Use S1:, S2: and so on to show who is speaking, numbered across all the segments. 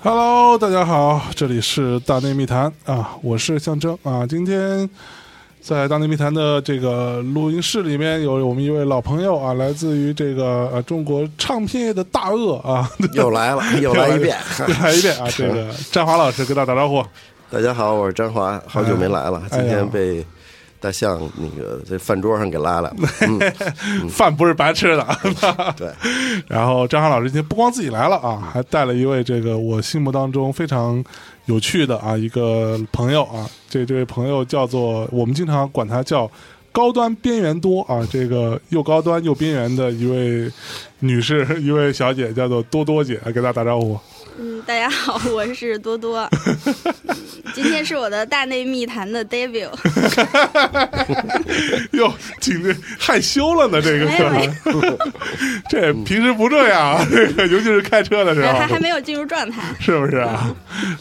S1: Hello，大家好，这里是大内密谈啊，我是象征啊。今天在大内密谈的这个录音室里面，有我们一位老朋友啊，来自于这个呃、中国唱片业的大鳄啊，
S2: 又来 了，又来 一遍。
S1: 又来一遍啊，这个战华老师跟大家打招呼。
S2: 大家好，我是张华，好久没来了，
S1: 哎呀
S2: 今天被大象那个在饭桌上给拉 来了。嗯，
S1: 饭不是白吃的。
S2: 对，嗯
S1: 然后张翰老师今天不光自己来了啊，还带了一位这个我心目当中非常有趣的啊一个朋友啊，这这位朋友叫做我们经常管他叫高端边缘多啊，这个又高端又边缘的一位女士， 一位小姐叫做多多姐，给大家打招呼。
S3: 嗯，大家好， 我是多多。嗯今天是我的大内密谈的 debut，
S1: 哟，紧着害羞了呢，这个
S3: 没
S1: 可
S3: 有
S2: 哎
S3: 没
S1: 能 这平时不这样啊，这个尤其是开车的时候，
S3: 还还没有进入状态。
S1: 是不是啊？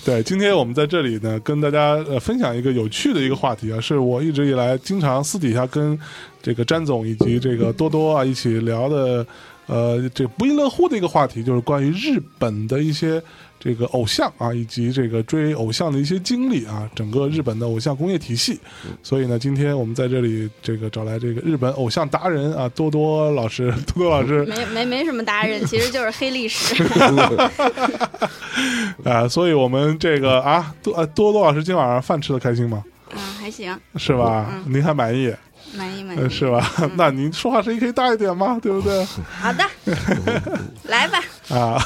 S1: 对，今天我们在这里呢，跟大家呃分享一个有趣的一个话题啊，是我一直以来经常私底下跟这个詹总以及这个多多啊一起聊的，呃，这不亦乐乎的一个话题，就是关于日本的一些这个偶像啊，以及这个追偶像的一些经历啊，整个日本的偶像工业体系。所以呢，今天我们在这里这个找来这个日本偶像达人啊，多多老师，多多老师，
S3: 没没没什么达人，其实就是黑历史。
S1: 啊、所以我们这个啊，多呃多多老师今晚上饭吃的开心吗？
S3: 嗯，还行，
S1: 是吧？
S3: 嗯
S1: 您还满意、
S3: 满意满
S1: 呃
S3: 意。
S1: 是吧？
S3: 嗯
S1: 那您说话声音可以大一点吗？对不 对？
S3: 好的，来吧。
S1: 啊，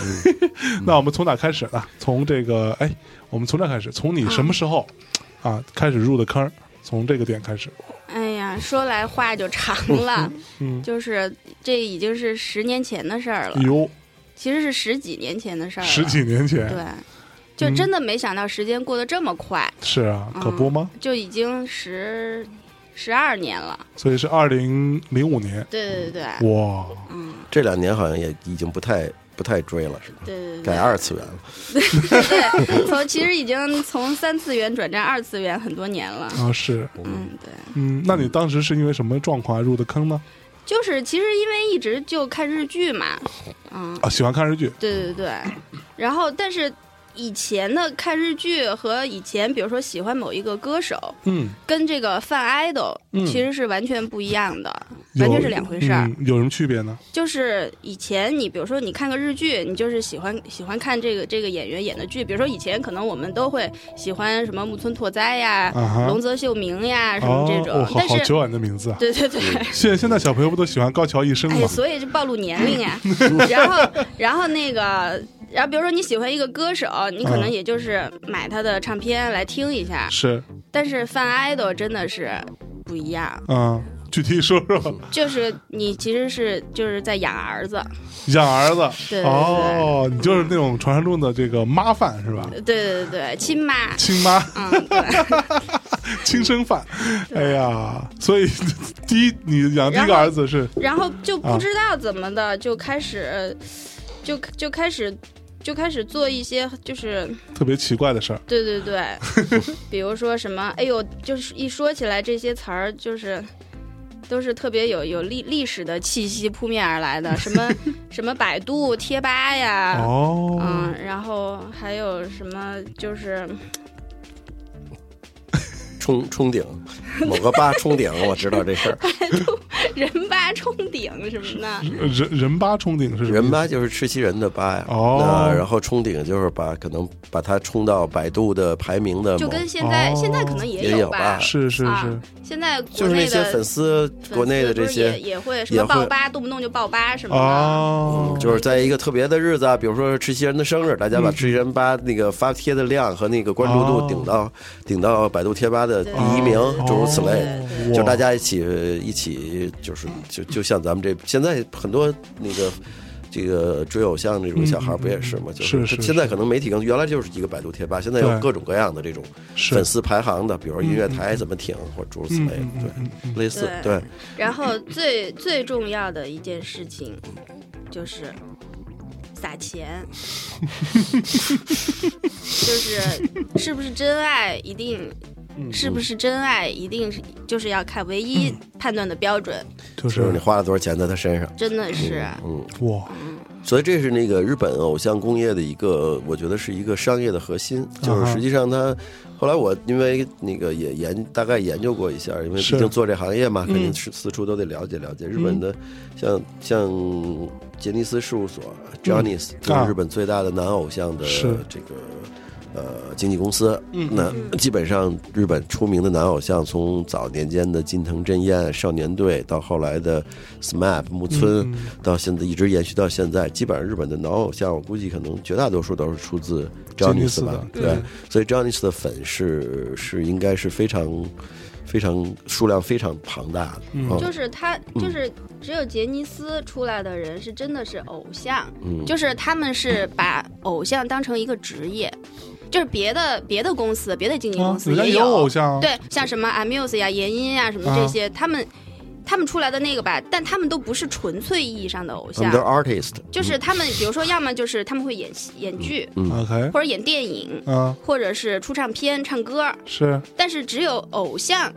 S3: 嗯
S1: 那我们从哪开始呢？从这个哎，我们从哪开始？从你什么时候啊
S3: 嗯
S1: 开始入的坑儿？从这个点开始。
S3: 哎呀，说来话就长了，
S1: 嗯，
S3: 就是这已经是十年前的事儿了，
S1: 有
S3: 其实是十几年前的事儿了。
S1: 十几年嗯前，
S3: 啊对，就真的没想到时间过得这么快，
S1: 是啊，
S3: 嗯
S1: 可不吗？
S3: 就已经十十二年了。
S1: 所以是二零零五年，
S3: 对对对对，
S1: 哇，
S3: 嗯。
S2: 这两年好像也已经不太不太追了，是吧？
S3: 对对对，
S2: 改二次元了。
S3: 对，从其实已经从三次元转战二次元很多年了。
S1: 啊是，
S3: 嗯，对，
S1: 嗯，那你当时是因为什么状况入的坑呢？
S3: 就是其实因为一直就看日剧嘛，嗯，
S1: 啊，喜欢看日剧，
S3: 对对对，然后但是以前的看日剧和以前比如说喜欢某一个歌手，
S1: 嗯，
S3: 跟这个fan idol
S1: 嗯
S3: 其实是完全不一样的，
S1: 有
S3: 完全是两回事儿。
S1: 嗯有什么区别呢？
S3: 就是以前你比如说你看个日剧，你就是喜欢喜欢看这个这个演员演的剧，比如说以前可能我们都会喜欢什么木村拓哉呀、
S1: 啊哈
S3: 龙泽秀明呀什么这种，
S1: 哦哦、好
S3: 但
S1: 好
S3: 是
S1: 久远的名字啊！
S3: 对对对。
S1: 现在现在小朋友不都喜欢高桥一生
S3: 哎
S1: 吗
S3: 呀，？所以就暴露年龄 呀。然后，然后那个，然后比如说你喜欢一个歌手，你可能
S1: 嗯
S3: 也就是买他的唱片来听一下。
S1: 是，
S3: 但是 fan idol 真的是不一样，
S1: 嗯，具体说 说，
S3: 就是你其实是就是在养儿子，
S1: 养儿子。
S3: 对对对、
S1: 哦，你就是那种传说中的这个妈饭是吧？
S3: 对对对对，亲妈。
S1: 亲 妈、
S3: 嗯，对。
S1: 亲生饭。哎呀，所以第一，你养第一个儿子是
S3: 然后就
S1: 啊
S3: 不知道怎么的就开始，就就开始就开始做一些就是
S1: 特别奇怪的事儿。
S3: 对对 对，比如说什么，哎呦，就是一说起来这些词儿就是。都是特别有有历历史的气息扑面而 来的，什么什么百度贴吧呀，
S1: 哦，
S3: 嗯，然后还有什么就是
S2: 冲冲顶，某个吧冲顶，我知道这 事儿。
S3: 人吧冲顶什么的，
S1: 人人八冲顶是什么意思？
S2: 人吧就是吃西人的吧呀，
S1: 哦
S2: 那然后冲顶就是把可能把它冲到百度的排名的
S3: 就
S2: 某，
S3: 跟现在、
S1: 哦
S3: 现在可能
S2: 也有
S3: 吧
S2: 吧，
S1: 是是
S3: 啊
S1: 是，，
S3: 现在国
S2: 就是那
S3: 内
S2: 些
S3: 的
S2: 粉丝，国内的
S3: 粉
S2: 这
S3: 丝不是也
S2: 些。
S3: 也会什
S2: 也
S3: 么
S2: 会
S3: 爆吧，动不动就爆吧什么的。
S1: 哦嗯
S2: 嗯，就是在一个特别的日子啊，比如说是吃西人的生日，大家把吃西人吧那个发帖的量和那个关注
S1: 哦
S2: 度顶到顶到百度贴吧的第一名
S1: 哦，
S2: 诸如此类。
S1: 哦
S2: 就大
S1: 哇
S2: 家一起一起，就是就就像咱们这现在很多那个这个追偶像这种小孩儿不也是吗？就是
S1: 嗯是
S2: 现在可能媒体更原来就是一个百度贴吧，现在有
S1: 对
S2: 各种各样的这种
S1: 是
S2: 粉丝排行的，比如说音乐台怎么挺或者诸如此类
S1: 嗯嗯
S2: 的，
S1: 嗯
S2: 对，类似
S3: 对
S2: 对，
S3: 然后最最重要的一件事情就是撒钱，就是是不是真爱一定
S1: 嗯
S3: 是不是真爱一定是就是要看唯一判断的标准，
S1: 就
S2: 就是你
S1: 是
S2: 花了多少钱在他身上。
S3: 真的是啊
S2: 嗯，
S1: 哇，
S2: 所以这是那个日本偶像工业的一个，我觉得是一个商业的核心。就
S1: 啊
S2: 是
S1: 哈
S2: 实际上它，后来我因为那个也研大概研究过一下，因为
S1: 是
S2: 毕竟做这行业嘛，
S1: 嗯
S2: 肯定是四处都得了解了解。日本的像像杰尼斯事务所 j o h n n y s 就是日本最大的男偶像的
S1: 嗯啊是
S2: 这个。呃，经纪公司，
S1: 嗯
S2: 那基本上日本出名的男偶像，从早年间的金藤真彦少年队，到后来的 SMAP 木村，
S1: 嗯
S2: 到现在一直延续到现在，基本上日本的男偶像，我估计可能绝大多数都是出自 j o h n n y s 吧，
S1: 吉尼斯的
S2: 对，
S1: 嗯
S2: 所以 j o h n n y s 的粉是是应该是非常非常数量非常庞大的，
S1: 嗯
S2: 啊
S3: 就是他就是只有杰尼斯出来的人是真的是偶像，
S2: 嗯，
S3: 就是他们是把偶像当成一个职业，就是别的别的公司、别的经纪公
S1: 啊，
S3: 司
S1: 人家
S3: 也
S1: 有偶像啊，啊
S3: 对，像什么 Amuse 呀、研音呀什么这些，他们他们出来的那个吧，但他们都不是纯粹意义上的偶
S2: 他们
S3: 像
S2: 都，是 artist，
S3: 就是他们比如说要么就是他们会演戏、演剧，
S2: 嗯
S1: ，OK，
S3: 或者演电影，
S1: 啊，
S3: 或者是出唱片、唱歌，
S1: 是
S3: 但是只有偶像。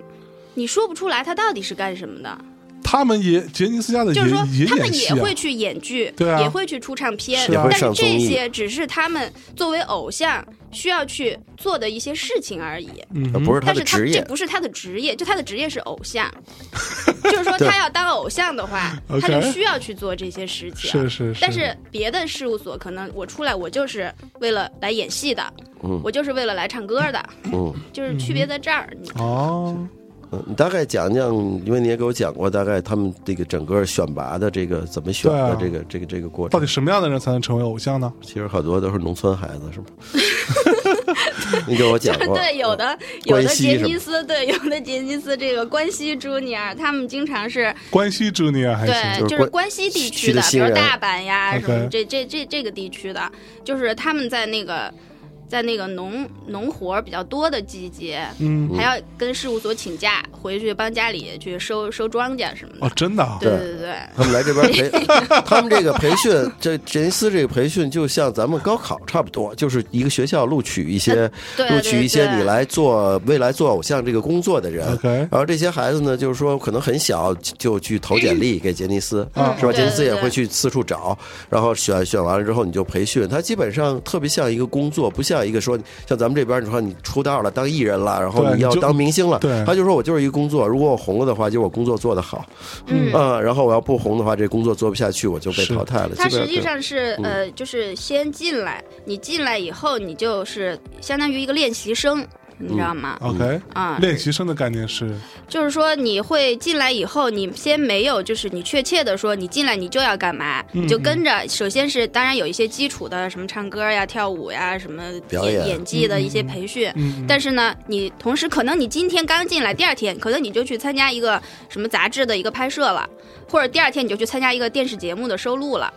S3: 你说不出来他到底是干什么的，
S1: 他们也杰尼斯家的也
S3: 就是说
S1: 也
S3: 他们
S1: 演戏
S3: 也
S1: 啊
S3: 会去演剧，
S1: 对啊
S3: 也会去出唱片，
S1: 是啊
S3: 但
S2: 也
S3: 是
S2: 会上综
S3: 这
S2: 艺
S3: 些只是他们作为偶像需要去做的一些事情而已。
S1: 嗯
S2: 呃不是他
S3: 但
S2: 的
S3: 是他
S2: 职业
S3: 这，不是他的职业，就他的职业是偶像，就是说
S2: 对
S3: 他要当偶像的话，
S1: OK
S3: 他就需要去做这些事情。
S1: 是是是，
S3: 但是别的事务所可能我出来我就是为了来演戏的，
S2: 嗯
S3: 我就是为了来唱歌的，
S2: 嗯。
S3: 就是区别在这儿。你
S1: 哦，
S2: 嗯，你大概讲讲，因为你也给我讲过，大概他们这个整个选拔的这个怎么选
S1: 对啊
S2: 的这个、这个这个过
S1: 到
S2: 程
S1: 底，什么样的人才能成为偶像呢？
S2: 其实好多都是农村孩子，是吗？ 你给我讲过，
S3: 对，有的
S2: 嗯
S3: 有
S2: 关
S3: 的
S2: 系
S3: 杰
S2: 是
S3: 尼
S2: 吧
S3: 斯，对，有的杰尼斯这个关西朱尼尔，他们经常是
S1: 关西之内还行，
S3: 对，
S2: 就是
S3: 是
S2: 关
S3: 关西地
S2: 区
S3: 区
S2: 的
S3: 的，比
S2: 新
S3: 如
S2: 人
S3: 大阪呀
S1: OK
S3: 什么这这这这个地区的，就是他们在那个在那个农农活儿比较多的季节，
S1: 嗯，
S3: 还要跟事务所请假回去帮家里去收收庄稼什么
S1: 哦
S3: 的。，
S1: 真的啊，
S3: 对
S2: 对
S3: 对对，
S2: 他们来这边 培，他们这个培训，这杰尼斯这个培训就像咱们高考差不多，就是一个学校录取一些，
S3: 对
S2: 录取一些
S3: 对
S2: 你来做未来做偶像这个工作的人。
S1: OK
S2: 然后这些孩子呢，就是说可能很小就去投简历给杰尼斯，
S1: 嗯
S2: 是吧？
S3: 对
S2: 杰尼斯
S3: 对
S2: 也
S3: 对
S2: 会去四处找，然后选选完了之后你就培训，他基本上特别像一个工作，不像一个说像咱们这边你说你出道了当艺人了，然后
S1: 对
S2: 你要
S1: 你就
S2: 当明星了
S1: 对，
S2: 他就说我就是一个工作，如果我红了的话，就是我工作做得好，
S3: 嗯。
S2: 嗯，然后我要不红的话，这工作做不下去，我就被
S1: 是
S2: 淘汰了。
S3: 它
S2: 基本
S3: 实际上是
S2: 嗯
S3: 呃，就是先进来，你进来以后，你就是相当于一个练习生，你
S2: 嗯
S3: 知道吗？
S2: 哦
S1: OK，
S3: 啊，
S1: 练习生的概念是
S3: 就是说你会进来以后，你先没有，就是你确切的说你进来你就要干嘛，
S1: 嗯
S3: 你就跟着。首先是当然有一些基础的，什么唱歌呀、跳舞呀、什么
S2: 表
S3: 演
S2: 演
S3: 演技的一些培训。
S1: 嗯，
S3: 但是呢，你同时可能你今天刚进来，第二天可能你就去参加一个什么杂志的一个拍摄了，或者第二天你就去参加一个电视节目的收录了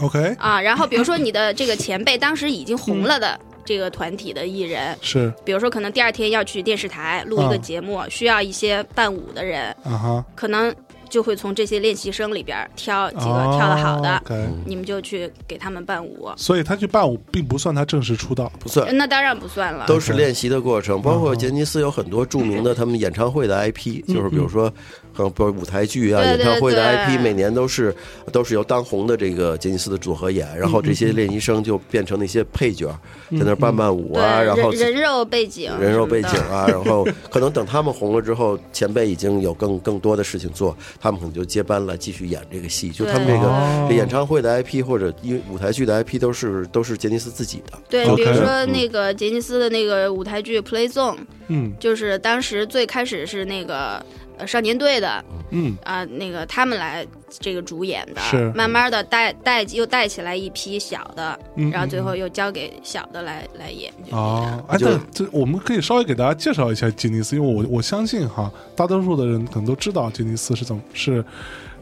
S1: OK
S3: 啊。然后比如说你的这个前辈当时已经红了的这个团体的艺人，
S1: 是
S3: 比如说可能第二天要去电视台录一
S1: 啊
S3: 个节目，需要一些伴舞的人，
S1: 啊哈，
S3: 可能就会从这些练习生里边儿挑几个
S1: 哦
S3: 跳得好的，
S1: OK，
S3: 你们就去给他们伴舞。
S1: 所以他去伴舞并不算他正式出道，
S2: 不算。
S3: 那当然不算了，
S2: 都是练习的过程，包括杰尼斯有很多著名的他们演唱会的 IP，、就是比如说，可能比如舞台剧啊、
S3: 嗯对对
S2: 演唱会的
S3: 对
S2: IP，每年都是都是由当红的这个杰尼斯的组合演，然后这些练习生就变成那些配角，在那儿伴伴舞
S3: 嗯对
S2: 啊，然后
S3: 人人肉背景，
S2: 人肉背景。啊，然后可能等他们红了之后，前辈已经有更更多的事情做，他们可能就接班了，继续演这个戏。就他们这
S3: 对
S2: 个
S1: 哦
S2: 这演唱会的 IP 或者因为舞台剧的 IP 都是都是杰尼斯自己的。
S3: 对
S1: OK
S3: 比如说那个杰尼斯的那个舞台剧《Play Zone》，
S1: 嗯
S3: 就是当时最开始是那个呃少年队的
S1: 嗯
S3: 啊、那个他们来这个主演的，
S1: 是
S3: 慢慢的带带又带起来一批小的，
S1: 嗯，
S3: 然后最后又交给小的来来演。就
S1: 哦，哎，
S2: 啊就
S1: 对，这我们可以稍微给大家介绍一下杰尼斯，因为我我相信哈，大多数的人可能都知道杰尼斯是怎么是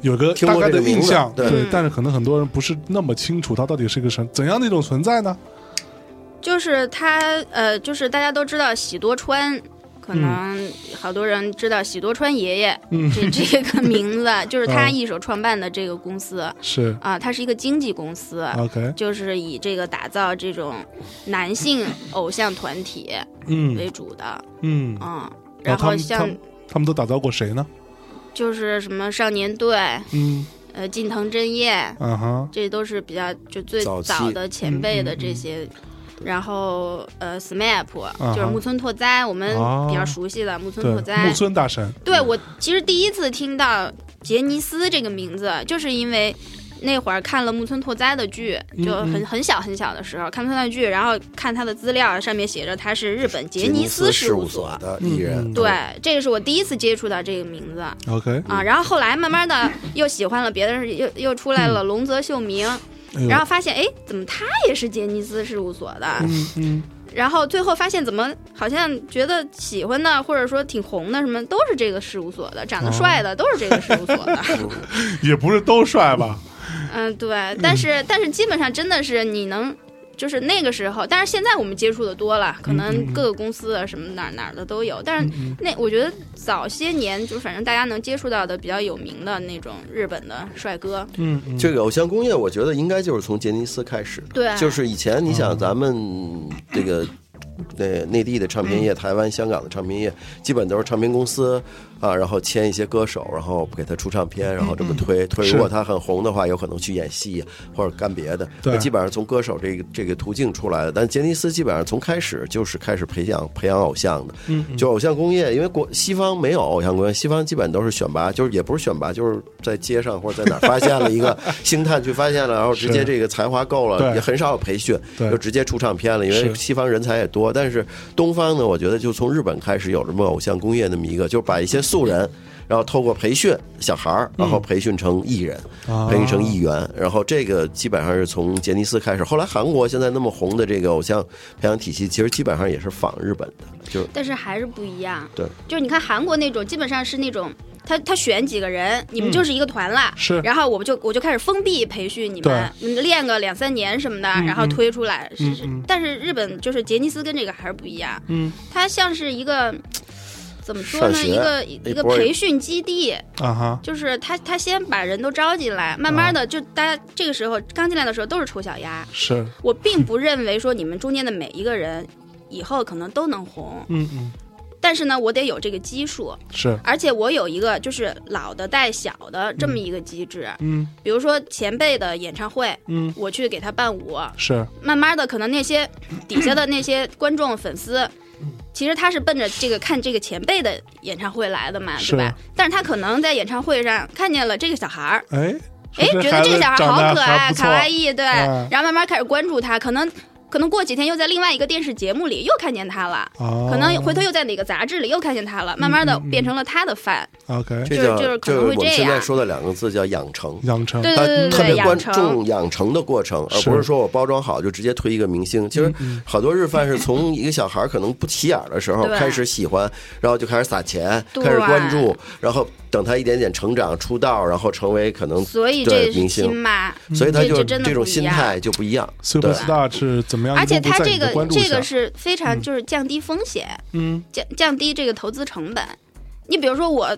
S1: 有个
S2: 听
S1: 大
S2: 过
S1: 概的
S2: 这个名
S1: 印
S2: 字
S1: 象，
S2: 对
S1: 对
S3: 嗯，
S1: 但是可能很多人不是那么清楚它到底是一个什怎样的一种存在呢？
S3: 就是他，呃，就是大家都知道喜多川可能好多人知道喜多川爷爷、
S1: 嗯
S3: 这这 个名字，就是他
S1: 啊
S3: 一手创办的这个公司
S1: 是
S3: 啊，它是一个经纪公司。
S1: OK，
S3: 就是以这个打造这种男性偶像团体
S1: 嗯
S3: 为主的，
S1: 嗯，
S3: 嗯，然
S1: 他
S3: 后
S1: 们他
S3: 像
S1: 们他们都打造过谁呢？
S3: 就是什么少年队，
S1: 嗯
S3: 呃，近藤真彦，
S1: 啊哈，
S3: 这都是比较就最
S2: 早期
S3: 早的前辈的
S1: 嗯嗯啊
S3: 这些。然后呃，SMAP
S1: 哈
S3: 就是木村拓哉，我们
S1: 哦
S3: 比较熟悉的木村
S1: 对
S3: 拓哉
S1: 木。村大神，
S3: 对我其实第一次听到杰尼斯这个名字，就是因为那会儿看了木村拓哉的剧，
S1: 嗯
S3: 就
S1: 嗯
S3: 很很小很小的时候看木村的剧，然后看他的资料，上面写着他是日本杰
S2: 杰尼
S3: 斯
S2: 事
S3: 务
S2: 所。的艺
S1: 嗯
S2: 人，
S3: 对，这个是我第一次接触到这个名字。
S1: OK，
S2: 嗯
S3: 啊，然后后来慢慢的又喜欢了别的人，又又出来
S2: 嗯
S3: 了龙泽秀明，
S1: 哎呦
S3: 然后发现哎，怎么他也是杰尼斯事务所的？
S1: 嗯嗯
S3: 然后最后发现怎么好像觉得喜欢的或者说挺红的什么都是这个事务所的，长得
S1: 哦
S3: 帅的都是这个事务所 的。
S1: 也不是都帅吧？
S3: 嗯，对，但是但是基本上真的是你能。就是那个时候，但是现在我们接触的多了，
S1: 嗯
S3: 可
S1: 嗯
S3: 能
S1: 嗯
S3: 各个公司啊什么哪儿哪儿的都有。但是
S1: 嗯嗯
S3: 那我觉得早些年，就反正大家能接触到的比较有名的那种日本的帅哥，
S1: 嗯嗯，
S2: 这个偶像工业，我觉得应该就是从杰尼斯开始的。
S3: 对，啊
S2: 就是以前你
S1: 嗯
S2: 想咱们这个。那内地的唱片
S3: 嗯
S2: 业、台湾、香港的唱片业，基本都是唱片公司啊，然后签一些歌手，然后给他出唱片，然后
S3: 嗯
S2: 这么推推。
S1: 是
S2: 如果他很红的话，有可能去演戏啊或者干别的。
S1: 对
S2: 那基本上从歌手这个这个途径出来的。但杰尼斯基本上从开始就是开始培养培养偶像的，
S1: 嗯嗯
S2: 就偶像工业，因为国西方没有偶像工业，西方基本都是选拔，就是也不是选拔，就是在街上或者在哪儿发现了一个星探，去发现了，然后直接
S1: 是
S2: 这个才华够了，
S1: 对
S2: 也很少有培训，
S1: 对
S2: 就直接出唱片了。因为
S1: 是
S2: 西方人才也多，但是东方呢，我觉得就从日本开始有这么偶像工业那么一个，就是把一些素人。然后透过培训小孩儿，然
S1: 嗯
S2: 后培训成艺人，
S1: 啊
S2: 培训成艺员。然后这个基本上是从杰尼斯开始。后来韩国现在那么红的这个偶像培养体系，其实基本上也是仿日本的，就是
S3: 但是还是不一样。
S2: 对，
S3: 就是你看韩国那种，基本上是那种他他选几个人，你们就是一个团啦。
S1: 嗯是
S3: 然后我们就我就开始封闭培训你们，你们练个两三年什么的，
S1: 嗯
S3: 然后推出来。
S1: 嗯
S3: 是
S1: 嗯
S3: 但是日本就是杰尼斯跟这个还是不一样，
S1: 嗯
S3: 它像是一个怎么说
S2: 上
S3: 呢？
S2: 学
S3: 一个
S2: 一
S3: 一个
S2: 波
S3: 培训基地，
S1: 啊哈，
S3: 就是他他先把人都招进来，慢
S1: 啊
S3: 慢的就大家这个时候刚进来的时候都是丑小鸭，
S1: 是
S3: 我并不认为说你们中间的每一个人以后可能都能红。
S1: 嗯嗯
S3: 但是呢，我得有这个基数，
S1: 是
S3: 而且我有一个就是老的带小的这么一个机制。
S1: 嗯
S3: 比如说前辈的演唱会，
S1: 嗯
S3: 我去给他伴舞，
S1: 是
S3: 慢慢的，可能那些底下的那些观众粉丝。
S1: 嗯
S3: 其实他是奔着这个看这个前辈的演唱会来的嘛，
S1: 是
S3: 对吧？但是他可能在演唱会上看见了这个小孩儿，
S1: 哎
S3: 哎，
S1: 说
S3: 觉得
S1: 孩
S3: 这
S1: 子
S3: 个小孩
S1: 长
S3: 好
S1: 得
S3: 可
S1: 还
S3: 爱，啊
S1: 不
S3: 卡哇
S1: 错，
S3: 伊，对，
S1: 嗯
S3: 然后慢慢开始关注他，可能可能过几天又在另外一个电视节目里又看见他了，
S1: 哦
S3: 可能回头又在哪个杂志里又看见他了，慢慢的
S1: 嗯嗯
S3: 变成了他的饭。
S1: OK
S2: 这
S3: 就
S2: 叫
S3: 就是可能会
S2: 我们
S3: 这
S2: 现在
S3: 样
S2: 说的两个字叫养成。
S1: 养成
S3: 对
S2: 他
S3: 对对
S2: 特
S3: 对，
S2: 别
S3: 养
S2: 关
S3: 成
S2: 注养成的过程，而
S1: 是
S2: 不是说我包装好就直接推一个明星。其实好多日饭是从一个小孩可能不起眼儿的时候
S3: 对
S2: 开始喜欢，然后就开始撒钱，
S3: 对
S2: 开始关注，然后等他一点点成长出道，然后成为可能，
S3: 所以
S2: 对
S3: 这是
S2: 明星
S3: 亲妈。
S2: 所以他
S3: 这
S2: 就
S3: 这真的
S2: 这种
S3: 不一
S2: 心
S3: 样
S2: 态就不一样。
S1: Super Star 是怎么样一
S3: 而且
S1: 步步
S3: 他
S1: 在
S3: 这
S1: 你
S3: 个
S1: 的关注
S3: 这
S1: 下
S3: 个？是非常就是降低风险，
S1: 嗯
S3: 降降低这个投资成本。你比如说我。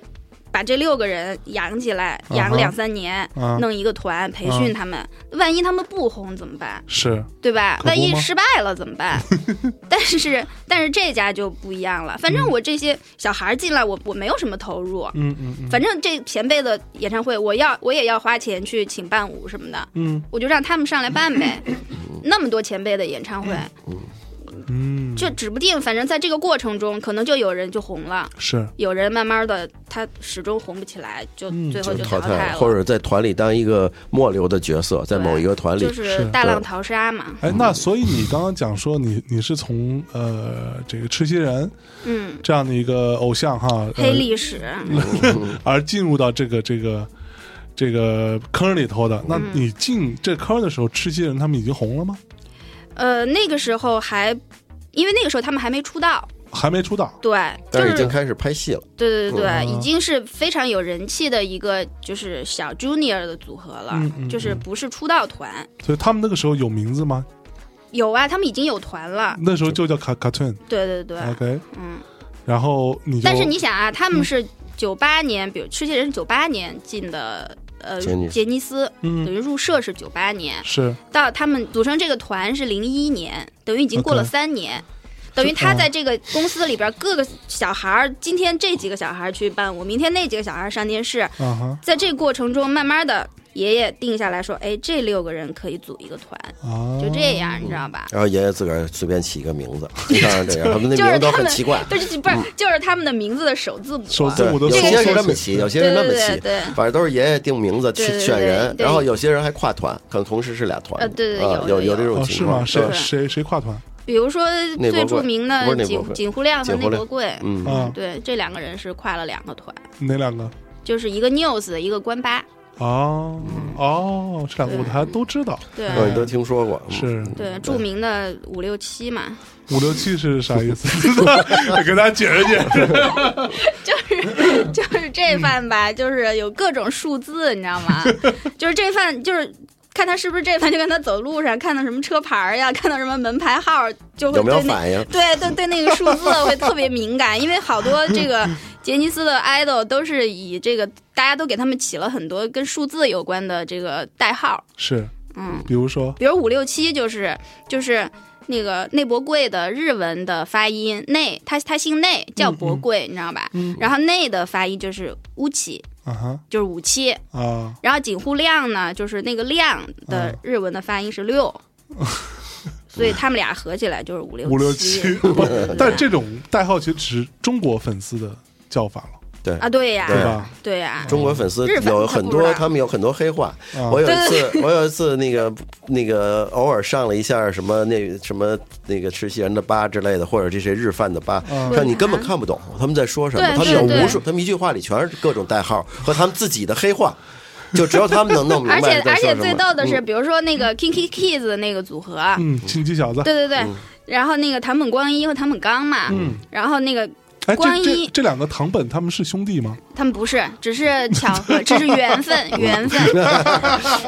S3: 把这六个人养起来，
S1: 啊哈
S3: 养两三年，
S1: 啊
S3: 弄一个团培训他们。万一他们不红怎么办？
S1: 是
S3: 对吧
S1: 可？不
S3: 万一
S1: 吗
S3: 失败了怎么办？ 但是但是这家就不一样了，反正我这些小孩进来，我我没有什么投入，
S1: 嗯嗯嗯
S3: 反正这前辈的演唱会，我要我也要花钱去请伴舞什么的，
S1: 嗯
S3: 我就让他们上来办呗。那么多前辈的演唱会，
S1: 嗯
S3: 就指不定，反正在这个过程中，可能就有人就红了，
S1: 是
S3: 有人慢慢的他始终红不起来，就
S1: 嗯
S3: 最后就
S2: 淘
S3: 淘汰了，
S2: 或者在团里当一个末流的角色，在
S3: 对
S2: 某一个团里
S3: 就，
S1: 是
S3: 是大浪淘沙嘛。
S1: 哎，那所以你刚刚讲说你你是从呃这个赤西仁
S3: 嗯，
S1: 这样的一个偶像哈，呃
S3: 黑历史。
S1: 而进入到这个这个这个坑里头
S3: 嗯
S1: 的。那你进这坑的时候，赤西仁他们已经红了吗？
S3: 呃，那个时候还，因为那个时候他们还没出道，
S1: 还没出道。
S3: 对，就
S2: 但是已
S3: 是
S2: 经开始拍戏了。
S3: 对对对，
S1: 嗯
S3: 已经是非常有人气的一个就是小 junior 的组合了，
S1: 嗯嗯
S3: 就是不是出道团。
S1: 所以他们那个时候有名字吗？
S3: 有啊，他们已经有团了，
S1: 那时候就叫卡卡顿哦
S3: 对对对，
S1: ，OK，
S3: 嗯，
S1: 然后你就
S3: 但是你想啊，他们是九八年，比如赤西仁是九八年进的，呃，
S2: 杰尼斯
S3: 杰尼斯，等
S1: 嗯
S3: 于入社是九八年，
S1: 是
S3: 到他们组成这个团是零一年，等于已经过了
S1: OK
S3: 三年。等于他
S1: 哦
S3: 在这个公司里边，各个小孩儿，今天这几个小孩儿去伴舞，明天那几个小孩儿上电视，
S1: 啊哈
S3: 在这过程中，慢慢的爷爷定下来说，哎，这六个人可以组一个团，
S1: 啊，
S3: 就这样，你知道吧？
S2: 然后爷爷自个儿随便起一个名 字，经常是这样，他们那
S3: 就
S2: 名
S3: 是
S2: 字都
S3: 他
S2: 很
S3: 们
S2: 奇怪。
S3: 对，就是不是就是他们的名字的首字母，
S1: 嗯
S3: 啊
S1: 首字
S2: 对，
S1: 母的
S2: 有
S1: 缩
S2: 些
S1: 写
S2: 是这么起，有些
S3: 对
S2: 是那
S3: 对
S2: 么
S3: 对
S2: 起，
S3: 对。
S2: 反正都是爷爷定名字去
S3: 对对对
S2: 选人，
S3: 对
S2: 然后有些人还跨团，可能同时是俩团。
S3: 呃对对对
S2: 啊
S3: 有
S2: 有
S3: 有
S2: 这种
S1: 哦
S2: 情
S1: 是
S2: 况
S1: 吗？。谁
S2: 嗯
S1: 谁谁跨团
S3: 比如说
S2: 内
S3: 最
S2: 博
S3: 著
S2: 贵
S3: 名
S2: 不是内
S3: 的
S2: 博
S3: 景
S2: 贵
S3: 景湖亮和
S2: 景
S3: 内
S2: 湖
S3: 博贵，
S2: 嗯，
S1: 啊？
S3: 对，这两个人是跨了两个团，
S1: 哪两个？
S3: 就是一个 news，一个关八，
S1: 哦哦，这两个舞台都知道。
S3: 对
S2: 哦，你都听说过？嗯
S1: 是
S3: 对，著名的五六七嘛，
S1: 五六七是啥意思？ 给大家解释解释。
S3: 就是 这
S2: 嗯
S3: 饭吧，就是有各种数字，你知道吗？ 就是这饭，就是看他是不是这饭，就跟他走路上看到什么车牌儿呀，看到什么门牌号儿，就会
S2: 有没有
S3: 对那
S2: 反应？
S3: 对对对，那个数字会特别敏感，因为好多 这个杰尼斯的 idol 都是以这个，大家都给他们起了很多跟数字有关的这个代号，
S1: 是，
S3: 嗯，
S1: 比如说
S3: 比如五六七就是就是。那个内博贵的日文的发音内，他他姓内叫博贵，你知道吧？
S1: 嗯
S3: 然后内的发音就是乌七，
S1: 啊哈
S3: 就是五七。
S1: 啊，
S3: 然后井户亮呢，就是那个亮的
S1: 嗯
S3: 日文的发音是六，所以他们俩合起来就是五六
S1: 五六
S3: 七
S1: 七。不 但这种代号其实只是中国粉丝的叫法了，
S3: 啊，对呀、
S2: 对
S1: 对吧？
S3: 对呀、
S2: 中国粉丝
S3: 日粉
S2: 有
S3: 他
S2: 很
S3: 不知
S2: 多，
S3: 道
S2: 他们有很多黑话。
S1: 啊
S2: 我有一次，我有一次那个那个偶尔上了一下什么那什么那个吃西人的吧之类的，或者这些日饭的吧，
S1: 嗯
S2: 但你根本看不懂他们在说什么
S3: 对。
S2: 他们有
S3: 对对
S2: 无数，他们一句话里全是各种代号和他们自己的黑话，就只有他们能弄明
S3: 而且
S2: 白在
S3: 而
S2: 说
S3: 且
S2: 什么。
S3: 最逗的是，
S2: 嗯，
S3: 比如说那个 Kinky Kids 的那个组合，
S1: 嗯，亲戚小子。
S3: 对对对，然后那个唐本光一和唐本刚嘛，
S1: 嗯
S3: 然后那个
S1: 哎，
S3: 光
S1: 这
S3: 一
S1: 这这两个堂本他们是兄弟吗？
S3: 他们不是，只是巧合，这是缘分，缘分。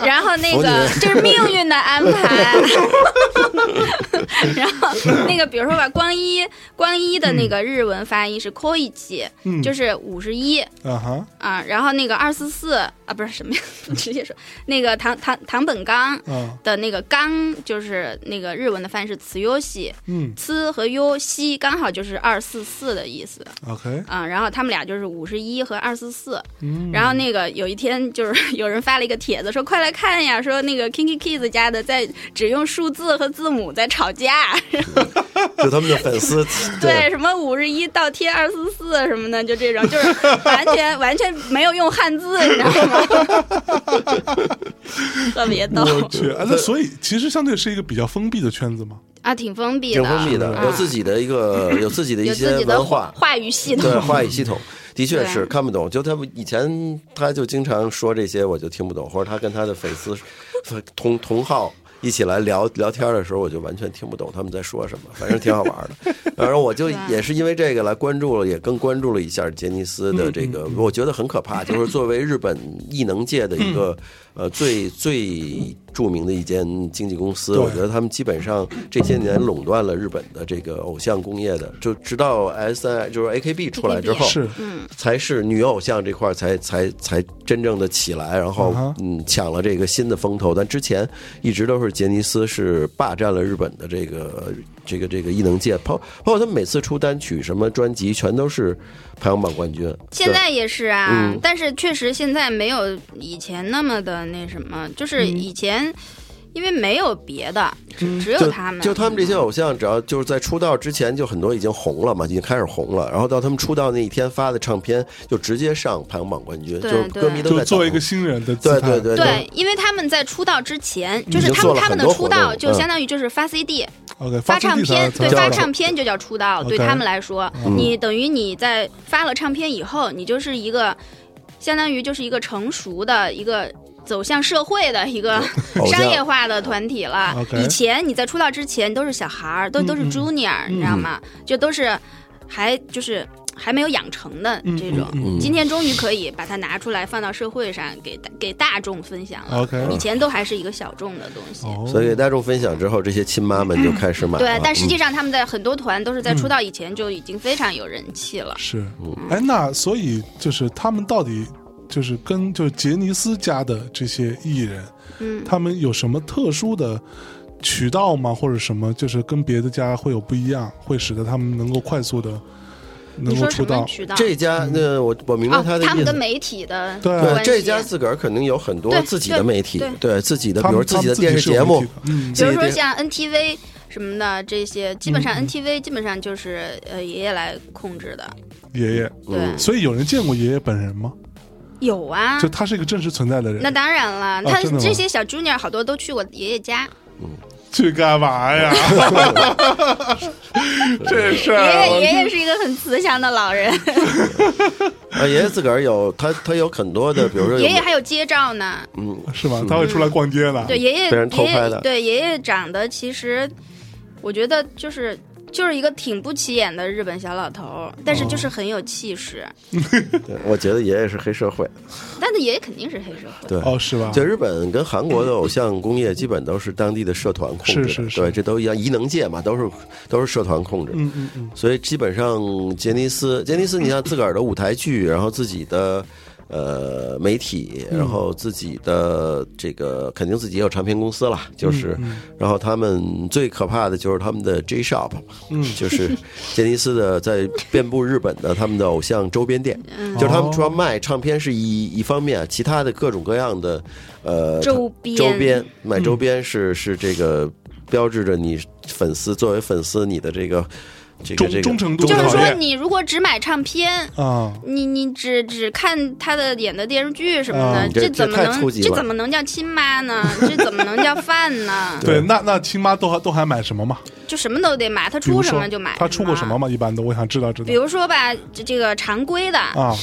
S3: 然后那个这是命运的安排。 然后那个比如说吧，光一光一的那个日文发音是 koichi，、
S1: 嗯，
S3: 就是五十一。
S1: 啊哈
S3: 啊，然后那个二四四啊，不是什么呀， 直接说那个唐唐唐本刚
S1: 啊
S3: 的那个刚，就是那个日文的翻译是词优西，
S1: 嗯
S3: 呲和优西刚好就是二四四的意思
S1: ，OK，
S3: 啊、然后他们俩就是五十一和二四四，
S1: 嗯，
S3: 然后那个有一天就是 有人发了一个帖子说快来看呀，说那个 Kinky Kids 家的在只用数字和字母在吵架，
S2: 就他们的粉丝
S3: 对什么五十一倒贴二四四什么的，就这种就是完全完全没有用汉字，你知道吗？ 特别逗
S1: 我去，啊那所以其实相对是一个比较封闭的圈子嘛。
S3: 啊，挺封闭的，
S2: 挺封闭的，
S3: 啊
S2: 有自己的一个有自己的一
S3: 有自
S2: 些
S3: 己的
S2: 文化。
S3: 话语系
S2: 对
S3: 统，
S2: 话语系统，的确
S3: 对啊
S2: 是看不懂。就他们以前他就经常说这些，我就听不懂，或者他跟他的粉丝同同号。一起来聊聊天的时候，我就完全听不懂他们在说什么，反正挺好玩的。然后我就
S3: 对啊
S2: 也是因为这个来关注了，也更关注了一下杰尼斯的这个，我觉得很可怕，就是作为日本艺能界的一个呃最最著名的一间经纪公司，
S1: 对
S2: 我觉得他们基本上这些年垄断了日本的这个偶像工业的，就直到 S I 就是 A K B 啊出来之后，
S1: 是
S3: 嗯
S2: 才是女偶像这块儿才才才真正的起来，然后
S1: 嗯哼
S2: 嗯抢了这个新的风头。但之前一直都是杰尼斯是霸占了日本的这个这个这个艺能界，包包括他们每次出单曲什么专辑，全都是排行榜冠军。
S3: 现
S2: 对
S3: 在也是啊，
S2: 嗯
S3: 但是确实现在没有以前那么的那什么，就是
S2: 嗯
S3: 以前、因为没有别的，只只有
S2: 就
S3: 他们，
S2: 就他们这些偶像，只要就是在出道之前就很多已经红了嘛，已经开始红了，然后到他们出道那一天发的唱片就直接上排行榜冠军，就
S3: 对
S2: 是
S3: 对
S2: 歌迷都
S1: 就
S2: 在
S1: 作为一
S2: 等
S1: 个新人的姿
S2: 对
S1: 态，
S2: 对对
S3: 对，因为他们在出道之前，就
S2: 已
S3: 是
S2: 经嗯
S3: 他
S2: 做了
S3: 们他们的
S2: 很多
S3: 出
S2: 活
S3: 道
S2: 动
S3: 就
S2: 嗯
S3: 相当于就是发 CD、
S1: ，OK，
S3: 发
S1: 自己
S3: 唱片，
S1: 才
S3: 对，
S1: 才
S3: 发
S2: 叫
S3: 唱片就叫出道了，对
S1: OK
S3: 他们来说，你等于你在发了唱片以后，你就是一个相当于就是一个成熟的一个。走向社会的一个
S2: 偶像
S3: 商业化的团体了。
S1: OK
S3: 以前你在出道之前都是小孩儿，都
S1: 嗯
S3: 都是
S1: 嗯
S3: junior，你知道吗？就都是还就是还没有养成的这种，
S2: 嗯
S3: 今天终于可以把它拿出来放到社会上给大给大众分享了。
S1: OK
S3: 以前都还是一个小众的东西。
S1: 哦，
S2: 嗯所以给大众分享之后，这些亲妈们就开始买了。
S3: 对，但实
S2: 嗯
S3: 际上他们在很多团都是在出道以前就已经非常有人气了。
S1: 是，
S2: 嗯
S1: 哎，那所以就是他们到底就是跟就是杰尼斯家的这些艺人，
S3: 嗯，
S1: 他们有什么特殊的渠道吗？或者什么就是跟别的家会有不一样，会使得他们能够快速的能
S3: 你
S1: 够
S3: 说
S1: 出
S3: 什么
S1: 道？
S3: 渠道？
S2: 这家，那
S1: 嗯
S2: 我我明白
S3: 哦
S2: 他，的
S3: 他
S2: 意
S3: 们
S2: 思
S3: 跟。媒体的
S1: 对啊
S2: 对，
S3: 关系。
S2: 这家自个儿肯定有很多
S3: 对
S2: 自己的媒体
S3: 对，
S2: 对自己的，比
S1: 他
S2: 如
S1: 们
S2: 自己的
S1: 他们
S2: 电视
S1: 是有
S2: 节目
S1: 媒体，的嗯，
S3: 比如说
S2: 自己
S3: 像 NTV 什么的这些，基本上 NTV 基本上就是呃爷爷来控制的。
S1: 爷爷，
S3: 对，
S2: 嗯
S1: 所以有人见过爷爷本人吗？
S3: 有啊
S1: 就，他是一个真实存在的人，
S3: 那当然了，他
S1: 真的吗
S3: 这些小 junior 好多都去过爷爷家，
S1: 去干嘛 呀？ 这事
S3: 爷
S1: 儿
S3: 爷
S1: 我，
S3: 爷爷是一个很慈祥的老人，
S2: 啊，爷爷自个儿有他，他有很多的，比如说有
S3: 爷爷还有街照呢。
S2: 嗯，
S1: 是吧？他会出来逛街呢。
S3: 对，爷爷
S2: 被人偷
S3: 爷
S2: 拍
S3: 爷
S2: 的
S3: 对爷爷长得其实，我觉得就是。就是一个挺不起眼的日本小老头儿，但是
S2: 嗯
S3: 就是很有气势。
S2: 对我觉得爷爷是黑社会，
S3: 但是爷爷肯定是黑社会，
S2: 对，
S1: 哦，是吧？
S2: 就日本跟韩国的偶像工业基本都是当地的社团控制的，
S1: 是是是
S2: 对，这都一样，艺能界嘛，都是都是社团控制。
S1: 嗯嗯嗯，
S2: 所以基本上杰尼斯，杰尼斯，你像自个儿的舞台剧，然后自己的呃媒体，然后自己的这个肯定自己也有唱片公司啦，就是，然后他们最可怕的就是他们的 J Shop，嗯，就是杰尼斯的在遍布日本的他们的偶像周边店，就是他们除了卖唱片是一一方面，啊其他的各种各样的呃
S3: 周边
S2: 周边买周边是是这个标志着你粉丝作为粉丝你的这个。这个
S1: 忠
S2: 这个
S1: 忠诚度
S2: 忠
S3: 就
S2: 诚
S3: 是说
S1: 对
S3: 你如果只买唱片，
S1: 啊，
S3: 你你只只看他的演的电视剧什么的，
S1: 啊
S2: 这
S3: 怎么
S2: 这太
S3: 能
S2: 初级
S3: 这
S2: 了
S3: 怎么能叫亲妈呢？这怎么能叫饭呢？
S1: 对，
S2: 对
S1: 那那亲妈都还都还买什么嘛？
S3: 就什么都得买，他
S1: 比如
S3: 出什么
S1: 说
S3: 就买。
S1: 他出过什么？嘛？一般都我想知道知道
S3: 比。如说吧，这这个常规的，
S1: 啊，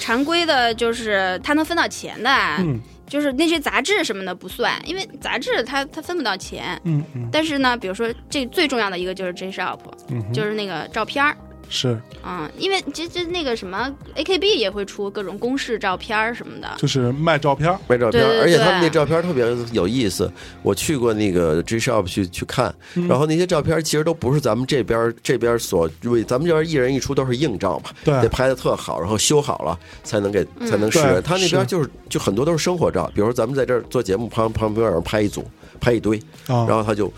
S3: 常规的就是他能分到钱的，啊，
S1: 嗯
S3: 就是那些杂志什么的不算，因为杂志它它分不到钱。
S1: 嗯嗯
S3: 但是呢，比如说这最重要的一个就是 J Shop，、
S1: 嗯哼，
S3: 就是那个照片儿，
S1: 是
S3: 嗯，因为这这那个什么 AKB 也会出各种公示照片儿什么的，
S1: 就是卖照片儿，
S2: 卖照片儿，
S3: 对对
S2: 而且他们那
S3: 对
S2: 照片儿特别有意思。我去过那个 G Shop 去去看，
S1: 嗯
S2: 然后那些照片儿其实都不是咱们这边儿这边儿所为，咱们这边儿一人一出都是硬照嘛，
S1: 对
S2: 得拍的特好，然后修好了才能给才能示
S1: 对
S2: 人。他那边儿
S1: 是
S2: 就是就很多都是生活照，比如说咱们在这儿做节目，旁旁边有人拍一组，拍一堆，
S1: 啊
S2: 然，后他就。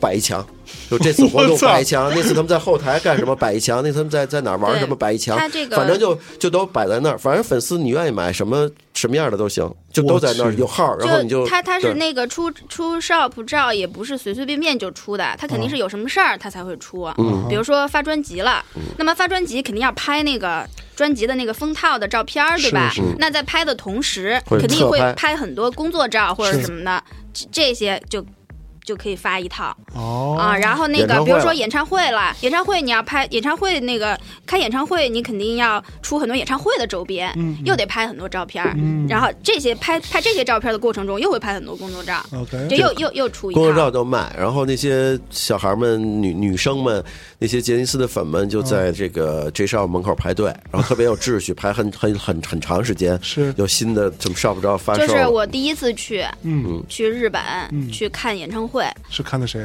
S2: 摆 一墙，就这次活
S1: 我
S2: 动
S1: 操
S2: 摆一墙，那次他们在后台干什么摆一墙，那次他们在在哪儿玩什么摆一墙，
S3: 他这个
S2: 反正就就都摆在那儿，反正粉丝你愿意买什么什么样的都行，就都在那
S1: 我
S2: 儿
S1: 去
S2: 有号，然后你就
S3: 他他是
S2: 对
S3: 那个出出 shop 照也不是随随便便就出的，他肯定是有什么事儿他才会出。啊
S2: 嗯
S3: 比如说发专辑了，那么发专辑肯定要拍那个专辑的那个封套的照片儿，对吧
S1: 是？
S3: 那在拍的同时，
S2: 会
S3: 肯定会
S2: 侧拍
S3: 拍很多工作照或者
S1: 是
S3: 什么的，这这些就。就可以发一套
S1: 哦
S3: 啊，然后那
S2: 演唱
S3: 个
S2: 会
S3: 比如说
S2: 了
S3: 演唱会了，演唱会你要拍演唱会那个开演唱会，你肯定要出很多演唱会的周边，
S1: 嗯嗯
S3: 又得拍很多照片儿，
S1: 嗯
S3: 然后这些拍拍这些照片的过程中，又会拍很多工作照，
S1: ，OK，
S3: 就又又又出一
S2: 工作
S3: 套。
S2: 照都卖，然后那些小孩们、女女生们、那些杰尼斯的粉们就在这个 J shop 门口排队，然后特别有秩序，排很 很很很长时间，
S1: 是
S2: 有新的什么 shop 照发售
S3: 就
S2: 了，
S3: 是我第一次去
S1: 嗯
S3: 去日本、
S1: 嗯
S3: 去看演唱会，
S1: 是看的谁？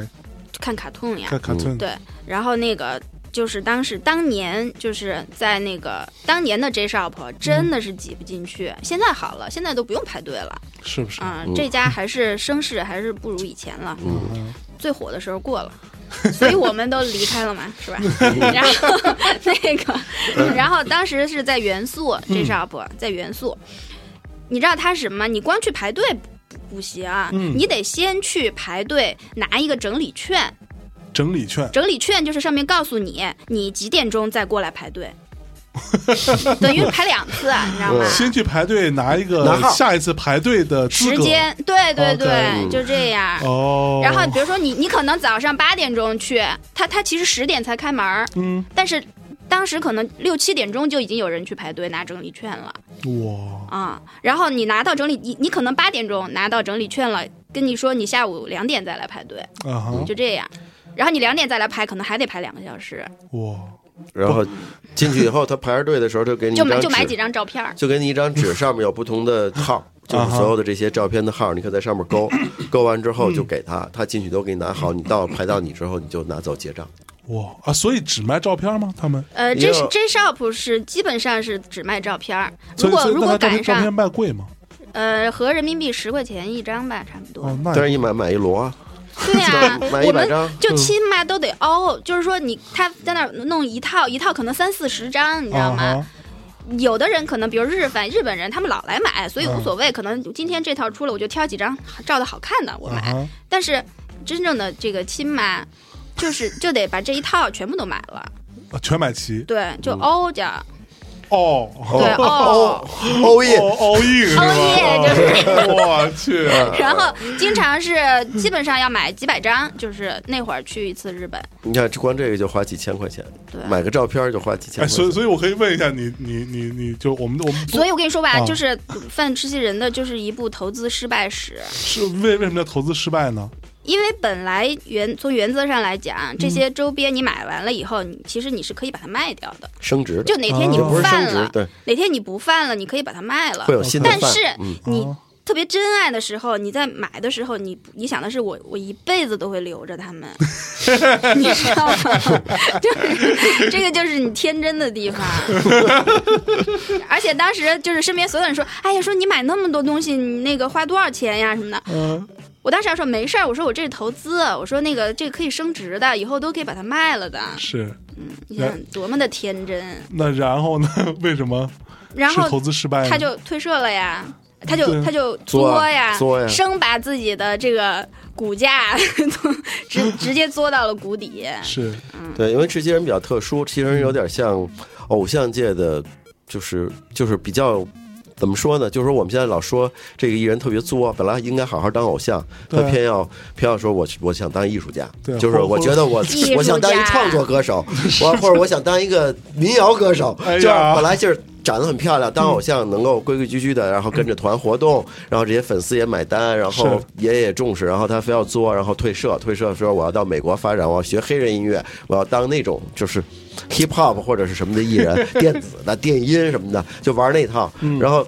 S3: 看卡通呀
S1: 看，卡顿
S3: 嗯对，然后那个。就是当时当年就是在那个当年的 J Shop 真的是挤不进去，现在好了，现在都不用排队了，
S1: 是不是？
S3: 嗯，这家还是声势还是不如以前了，
S1: 嗯
S3: 最火的时候 过了，所以我们都离开了嘛，是吧？ 然 后那个，然后当时是在元素
S1: 嗯
S3: 这 shop，在元素，你知道它是什么吗？你光去排队不不行啊，
S1: 嗯
S3: 你得先去排队拿一个整理券，
S1: 整理券
S3: 整理券就是上面告诉你你几点钟再过来排 队，等于排两次，啊你知道吗？
S1: 先去排队拿一个
S2: 拿号
S1: 下一次排队的资
S3: 时
S1: 格哦
S3: 间，对对
S1: OK 嗯
S3: 对，就这样。
S1: 哦，
S3: 然后比如说你，你可能早上八点钟去，他他其实十点才开门儿，
S1: 嗯，
S3: 但是当时可能六七点钟就已经有人去排队拿整理券了
S1: 哇，
S3: 啊、然后你拿到整理，你你可能八点钟拿到整理券了，跟你说你下午两点再来排队，
S1: 啊哈，
S3: 就这样。然后你两点再来排，可能还得排两个小时。
S1: 哇，
S2: 然后进去以后，他排着队的时候，他
S1: 嗯
S2: 给你一
S3: 就
S2: 张
S3: 买
S2: 纸，
S3: 就买几张照片儿，
S2: 就给你一张纸，上面有不同的号，就是所有的这些照片的号，你可以在上面勾，勾完之后就给他，他进去都给你拿好，你到排到你之后你就拿走结账。
S1: 哇啊！所以只卖照片吗？他们？
S3: 呃
S2: 也
S3: ，J
S2: 有
S3: J Shop 是基本上是只卖照片儿，
S1: 所以
S3: 如果
S1: 所以
S3: 如
S1: 那他
S3: 果
S1: 照片
S3: 赶
S1: 照片
S3: 上，
S1: 卖贵吗？
S3: 呃，合人民币十块钱一张吧，差不多。
S1: 哦，那
S2: 但
S1: 也
S2: 是一买买一摞啊，
S3: 对呀、
S2: 买
S3: 我
S2: 一百
S3: 们
S2: 张
S1: 嗯
S3: 就起码都得凹，就是说你他在那儿弄一套一套，可能三四十张，你知道吗？
S1: 啊
S3: 有的人可能比如日本日本人，他们老来买，所以无所谓，可能今天这套出了，我就挑几张照的好看的我
S1: 哈啊
S3: 买。
S1: 哈
S3: 但是真正的这个亲妈，就是就得把这一套全部都买了，
S1: 啊全买齐
S3: 对，就
S1: 嗯
S3: 凹着，
S1: 哦。
S3: 对
S1: 哦
S3: 凹。
S2: 欧耶，
S1: 哦硬是吧？
S3: all in，就
S1: 哦我去，
S3: 然后经常是基本上要买几百张，就是那会儿去一次日本，
S2: 你看光这个就花几千块钱，
S3: 对。
S2: 买个照片就花几千
S1: 哎，
S2: 块
S1: 所以
S2: 钱。
S1: 所以我可以问一下你，你你你就我们我们不
S3: 所以我跟你说吧，
S2: 哦
S1: 啊
S3: 就是犯吃鸡人的就是一部投资失败史，
S1: 是为为什么叫投资失败呢？
S3: 因为本来原从原则上来讲，
S2: 嗯
S3: 这些周边你买完了以后，你其实你是可以把它卖掉的，
S2: 升值的，
S3: 就哪天你
S1: 哦
S2: 不是
S3: 犯
S2: 升
S3: 了
S2: 值，，对，
S3: 哪天你不犯了，你可以把它卖了
S2: 会。有 新的
S3: 但
S2: 饭。
S3: 是
S2: 嗯，
S3: 你
S1: 啊
S3: 特别珍爱的时候，你在买的时候，你你想的是我我一辈子都会留 着它们，你知道吗？ 就是这个就是你天真 的地方。而且当时就是身边所有人说，哎呀，说你买那么多东西，你那个花多少钱呀什么的。
S1: 嗯，
S3: 我当时还说没事儿，我说我这是投资，我说那个这个可以升值的，以后都可以把它卖了的。
S1: 是。
S3: 你想多么的天真，
S1: 那然后呢？为什么
S3: 然
S1: 是
S3: 后
S1: 投资失败呢？
S3: 他就退社了呀，他
S1: 对
S3: 就他就
S2: 嗯作
S3: 作呀，
S2: 作呀
S3: 生把自己的这个股价 直直接作到了谷底。
S1: 是
S2: 对，因为这些人比较特殊，其实
S1: 嗯
S2: 有点像偶像界的，就是就是比较。怎么说呢？就是说我们现在老说这个艺人特别作，本来应该好好当偶像，他
S1: 对
S2: 偏要偏要说我我想当艺术家
S1: 对，
S2: 就是
S1: 或
S2: 我
S1: 或
S2: 觉得 我
S3: 艺术
S2: 我想当一
S3: 家
S2: 创作歌手，我或者我想当一个民谣歌手，
S1: 哎呀
S2: 就是本来就是长得很漂亮，当偶像能够规规矩矩的，然后跟着团活动，然后这些粉丝也买单，然后
S1: 是
S2: 爷也重视，然后他非要作，然后退社，退社说我要到美国发展，我要学黑人音乐，我要当那种就是 hip hop 或者是什么的艺人，电子的、电音什么的，就玩那套，
S1: 嗯
S2: 然后。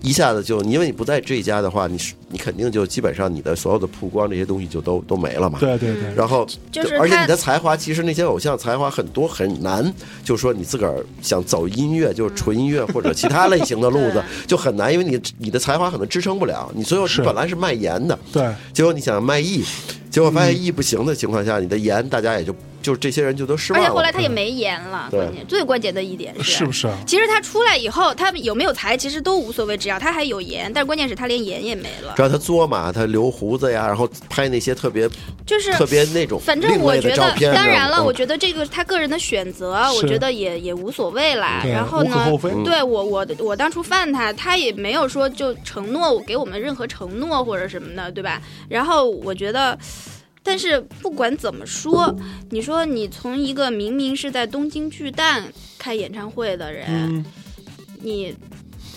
S2: 一下子就，因为你不在这一家的话，你是你肯定就基本上你的所有的曝光这些东西就都都没了嘛。
S1: 对对对，
S2: 然后，
S3: 就是
S2: 而且
S3: 他
S2: 你的才华，其实那些偶像才华很多很难，就说你自个儿想走音乐，就是纯音乐或者其他类型 的路子就很难，因为你你的才华可能支撑不了。你最后
S1: 是
S2: 本来是卖盐的，
S1: 对
S2: 结果你想卖艺，结果发现艺不行的情况下，你的盐大家也就就是这些人就都失
S3: 而
S2: 望
S3: 且
S2: 了。
S3: 后来他也没颜了，
S2: 对
S3: 关键最关键的一点是，
S1: 是不是啊？
S3: 其实他出来以后，他有没有才其实都无所谓，只要他还有颜。但关键是他连颜也没了
S2: 主，要他作嘛，他留胡子呀，然后拍那些特别
S3: 就是
S2: 特别那种
S3: 反正
S2: 另
S3: 我
S2: 类的
S3: 觉
S2: 照
S3: 得，
S2: 片
S3: 当然了，
S2: 嗯
S3: 我觉得这个他个人的选择，我
S1: 是
S3: 觉得也也无所谓啦。
S1: 对啊
S3: 然后
S1: 无可
S3: 呢
S1: 厚
S2: 嗯
S1: 非，
S3: 对我我我当初犯他，他也没有说就承诺我给我们任何承诺或者什么的，对吧？然后我觉得。但是不管怎么说，你说你从一个明明是在东京巨蛋开演唱会的人，
S1: 嗯，
S3: 你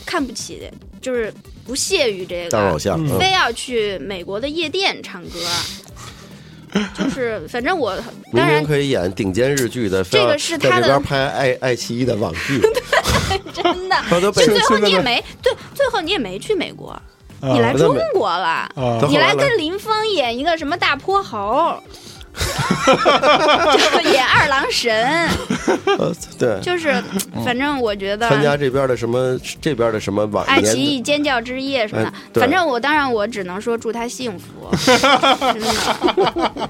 S3: 看不起，就是不屑于这个，
S2: 当偶像。
S1: 嗯
S2: 嗯
S3: 非要去美国的夜店唱歌， 就是反正我
S2: 明
S3: 当然
S2: 明可以演顶尖日剧的，非
S3: 这
S2: 要
S3: 个是他
S2: 在这
S3: 的
S2: 边拍爱爱奇艺的网 剧，
S3: 真的，
S2: 他都被
S3: 就最后
S1: 现在
S3: 你也
S1: 呢
S3: 没对，最后你也没去美国，
S1: 啊
S3: 你来
S2: 那
S3: 中
S2: 没
S3: 国了。
S1: 啊
S2: 他后
S3: 你
S2: 来
S3: 来
S2: 来
S3: 跟林峰演一个什么大泼 猴，就是演二郎神，
S2: 呃对，
S3: 就是反正我觉得
S2: 嗯参加这边的什么这边的什么晚
S3: 爱
S2: 年
S3: 奇艺尖叫之夜什么的
S2: 哎，对
S3: 反正我当然我只能说祝他 幸福，真的。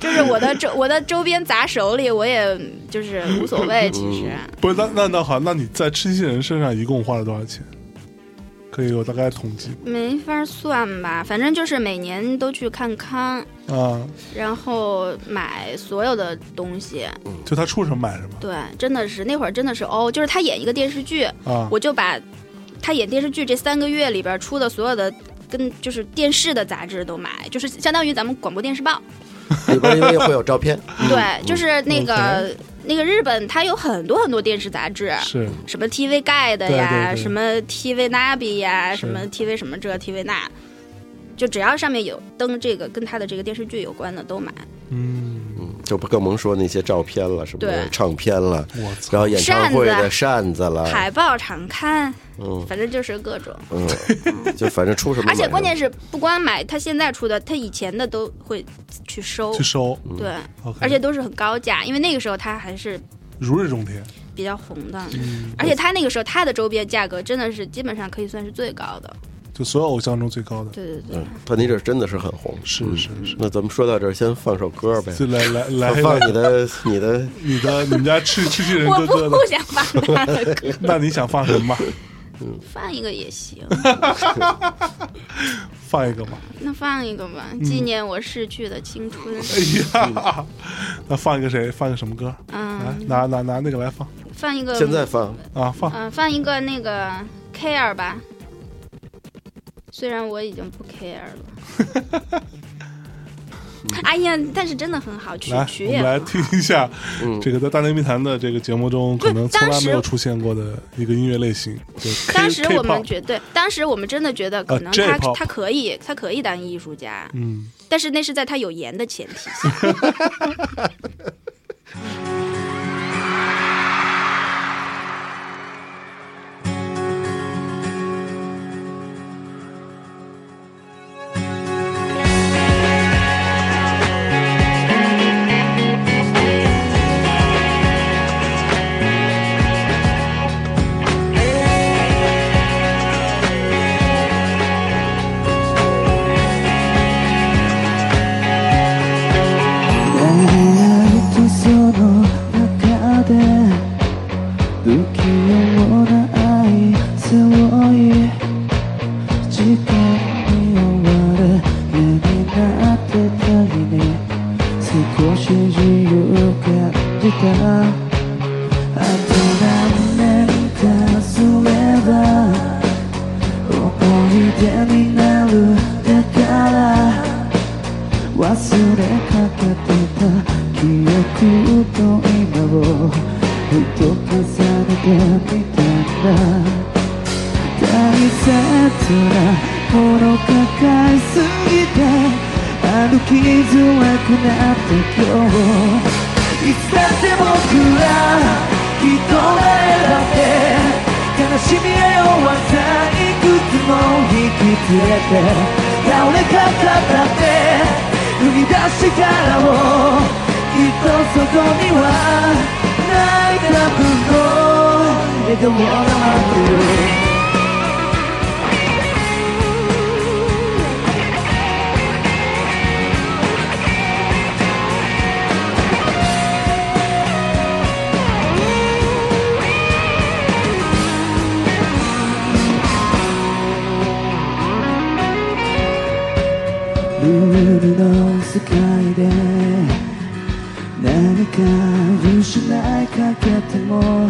S3: 就是我的周我的周边砸手里，我也就是无所谓，其实
S1: 不是那那那好，那你在吃鸡人身上一共花了多少钱？可以有大概统计
S2: 嗯
S3: 没法算吧。反正就是每年都去看康，
S1: 啊？
S3: 然后买所有的东西。
S1: 就他出什么买什么
S3: 对，真的是那会儿真的是哦，就是他演一个电视剧，
S1: 啊？
S3: 我就把他演电视剧这三个月里边出的所有的跟就是电视的杂志都买，就是相当于咱们广播电视 报。
S2: 里边因为会有照片， 嗯
S3: 对，就是那个那个日本，它有很多很多电视杂志，
S1: 是
S3: 什么 TV
S1: 嗯
S3: Guide 呀，
S1: 对对对
S3: 什么 TV Nabi 呀，
S1: 是
S3: 什么 TV 什么这 TV 那，就只要上面有登这个跟他的这个电视剧有关的都买。
S1: 嗯，
S2: 就不更甭说那些照片了，什么的
S3: 对
S2: 唱片了，
S1: 我操
S2: 然后演唱会的扇子
S1: 哎
S2: 了，
S3: 海报、场刊，
S2: 嗯
S3: 反正就是各种。
S2: 嗯，就反正出什么买
S3: 而
S2: 什么，
S3: 且关键是，不光买他现在出的，他以前的都会去收
S1: 去，收，
S3: 对，
S1: OK
S3: 而且都是很高价，因为那个时候他还是
S1: 如日中天。
S3: 比较红的，
S1: 嗯，
S3: 而且他那个时候他的周边价格真的是基本上可以算是最高的，
S1: 就所有偶像中最高的。
S3: 对对对。
S2: 嗯，潘尼这真的是很红，
S1: 是
S2: 嗯
S1: 是是
S2: 那咱们说到这儿，先放首歌呗，
S1: 就来来来，
S2: 放你的你的
S1: 你的你们家吃吃巨人
S3: 我
S1: 哥哥的
S3: 不不，想放他的歌，
S1: 那你想放什么？
S3: 放一个也行，
S1: 放一个吧。
S3: 那放一个吧，纪念我逝去的青春。
S1: 哎
S2: 嗯
S1: 呀， 那放一个谁？放一个什么歌？来
S3: 嗯，
S1: 拿拿拿那个来放
S3: 放一个，
S2: 现在放
S1: 啊放。
S3: 嗯，放一个那个 care 吧。虽然我已经不 care 了， 哎呀，但是真的很好，曲
S1: 来，
S3: 曲
S1: 我
S3: 也
S1: 们来
S3: 很好。
S1: 听一下
S2: 嗯
S1: 这个在《大内密谈》的这个节目中可能
S3: 对
S1: 从
S3: 当
S1: 来
S3: 时
S1: 没有出现过的一个音乐类型，就 K
S3: 当时我们
S1: K-pop 啊
S3: 觉对，当时我们真的觉得可能他、
S1: J-pop
S3: 他可以，他可以当艺术家，
S1: 嗯，
S3: 但是那是在他有颜的前提下。
S4: 「輝きその中で」「不器用な愛想をい」「時間に追われ嫌になってた日に」「少し自由を感じた」「あと何年かすれば」「思い出になるだから」忘れかけてた記憶と今をふと重ねてみたんだ大切なもの抱えすぎてあの傷はくなって今日いつだって僕ら人だけ悲しみや弱さいくつも引き連れて倒れ方だって生み出しからをきっとそこにはない多分の笑顔が待ってるルールの世界で何か許しないかけても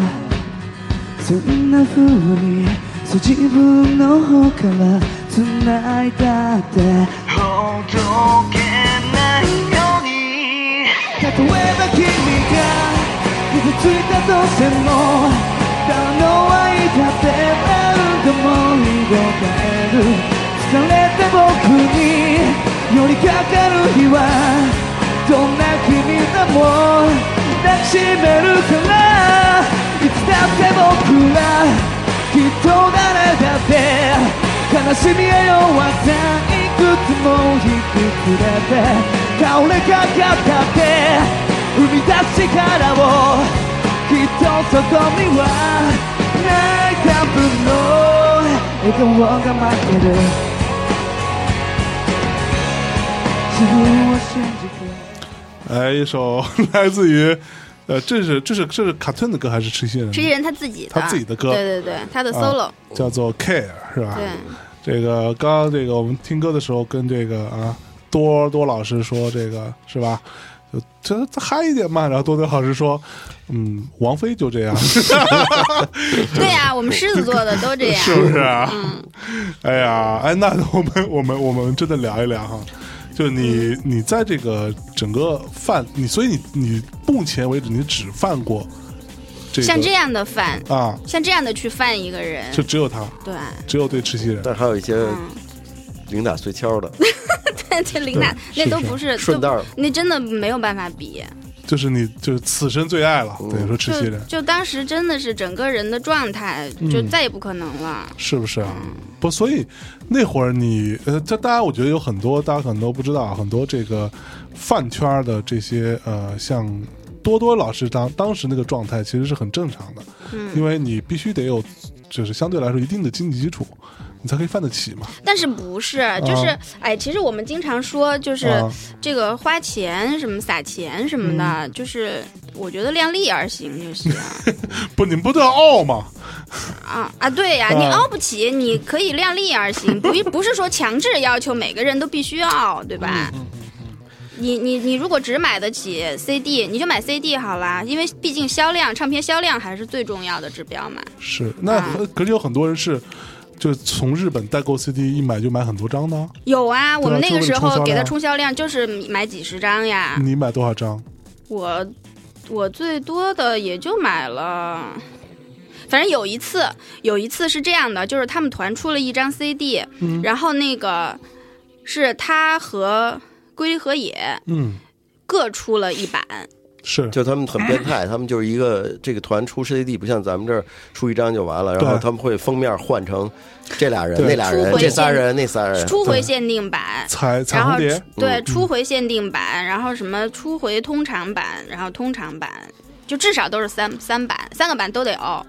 S4: そんな風にそう自分の方から繋いだってほどけないようにたとえば君が傷ついたとしても誰の愛だって何度も色変える疲れた僕に寄りかかる日はどんな君でも抱きしめるからいつだって僕らきっと誰だって悲しみや弱さいくつも引き連れて倒れかかったって生み出しからをきっとそこにはない多分の笑顔が待ってる自分を信じて
S1: 来哎一首 来自于，呃，这是这是这是卡顿的歌还是吃蟹人？
S3: 这些人他自己的，
S1: 他自己的歌
S3: 对对对，他的 solo，、
S1: 啊、叫做 Care 是吧？
S3: 对。
S1: 这个刚刚这个我们听歌的时候跟这个啊多多老师说这个是吧？就这这嗨一点嘛。然后多多老师说，嗯，王菲就 这样，是
S3: 啊对呀、我们狮子座的都这样。
S1: 不 是啊？
S3: 嗯
S1: 哎呀，哎，那我们我们我们真的聊一聊哈。就你你在这个整个犯你，所以你你目前为止你只犯过这个
S3: 像这样的犯，
S1: 啊，
S3: 像这样的去犯一个人，
S1: 就只有他，
S3: 对，
S1: 只有对吃鸡人。
S2: 但是还有一些
S3: 嗯，
S2: 零打 碎敲的，
S3: 但这琳达
S1: 对
S3: 那
S1: 是
S3: 都
S1: 是
S3: 不是
S2: 顺
S3: 都
S2: 道儿
S3: 那真的没有办法比。
S1: 就是你就是此生最爱了，等于说赤西
S3: 就
S1: 仁
S3: 就当时真的是整个人的状态就再也不可能了。
S1: 是不是啊？不，所以那会儿你呃，这大家我觉得有很多大家可能都不知道，很多这个饭圈儿的这些呃，像多多老师当当时那个状态其实是很正常的，因为你必须得有就是相对来说一定的经济基础，你才可以饭得起嘛。
S3: 但是不是就是、哎，其实我们经常说就是
S1: 啊
S3: 这个花钱什么撒钱什么的，就是我觉得量力而行就行
S1: 不，你们不都要傲吗？
S3: 啊啊，对呀、你
S1: 啊
S3: 熬不起，你可以量力而行，不不是说强制要求每个人都必须熬，对吧？
S1: 嗯
S3: 你你你如果只买得起 CD，你就买 CD 好啦，因为毕竟销量、唱片销量还是最重要的指标嘛。
S1: 是，那
S3: 啊
S1: 可可是有很多人是。就从日本代购 CD 一买就买很多张的啊，
S3: 有啊，我们那个时
S1: 就为了冲销
S3: 候
S1: 量
S3: 给他冲销量就是买几十张呀。
S1: 你买多少张？
S3: 我我最多的也就买了，反正有一次，有一次是这样的，就是他们团出了一张 CD，、然
S1: 嗯
S3: 后那个是他和龟梨和也
S1: 嗯，
S3: 各出了一版，
S1: 是
S2: 就他们很变态，他们就是一个这个团出 CD，不像咱们这儿出一张就完了，然后
S1: 对
S2: 他们会封面换成这俩人、
S1: 对
S2: 那俩人
S3: 出、回
S2: 这仨人、那仨人，
S3: 初回限定版。
S1: 彩彩
S3: 然后
S1: 虹嗯碟，
S3: 对初回限定版，然后什么初回通常版，然后通常版，就至少都是三三版，三个版都得哦。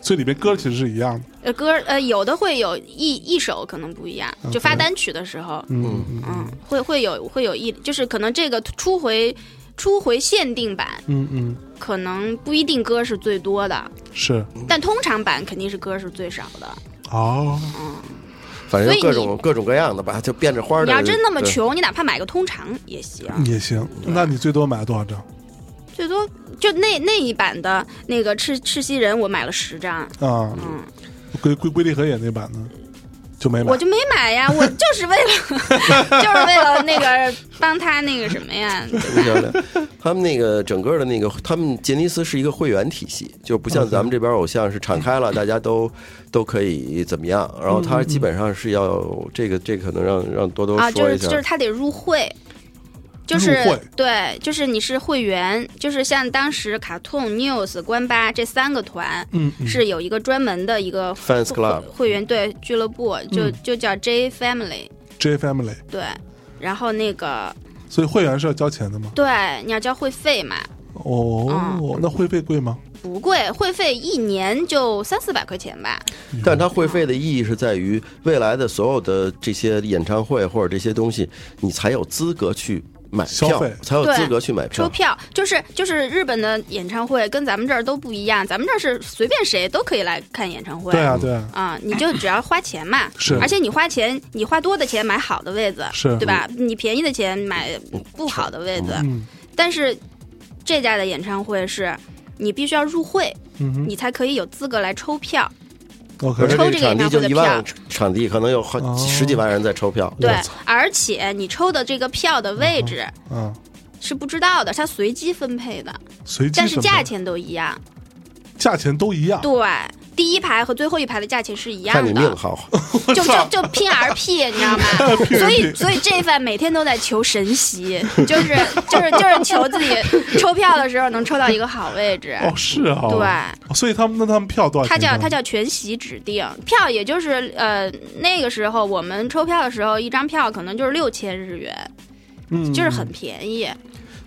S1: 所以里面歌其实是一样的。
S3: 呃，歌呃有的会有一一首可能不一样，就发单曲的时候，
S1: 啊嗯，嗯
S3: 嗯，会会有会有一，就是可能这个初回初回限定版，
S1: 嗯嗯，
S3: 可能不一定歌是最多的，
S1: 是
S3: 但通常版肯定是歌是最少的。
S1: 哦，
S2: 反正
S3: 所
S2: 就各
S3: 以你
S2: 种各种各样的吧，就变着花儿
S3: 你
S2: 的。
S3: 要真那么
S2: 对，
S3: 穷，你哪怕买个通常也行，
S1: 也行。那你最多买了多少张
S3: 最多就那那一版的那个赤赤西仁，我买了十张，
S1: 啊？
S3: 嗯，
S1: 龟龟龟梨和也那版呢，就没买
S3: 我。就没买呀，我就是为了 就是为了那个帮他那个什么呀，
S2: 不行的呃他们那个整个的那个，他们杰尼斯是一个会员体系，就不像咱们这边偶像是敞开了，大家都都可以怎么样。然后他基本上是要这个，这个可能让让多多
S3: 啊，就
S2: 说
S3: 是
S2: 一
S3: 就
S2: 下。
S3: 是他得入会，就是
S1: 入会
S3: 对，就是你是会员，就是像当时卡通 News、关八这三个团。
S1: 嗯，嗯
S3: 是有一个专门的一个
S2: Fans
S3: 会
S2: Club
S3: 会员对俱乐部，就、就叫 J Family
S1: J Family，
S3: 对，然后那个
S1: 所以会员是要交钱的吗？
S3: 对你要交会费嘛，
S1: 哦，那会费贵吗？
S3: 不贵，会费一年就三四百块钱吧，
S2: 但它会费的意义是在于未来的所有的这些演唱会或者这些东西，你才有资格去买
S1: 消
S2: 票
S1: 费，
S2: 才有
S3: 对
S2: 资格去买
S3: 收
S2: 票。
S3: 票就是就是日本的演唱会跟咱们这儿都不一样，咱们这儿是随便谁都可以来看演唱会，
S1: 对啊，对啊，
S3: 啊、你就只要花钱嘛，
S1: 是
S3: 而且你花钱，你花多的钱买好的位子，
S1: 是
S3: 对吧？你便宜的钱买不好的位子，
S1: 嗯
S3: 但是这家的演唱会是。你必须要入会，
S1: 嗯哼
S3: 你才可以有资格来抽票。
S1: ，OK，
S2: 这
S3: 抽
S2: 个
S3: 这个
S2: 场
S3: 演
S2: 地
S3: 唱
S2: 就
S3: 会的
S2: 一万
S3: 票
S2: 场地，可能有好
S1: 哦
S2: 十几万人在抽票。
S3: 对
S1: 操，
S3: 而且你抽的这个票的位置
S1: 啊，
S3: 是不知道的，它随机分配的，
S1: 随机
S3: 但是
S1: 什么
S3: 价钱都一样。
S1: 价钱都一样。
S3: 对，第一排和最后一排的价钱是一样
S2: 看你
S3: 的。
S2: 命好，
S3: 就就就拼 RP，你 知道吗？所以所以这一份每天都在求神奇，就是就是就是求自己抽票的时候能抽到一个好位置。
S1: 哦，是啊，
S3: 对
S1: 哦所以他们那他们票多少
S3: 它
S1: 钱呢？
S3: 叫它叫全席指定票，也就是呃那个时候我们抽票的时候，一张票可能就是六千日元，
S1: 嗯
S3: 就是很便宜。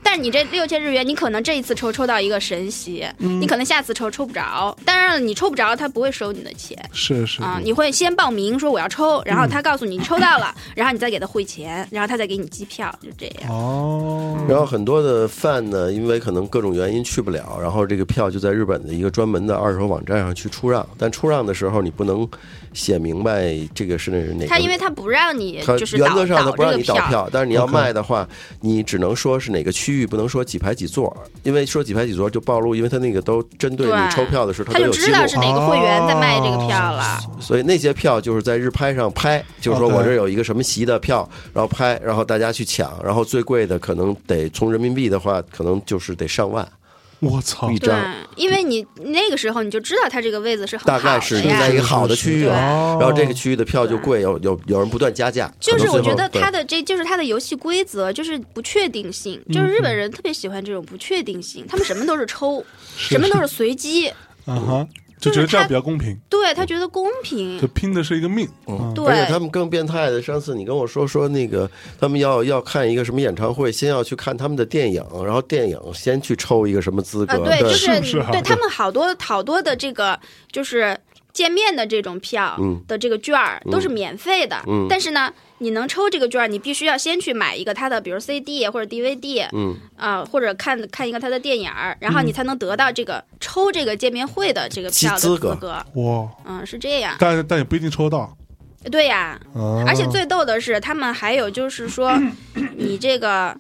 S3: 但你这六千日元，你可能这一次抽抽到一个神席，
S1: 嗯
S3: 你可能下次抽抽不着。当然了，你抽不着，他不会收你的钱。
S1: 是
S2: 嗯
S1: 是
S3: 啊、你会先报名说我要抽，然后他告诉你抽 到了，然后你再给他汇钱，然后他再给你机票，就这样。
S1: 哦，
S2: 然后很多的饭呢，因为可能各种原因去不了，然后这个票就在日本的一个专门的二手网站上去出让。但出让的时候，你不能写明白这个是哪哪个。
S3: 他因为他不让你
S2: 它
S3: 就是
S2: 嗯原
S3: 倒
S2: 则上它
S3: 倒
S2: 不让
S3: 这
S2: 你
S3: 个
S2: 倒票，但是你要卖的话，你只能说是哪个区域，不能说几排几座，因为说几排几座就暴露，因为它那个都针对你
S3: 对
S2: 抽票的时候，它
S3: 他
S2: 都
S3: 就
S2: 有记
S3: 知道是
S2: 录。哦
S3: 哪个会员在卖这个票了。
S2: 所以那些票就是在日拍上拍，就是说
S1: OK
S2: 我这儿有一个什么席的票，然后拍，然后大家去抢，然后最贵的可能得从人民币的话，可能就是得上万。
S1: 我操
S2: 一！
S3: 对
S2: 张，，
S3: 因为你那个时候你就知道它这个位子是很
S2: 大
S3: 好
S2: 概
S3: 的啊
S2: 是
S1: 的
S2: 定
S1: 呀
S2: 在一
S3: 呀。
S2: 个好的区域
S3: 对
S2: 了，
S1: 哦
S2: 然后这个区域的票就贵，有有有人不断加价，
S3: 就是我觉得它
S2: 他
S3: 的这就是它的游戏规则就是不确定性，
S2: 嗯
S3: 就是日本人特别喜欢这种不确定性，他们什么都是 抽，什么都是随机，
S1: 啊哈，就觉得这样比较公平，
S3: 对他觉得公平
S1: 就。拼的是一个命。啊
S3: 嗯对
S2: 而且他们更变态的，上次你跟我说说那个，他们要要看一个什么演唱会，先要去看他们的电影，然后电影先去抽一个什么资
S3: 啊，
S2: 格，
S3: 对，就是
S1: 不
S3: 是
S1: 是啊
S3: 对他们好多好多的这个就是见面的这种票
S2: 嗯
S3: 的这个券儿都是免费的，
S2: 嗯
S3: 但是呢，你能抽这个券儿，你必须要先去买一个他的，比如 CD 或者 DVD，
S2: 嗯，
S3: 啊、或者看看一个他的电影儿，然后你才能得到这个、抽这个见面会的这个
S2: 其
S3: 票的
S2: 资
S3: 资
S2: 格
S1: 哇，
S3: 嗯，是这样，
S1: 但但也不一定抽到
S3: 对呀，
S1: 啊。
S3: 而且最逗的是，他们还有就是说，你这个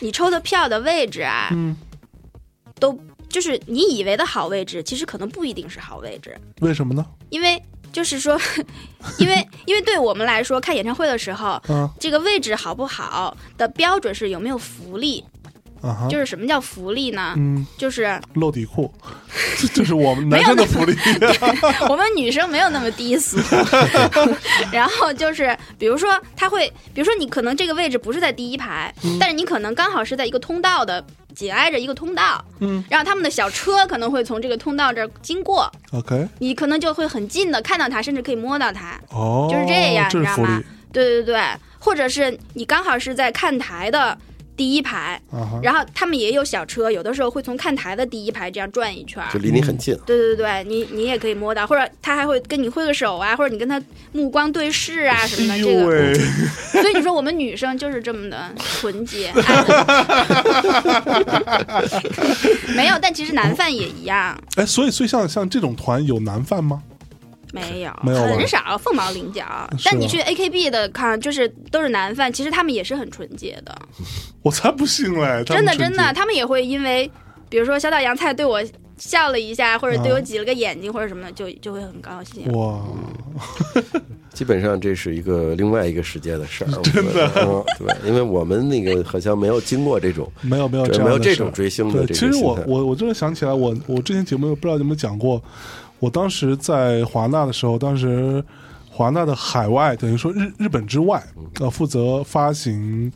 S3: 你抽的票的位置啊，
S1: 嗯，
S3: 都就是你以为的好位置，其实可能不一定是好位置，
S1: 为什么呢？
S3: 因为就是说， 因为因为对我们来说，看演唱会的时候，
S1: 啊
S3: 这个位置好不好的标准是有没有福利。
S1: 啊哈，
S3: 就是什么叫福利呢？
S1: 嗯，
S3: 就是
S1: 露底裤， 这这是我们男生的福利。啊
S3: 我们女生没有那么低 俗。然后就是，比如说他会，比如说你可能这个位置不是在第一排，
S1: 嗯
S3: 但是你可能刚好是在一个通道的紧挨着一个通道，
S1: 嗯
S3: 然后他们的小车可能会从这个通道这儿经过，
S1: ，OK，
S3: 你可能就会很近的看到它，甚至可以摸到它。
S1: 哦，
S3: 就是这样
S1: 这
S3: 你
S1: 是
S3: 知道
S1: 福利
S3: 吗对对对，或者是你刚好是在看台的第一排，
S1: 啊哈。
S3: 然后他们也有小车，有的时候会从看台的第一排这样转一圈儿。
S2: 就离你很近，
S3: 对对对，你你也可以摸到，或者他还会跟你挥个手啊，或者你跟他目光对视啊什么
S1: 哎
S3: 的。这
S1: 呦
S3: 个，
S1: 喂，
S3: 所以你说我们女生就是这么的纯洁， 爱恨没有，但其实男犯也一样，
S1: 哎，所以所以像像这种团有男犯吗？
S3: 没有，
S1: 没有吧
S3: 很少，凤毛麟角。
S1: 是
S3: 但你
S1: 吗
S3: 去 AKB 的看，就是都是男犯，其实他们也是很纯洁的，
S1: 我才不信嘞！他
S3: 真
S1: 们
S3: 的
S1: 纯
S3: 真
S1: 洁
S3: 的，他们也会因为，比如说小岛洋菜对我笑了一下，或者
S1: 啊
S3: 对我挤了个眼睛，或者什么的，就就会很高兴。
S1: 哇，
S2: 基本上这是一个另外一个世界的事儿，真的，嗯对，因为我们那个好像没有经过这种，
S1: 没有没有
S2: 对
S1: 这样
S2: 没有
S1: 的
S2: 这
S1: 事
S2: 种追星的
S1: 对，
S2: 这
S1: 其
S2: 个
S1: 实我
S2: 心态
S1: 我我真的想起来，我我之前节目不知道有没有讲过，我当时在华纳的时候，当时华纳的海外等于说日日本之外，
S2: 嗯
S1: 呃，负责发行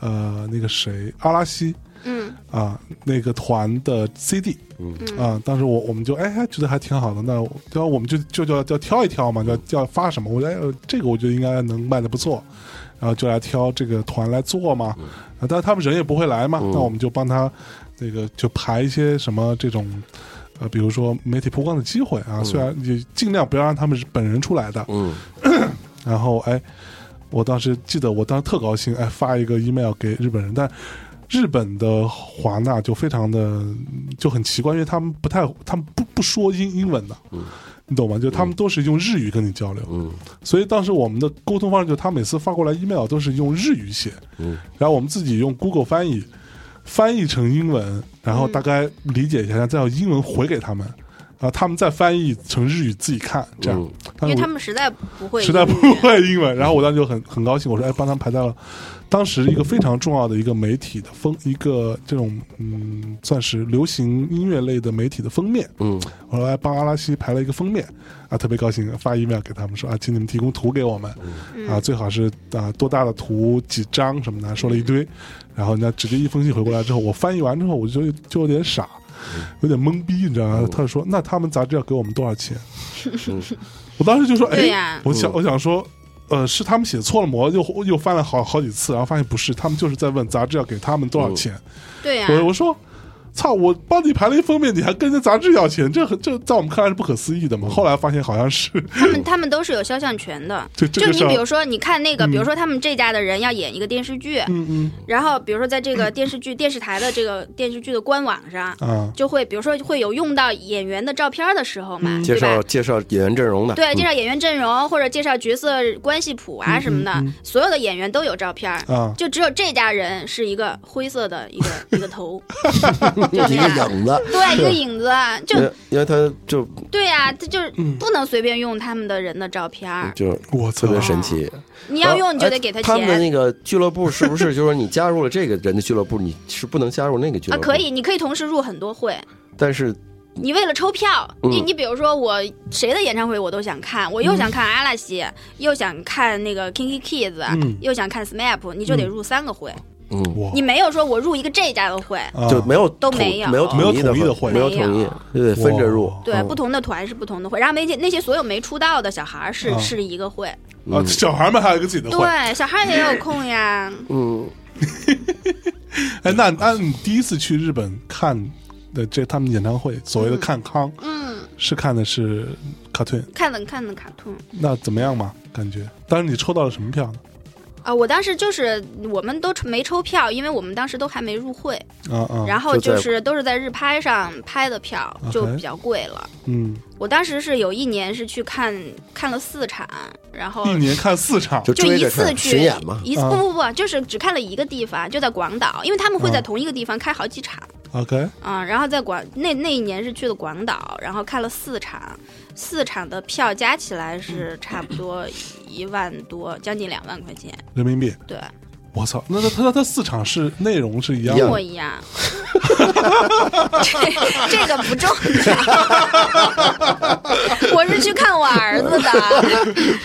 S1: 呃那个谁阿拉西
S3: 嗯
S1: 啊那个团的 CD。
S2: 嗯
S1: 啊，当时我我们就哎还觉得还挺好的，那我然后我们就就就就挑一挑嘛，就要发什么？我觉得、哎、这个我觉得应该能卖的不错，然后就来挑这个团来做嘛。
S2: 嗯
S1: 啊，但是他们人也不会来嘛，那我们就帮他那个就排一些什么这种呃，比如说媒体曝光的机会啊，虽然也尽量不要让他们本人出来的。
S2: 嗯，
S1: 然后哎，我当时记得我当时特高兴，哎，发一个 email 给日本人，但日本的华纳就非常的就很奇怪，因为他们不太他们不不说英英文的。你懂吗？就他们都是用日语跟你交流，
S2: 嗯，
S1: 所以当时我们的沟通方式就是他每次发过来 email 都是用日语写，
S2: 嗯，
S1: 然后我们自己用 Google 翻译翻译成英文，然
S2: 嗯
S1: 后大概理解一下，再用英文回给他们，然后他们再翻译成日语自己看，这样
S2: 嗯，
S3: 因为
S1: 我
S3: 他们实在不会英语，
S1: 实
S3: 啊
S1: 在不会英文。然后我当时就很很高兴，我说哎，帮他们排在了当时一个非常重要的一个媒体的封，一个这种嗯，算是流行音乐类的媒体的封面。
S2: 嗯，
S1: 我说哎，帮阿拉西排了一个封面啊，特别高兴，发 email 给他们说啊，请你们提供图给我们
S3: 嗯
S1: 啊，最好是啊多大的图几张什么的，说了一
S3: 嗯
S1: 堆。然后人家直接一封信回过来之后，我翻译完之后，我就就有点傻。有点懵逼，你知道吗？他就说：“那他们杂志要给我们多少钱？”我当时就说：“哎，
S3: 对呀
S1: 我想我想说，呃，是他们写错了模，又又翻了好好几次，然后发现不是，他们就是在问杂志要给他们多少钱。
S3: 对啊呀、
S1: 我我说，操，我帮你排了一封面，你还跟人家杂志要钱，这很这在我们看来是不可思议的嘛。后来发现好像是，
S3: 他们他们都是有肖像权的。
S1: 这这个
S3: 就
S1: 事
S3: 你
S1: 儿
S3: 比如说，你看那个，比如说他们这家的人要演一个电视剧，
S1: 嗯
S3: 然后比如说在这个电视剧、 电视台的这个电视剧的官网上，
S1: 嗯啊，
S3: 就会比如说会有用到演员的照片的时候嘛，
S1: 嗯
S2: 介
S3: 对吧
S2: 绍？介绍演员阵容的，
S3: 对，
S2: 嗯
S3: 介绍演员阵容或者介绍角色关系谱啊什么的，所有的演员都有照片儿
S1: 嗯啊
S3: 就只有这家人是一个灰色的一个一个头，就这
S2: 嗯一个
S3: 样。
S2: 影子。
S3: 对，一个影子，啊就
S2: 因为因为他就
S3: 对呀、这就是
S1: 嗯
S3: 不能随便用他们的人的照片儿，
S2: 就
S1: 我操
S2: 特！别神
S3: 哦
S2: 奇。
S3: 你要用你就得给
S2: 呃他
S3: 钱
S2: 们的那个俱乐部是不是就是说你加入了这个人的俱乐部，你是不能加入那个俱
S3: 啊。
S2: 乐部？
S3: 可，以，你可以同时入很多会，
S2: 但是
S3: 你为了抽票，
S2: 嗯
S3: 你你比如说我谁的演唱会我都想看，我又想看阿拉西，又想看那个 Kinky Kids，、
S1: 嗯
S3: 又想看 SMAP，你就得入三个会，
S2: 嗯，
S1: 哇
S3: 你没有说我入一个这家的会，
S1: 啊
S2: 就没有
S3: 都
S2: 统
S3: 没有
S2: 没有
S1: 没有
S2: 统
S1: 统一的
S2: 会，
S1: 会
S2: 没有统一，就得分着入
S1: 哇。
S3: 对，
S2: 嗯
S3: 不同的团是不同的会，然后那些那些所有没出道的小孩儿是、
S1: 啊
S3: 是一个会，
S2: 嗯
S1: 啊，小孩们还有一个自己的会。
S3: 对，小孩儿也有空呀，
S2: 嗯，
S1: 哎，那那你第一次去日本看的这他们演唱会，所谓的看康、
S3: 嗯，
S1: 是看的是 cartoon，
S3: 看了看了卡通。
S1: 那怎么样嘛？感觉？当时你抽到了什么票呢？
S3: 啊，我当时就是我们都没抽票，因为我们当时都还没入会，
S1: 啊啊，
S3: 然后
S2: 嗯就
S3: 就
S2: 在
S3: 是都是在日拍上拍的票，就
S1: OK
S3: 比较贵了。
S1: 嗯，
S3: 我当时是有一年是去看看了四场，然后
S1: 一年看四场，
S2: 就
S3: 就
S2: 追
S3: 一
S2: 着
S3: 次
S2: 看
S3: 去
S2: 巡演嗯嘛。
S3: 一次
S1: 啊
S3: 不不不，就是只看了一个地方，就在广岛，因为他们会
S1: 啊
S2: 嗯
S3: 在同一个地方开好几场
S1: OK，
S3: 啊、然后在广那那一年是去的广岛，然后看了四场，四场的票加起来
S2: 嗯
S3: 是差不多一万多，将近两万块钱，
S1: 人民币。
S3: 对，
S1: 我操，那他他他四场是内容是一样
S2: 一
S1: 的
S3: 一
S2: 样。
S3: 模一样。这这个不重要， 我是去看我儿子的，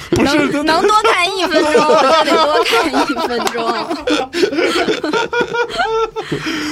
S1: 不是
S3: 能能多看一分钟就得多看一分钟。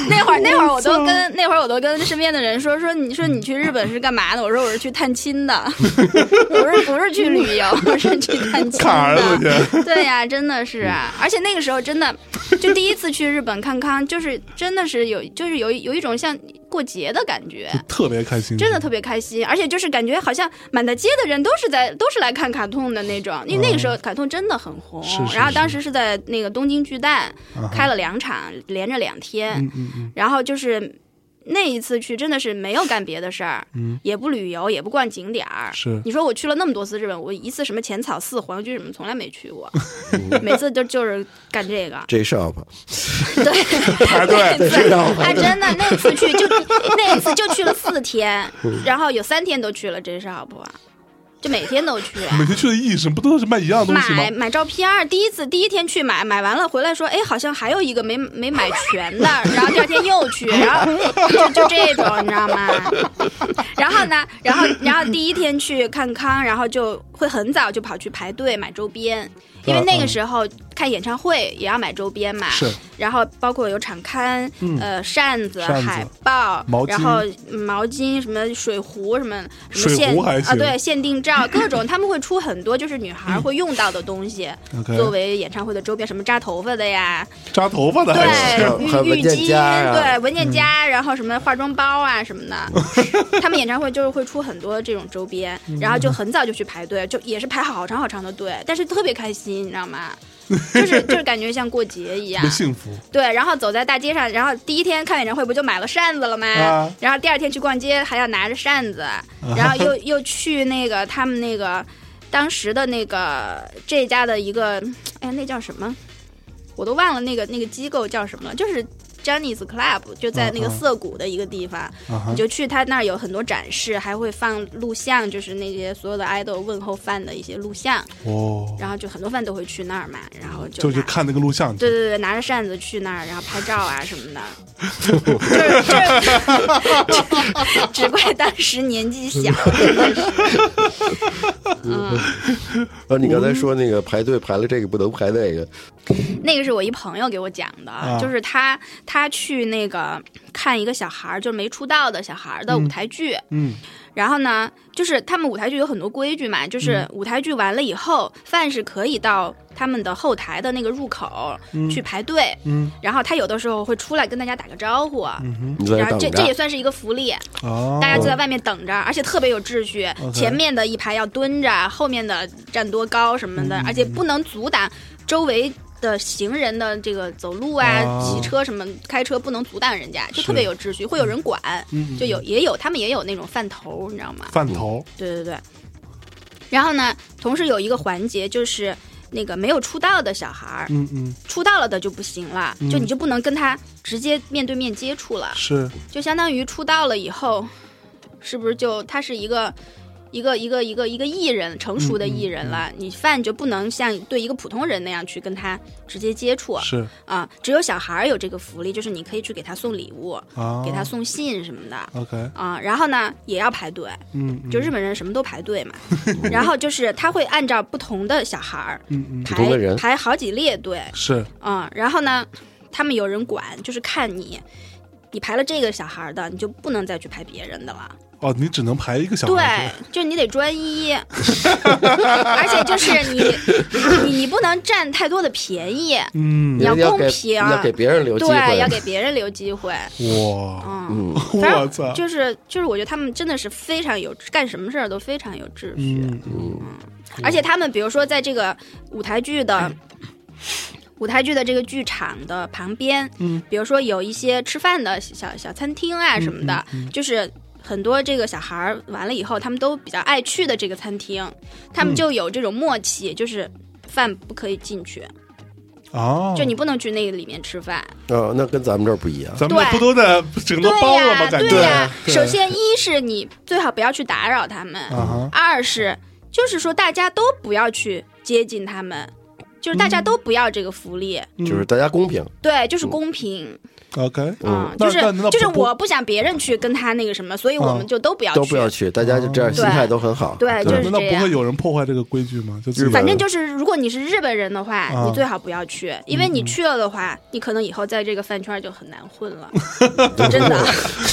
S3: 那会儿那会儿我都跟那会儿我都跟身边的人说说你说你去日本是干嘛的？我说我是去探亲 的，不是不是去旅游，我是去探亲的。
S1: 看儿子去，
S3: 对呀、真的是、啊，
S1: 嗯
S3: 而且那个时候真的，就第一次去日本看康，就是真的是有，就是有有一种像过节的感觉，
S1: 特别开心，
S3: 真的特别开心，而且就是感觉好像满大街的人都是在都是来看卡通的那种，因为那个时候卡通真的很红，
S1: 嗯是是
S3: 然后当
S1: 是
S3: 时是在那个东京巨蛋
S1: 啊哈
S3: 开了两场，连着两天，
S1: 嗯嗯嗯，
S3: 然后就是。那一次去真的是没有干别的事儿，
S1: 嗯
S3: 也不旅游，也不逛景点儿。
S1: 是
S3: 你说我去了那么多次日本，我一次什么浅草寺、皇居什么从来没 去过，每次都就是干这个
S2: J Shop
S3: 对，
S1: 排 队
S3: 对
S2: 这让我
S3: 啊，真的那次去就那一次就去了四天，
S1: 嗯
S3: 然后有三天都去了，真是好不好？就每天都去。啊
S1: 每天去的意义是什么不都是卖一样的东西吗
S3: 买？买照片儿，第一次第一天去买，买完了回来说，哎，好像还有一个没没买全的，然后第二天又去，然后就就这种，你知道吗？然后呢，然后然后第一天去看康，然后就会很早就跑去排队买周边，因为那个时候看演唱会也要买周边嘛，
S1: 嗯是
S3: 然后包括有场刊、
S1: 嗯
S3: 呃扇子、
S1: 扇子
S3: 海报
S1: 毛，巾
S3: 然后毛巾什么水壶什么什
S1: 水
S3: 么限
S1: 壶还
S3: 啊
S1: 行
S3: 对限定照各种，他们会出很多就是女
S2: 嗯
S3: 孩会用到的东西，
S1: OK，
S3: 作为演唱会的周边，什么扎头发的呀，
S1: 扎头发的还行，
S2: 还有哎还有
S3: 对，浴
S2: 文
S3: 浴
S2: 件
S3: 巾，
S2: 夹啊
S3: 对文件夹，然后什么化妆包啊什么 的，他们演唱会就是会出很多这种周边，
S2: 嗯
S3: 然后就很早就去排队，就也是排好长好长的队，但是特别开心，你知道吗？就是就是感觉像过节一样
S1: 特别，幸福。
S3: 对，然后走在大街上，然后第一天看演唱会不就买了扇子了吗？
S1: 啊
S3: 然后第二天去逛街还要拿着扇子，然后又 又去那个他们那个当时的那个这家的一个，哎呀，那叫什么？我都忘了那个那个机构叫什么了，就是 Johnny's Club，就在那
S1: 啊
S3: 个
S1: 啊
S3: 涩谷的一个地方。
S1: 啊哈
S3: 你就去他那儿有很多展示，还会放录像，就是那些所有的 idol 问候饭的一些录像，
S1: 哦，
S3: 然后就很多饭都会去那儿嘛，然后就
S1: 就去
S3: 拿
S1: 看那个录像去
S3: 对。对对，拿着扇子去那儿，然后拍照啊 什么的，就是就是， 只怪当时年 纪小，真的是，嗯，
S2: 呃，你刚才说那个排队排了这个不能排那个，
S3: 那个是我一朋友给我讲的，
S1: 啊
S3: 就是他他去那个看一个小孩儿，就是没出道的小孩儿的舞台剧，
S1: 嗯，
S3: 然后呢，就是他们舞台剧有很多规矩嘛，
S1: 嗯
S3: 就是舞台剧完了以后，饭是可以到他们的后台的那个入口去排队，
S1: 嗯，
S3: 然后他有的时候会出来跟大家打个招呼，
S2: 你在
S3: 然
S2: 那
S3: 后
S2: 等
S3: 这这也
S2: 着。
S3: 算是一个福利，
S1: 哦，
S3: 大家就在外面等着，而且特别有秩序。
S1: OK
S3: 前面的一排要蹲着，后面的站多高什么的，而且不能阻挡周围的行人的这个走路啊、
S1: 哦
S3: 骑车什么、开车不能阻挡人家，就是特别有秩序，会有人管。
S1: 嗯嗯
S3: 就有也有他们也有那种饭头，你知道吗？
S1: 饭头
S3: 对对对。然后呢，同时有一个环节就是那个没有出道的小孩儿，
S1: 嗯嗯，
S3: 出道了的就不行了，就你就不能跟他直接面对面接触了，
S1: 是
S3: 就相当于出道了以后，是不是就他是一个一个一个一个一个艺人，成熟
S2: 嗯
S3: 的艺人了，你饭就不能像对一个普通人那样去跟他直接接触啊、
S1: 是
S3: 只有小孩儿有这个福利，就是你可以去给他送礼物，
S1: 啊，
S2: 哦
S3: 给他送信什么的。
S1: OK，
S3: 啊、然后呢，也要排队，
S1: 嗯，嗯
S3: 就日本人什么都排队嘛。然后就是他会按照不同的小孩儿
S1: 嗯嗯
S2: 不同的
S3: 排
S2: 人
S3: 排好几列队，
S1: 是
S3: 嗯，然后呢，他们有人管，就是看你，你排了这个小孩儿的，你就不能再去排别人的了。
S1: 哦，你只能排一个小
S3: 对
S1: 孩子，，
S3: 就你得专一， 而且就是你，你你不能占太多的便宜，
S1: 嗯
S3: 你，要
S2: 要给
S3: 公平
S2: 要给别人留机
S3: 对，要
S2: 会，
S3: 给别人留机会。
S1: 哇，
S3: 嗯，
S2: 嗯，
S3: 反 正
S1: 我操，
S3: 就是就是，我觉得他们真的是非常有干什么事儿都非常有秩序，
S1: 嗯嗯
S3: 而且他们比如说在这个舞台 剧的。舞台剧的这个剧场的旁边，
S1: 嗯，
S3: 比如说有一些吃饭的小小餐厅啊什么
S1: 嗯
S3: 的，就是很多这个小孩儿完了以后，他们都比较爱去的这个餐厅，他们就有这种默契，就是饭不可以进去，
S1: 哦，
S3: 就你不能去那个里面吃饭。
S2: 哦，那跟咱们这儿不一样。
S1: 咱们这
S3: 对
S1: 不都在整个
S3: 对
S1: 包了
S3: 呀
S1: 吗？，感觉
S3: 对呀。
S1: 对
S3: 首先，一是你最好不要去打扰他们，
S1: 啊哈，
S3: 二是就是说大家都不要去接近他们，就是大家都不要这个福利，
S1: 嗯
S2: 就是大家公平，
S3: 对，就是公平
S1: OK，
S3: 啊、
S1: 嗯
S3: 就是
S1: 那那那不
S3: 就是我不想别人去跟他那个什么，所以我们就都不要去，
S2: 都不要去，大家就这样，
S1: 嗯
S2: 心态都很好。
S3: 对，哎就是
S1: 那
S3: 这
S1: 不
S3: 样
S1: 会。有人破坏这个规矩吗？就自己
S2: 日本
S3: 反正就是，如果你是日本人的话，
S1: 啊
S3: 你最好不要去，因为你去了的话，你可能以后在这个饭圈就很难混了，真的。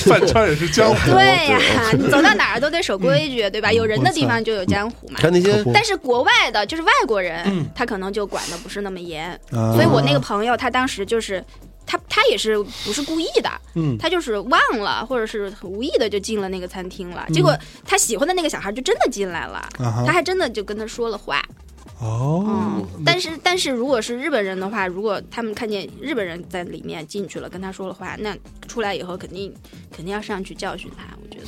S1: 饭圈也是江湖，
S3: 对呀、你走到哪儿都得守规矩，对吧？有人的地方就有江湖嘛。
S2: 看那些
S1: 可不
S3: 但是国外的，就是外国人，他可能就管的不是那么严。
S1: 啊
S3: 所以我那个朋友，他当时就是。他他也是不是故意的，
S1: 嗯
S3: 他就是忘了，或者是很无意的就进了那个餐厅了。结果他喜欢的那个小孩就真的进来了，
S1: 嗯啊哈
S3: 他还真的就跟他说了话。嗯
S1: 哦，
S3: 但是但是如果是日本人的话，如果他们看见日本人在里面进去了，跟他说了话，那出来以后肯定肯定要上去教训他。我觉得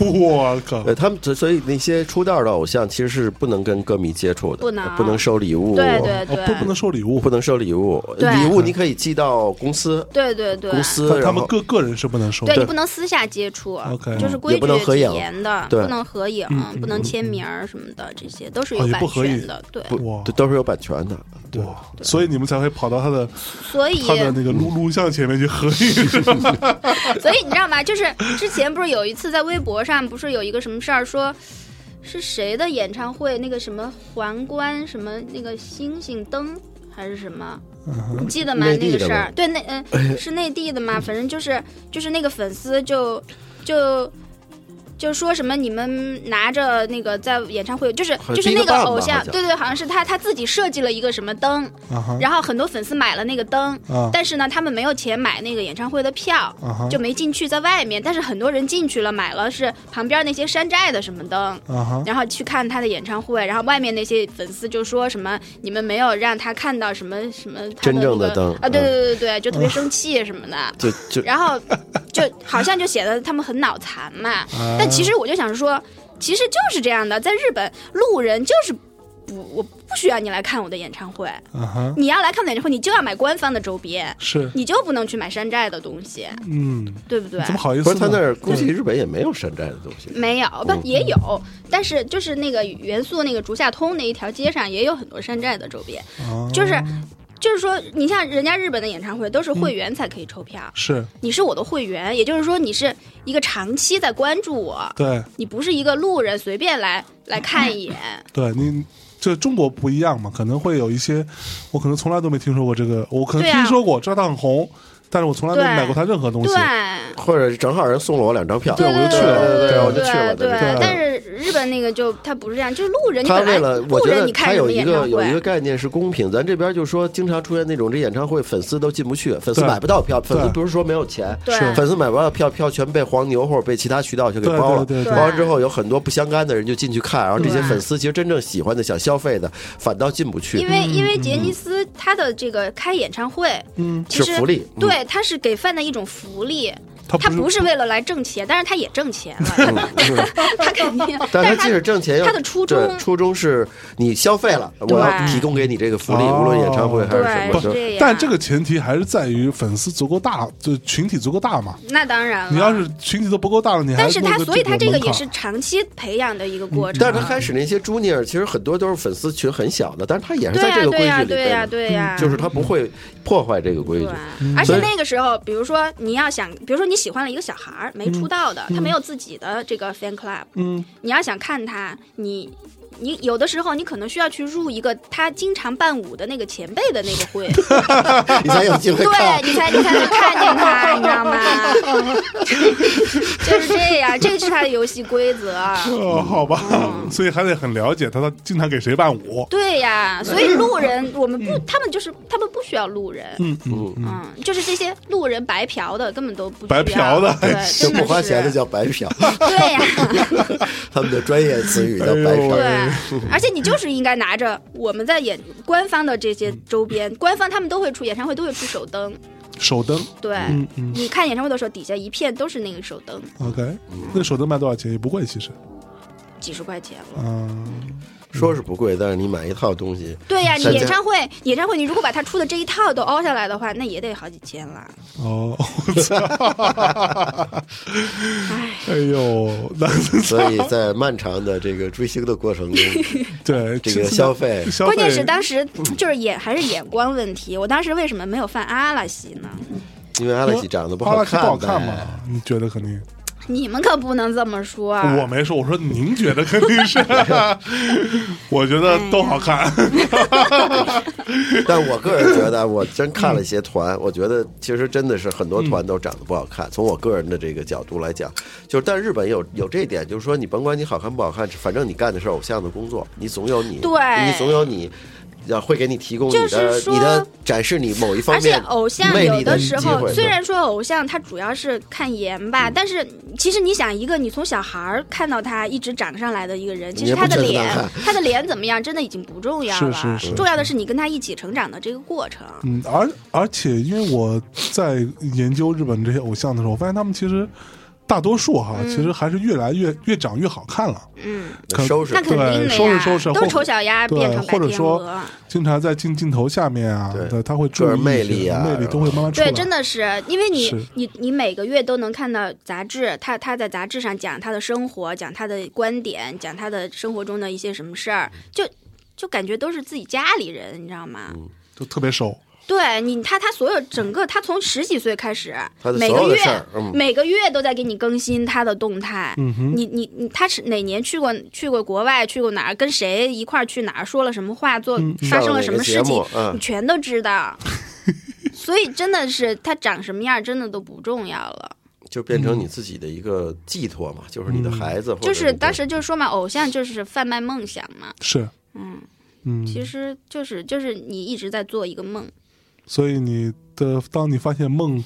S1: 哇，我靠，
S2: 呃，他们所以那些出道的偶像其实是不能跟歌迷接触的，
S3: 不能啊
S2: 不能收礼物，
S3: 对对
S1: 哦不不能收礼物
S2: 不，能收礼物，
S3: 对
S2: 礼物你可以寄到公司，
S3: 对对对，
S2: 公司
S1: 他
S2: 然
S1: 他们
S2: 后
S1: 个个人是不能收
S3: 对你
S1: 的
S3: 不能私下接触
S1: 哦 OK
S3: 就是规
S2: 也不
S3: 矩
S2: 能合
S3: 挺
S2: 影
S3: 严的，
S2: 对
S3: 不能合影，
S1: 嗯嗯
S3: 不能签名儿什么的，这些都是
S1: 哦
S3: 有
S1: 也
S3: 版
S1: 不合
S3: 权
S1: 影
S3: 的。对，
S1: 哇
S2: 不都是有版权的，
S1: 对，所以你们才会跑到他的
S3: 所以
S1: 他的那个录录像前面去合影，是吧
S3: 所以你知道吗？就是之前不是有一次在微博上，不是有一个什么事儿说。是谁的演唱会？那个什么皇冠，什么那个星星灯还是什么？你记得吗？
S2: 嗯内
S3: 那
S2: 地
S3: 个
S2: 的
S3: 事儿
S2: 吧，
S3: 对，那 嗯、是内地的吗？反正就是就是那个粉丝就就就说什么你们拿着那个在演唱会，就是
S2: 好像
S3: 就是
S2: 第一
S3: 那
S2: 个
S3: 个
S2: 棒吧
S3: 偶像
S2: 好，像
S3: 对对，好像是他他自己设计了一个什么灯，
S1: 啊哈
S3: 然后很多粉丝买了那个灯，
S1: 啊
S3: 但是呢，他们没有钱买那个演唱会的票，
S1: 啊哈
S3: 就没进去，在外面。但是很多人进去了，买了是旁边那些山寨的什么灯，
S1: 啊哈
S3: 然后去看他的演唱会。然后外面那些粉丝就说什么你们没有让他看到什么什么他
S2: 真正的
S3: 那个
S2: 灯嗯
S3: 啊，对对对对对，就特别生气什么的。
S2: 就就
S3: 然后就好像就显得他们很脑残嘛。
S1: 啊
S3: 但其实我就想说，其实就是这样的，在日本路人就是不，我不需要你来看我的演唱会，
S1: 啊哈，
S3: 你要来看我的演唱会，你就要买官方的周边。
S1: 是，
S3: 你就不能去买山寨的东西，
S1: 嗯，
S3: 对不对？
S1: 怎么好意
S2: 不
S1: 思
S2: 是
S1: 呢？
S2: 他那儿估计日本也没有山寨的东西，
S3: 没有，
S1: 哦
S3: 不也有，但是就是那个元素那个竹下通那一条街上也有很多山寨的周边，
S1: 啊
S3: 就是就是说，你像人家日本的演唱会都是会员才可以抽票，
S1: 是
S3: 你是我的会员，也就是说你是一个长期在关注我，
S1: 对
S3: 你不是一个路人随便来来看一眼，
S1: 对，
S3: 嗯
S1: 你这中国不一样嘛，可能会有一些，我可能从来都没听说过这个，我可能
S3: 对啊
S1: 听说过，知道他很红，但是我从来没
S3: 对
S1: 买过他任何东西
S3: 对。
S2: 或者正好人送了我两张票，
S3: 对
S1: 我就去了
S3: 对
S2: 对
S3: 对，
S2: 我就去了，
S3: 对
S2: 对
S1: 对
S3: 但是日本那个就他不是这样，就是路人，你
S2: 他
S3: 本来
S2: 为了，我
S3: 路
S2: 觉
S3: 人
S2: 得
S3: 你
S2: 他
S3: 看什
S2: 有
S3: 么
S2: 一
S3: 演
S2: 个
S3: 唱
S2: 有一个
S3: 会？
S2: 概念是公平，咱这边就说经常出现那种这演唱会粉丝都进不去，粉丝
S1: 对
S2: 买不到票，粉丝
S1: 对
S2: 不是说没有钱，
S3: 对是
S2: 粉丝买不到票，票全被黄牛或者被其他渠道就给
S1: 对
S2: 包了，
S1: 对对对
S2: 包完之后有很多不相干的人就进去看，然后这些
S3: 对
S2: 粉丝其实真正喜欢的想消费的反倒进不
S3: 因
S2: 去，
S3: 为因为杰尼斯他的这个开演唱会，
S1: 嗯
S3: 其
S2: 嗯
S3: 实
S2: 是福利嗯
S3: 对，它是给饭的一种福利。
S1: 他
S3: 他
S1: 不
S3: 不是为了来挣钱，但是他也挣钱了， 他他肯定，
S2: 但
S3: 是
S2: 他即使挣钱，要
S3: 他的初衷
S2: 对初衷是你消费了，我要提供给你这个福利，
S1: 哦
S2: 无论演唱会还是什
S3: 哦对
S2: 么
S1: 不
S3: 是
S2: 就。
S3: 这样
S1: 但这个前提还是在于粉丝足够大，就群体足够大嘛。
S3: 那当然了。
S1: 你要是群体都不够大了，你还
S3: 嗯但是他
S1: 弄
S3: 所以他这
S1: 个
S3: 个
S1: 门槛
S3: 也是长期培养的一个过程。
S2: 嗯
S3: 啊
S2: 但是他开始那些 junior 其实很多都是粉丝群很小的，但是他也是在这个规
S3: 对呀、啊
S2: 矩里
S3: 对呀、
S2: 边的，嗯
S3: 对呀、
S2: 就是他不会破坏这个规
S3: 对啊
S2: 矩。
S1: 嗯
S3: 而
S2: 所
S3: 且
S2: 以
S3: 那个时候，比如说你要想，比如说你喜欢了一个小孩儿，没出道的，他没有自己的这个 fan club，
S1: 嗯，
S3: 你要想看他，你你有的时候你可能需要去入一个他经常伴舞的那个前辈的那个 会，
S2: 你才有机会看
S3: 对。你才你才能看见他，你知道吗？ 就是这样，这个是他的游戏规则。
S1: 哦，好吧， 所以还得很了解他，他经常给谁伴舞。
S3: 嗯对呀，所以路人我们不，他们就是他们不需要路人，
S1: 嗯嗯，
S3: 嗯，就是这些路人白嫖的根本都不需
S1: 白
S3: 要
S1: 嫖的
S3: 对，
S2: 就
S3: 真
S2: 不花
S3: 是
S2: 钱的叫白嫖，
S3: 对呀，
S2: 他们的专业词语叫白
S1: 哎呦
S2: 嫖。
S1: 喂
S3: 对，啊而且你就是应该拿着我们在演官方的这些周
S1: 嗯
S3: 边，官方他们都会出演唱会都会出手灯，
S1: 手灯
S3: 对，
S1: 嗯嗯
S3: 你看演唱会的时候底下一片都是那个手灯，
S1: ，OK，那个手灯卖多少钱？也不贵，其实，
S3: 几十块钱了。
S1: 嗯，
S2: 说是不贵，但是你买一套东西，
S3: 对呀、你
S2: 三千
S3: 演唱会，演唱会你如果把它出的这一套都凹下来的话，那也得好几千了。
S1: 哦，我操，哎呦，那
S2: 所以在漫长的这个追星的过程中，
S1: 对
S2: 这个消费
S1: 消费，
S3: 关键是当时
S1: 嗯
S3: 就是眼还是眼光问题，我当时为什么没有犯阿拉西呢？
S2: 因为阿拉西长得不
S1: 阿
S2: 好
S1: 拉西
S2: 看，
S1: 不好看嘛？你觉得肯定？
S3: 你们可不能这么说。啊
S1: 我没说，我说您觉得肯定 是，我觉得都好看。
S3: 嗯
S2: 但我个人觉得，啊我真看了一些团，我觉得其实真的是很多团都长得不好看。从我个人的这个角度来讲，就是但日本有有这一点，就是说你甭管你好看不好看，反正你干的是偶像的工作，你总有你，
S3: 对
S2: 你总有你。要会给你提供你
S3: 就
S2: 的、
S3: 是说
S2: 你的展示你某一方
S3: 而且
S2: 面
S3: 偶像
S2: 魅
S3: 有
S2: 力
S3: 的
S2: 机
S3: 时
S2: 会
S3: 候，
S2: 对嗯
S3: 虽然说偶像他主要是看颜吧，但是其实你想，一个你从小孩儿看到他一直长上来的一个人，其
S2: 你
S3: 实
S2: 也
S3: 他
S2: 不
S3: 的
S2: 觉得
S3: 脸
S2: 难看，
S3: 他的脸怎么样，真的已经不重要了。
S1: 是是是
S3: 重要的是你跟他一起成长的这个过程。
S1: 嗯，而而且因为我在研究日本这些偶像的时候，我发现他们其实大多数哈，其实还是越来越越长越好看了。
S3: 嗯，
S1: 可
S2: 收拾
S3: 那肯定的呀，
S1: 对收拾收拾
S3: 都
S1: 或
S3: 是丑小鸭变
S1: 对，
S3: 成白
S1: 或者
S3: 天
S1: 说
S3: 鹅。
S1: 经常在镜镜头下面啊，
S2: 对
S1: 对，他会注意
S2: 个人魅
S1: 一些
S2: 力啊
S1: 魅力都会慢慢出来。
S3: 对，真的是，因为
S1: 是
S3: 你你你每个月都能看到杂志，他他在杂志上讲他的生活，讲他的观点，讲他的生活中的一些什么事儿，就就感觉都是自己家里人，你知道吗？
S2: 嗯
S1: 都特别熟。
S3: 对你，他他所有整个他从十几岁开始
S2: 他的，
S3: 每
S2: 所有
S3: 个
S2: 的
S3: 月
S2: 事儿嗯
S3: 每个月都在给你更新他的动态。
S1: 嗯哼，
S3: 你你你，他是哪年去过去过国外，去过哪儿，跟谁一块儿去哪儿，说了什么话，做
S1: 嗯
S3: 发生了什么事
S2: 上了哪
S3: 情
S2: 个节目，嗯
S3: 你全都 知道。所以真的是他长什么样，真的都不重要了。
S2: 就变成你自己的一个寄托嘛，就是你的孩子，或者
S3: 就是
S2: 你的
S3: 当时就是说嘛，偶像就是贩卖梦想嘛，
S1: 是，
S3: 嗯，
S1: 嗯，
S3: 其实就是就是你一直在做一个梦，
S1: 所以你的当你发现梦。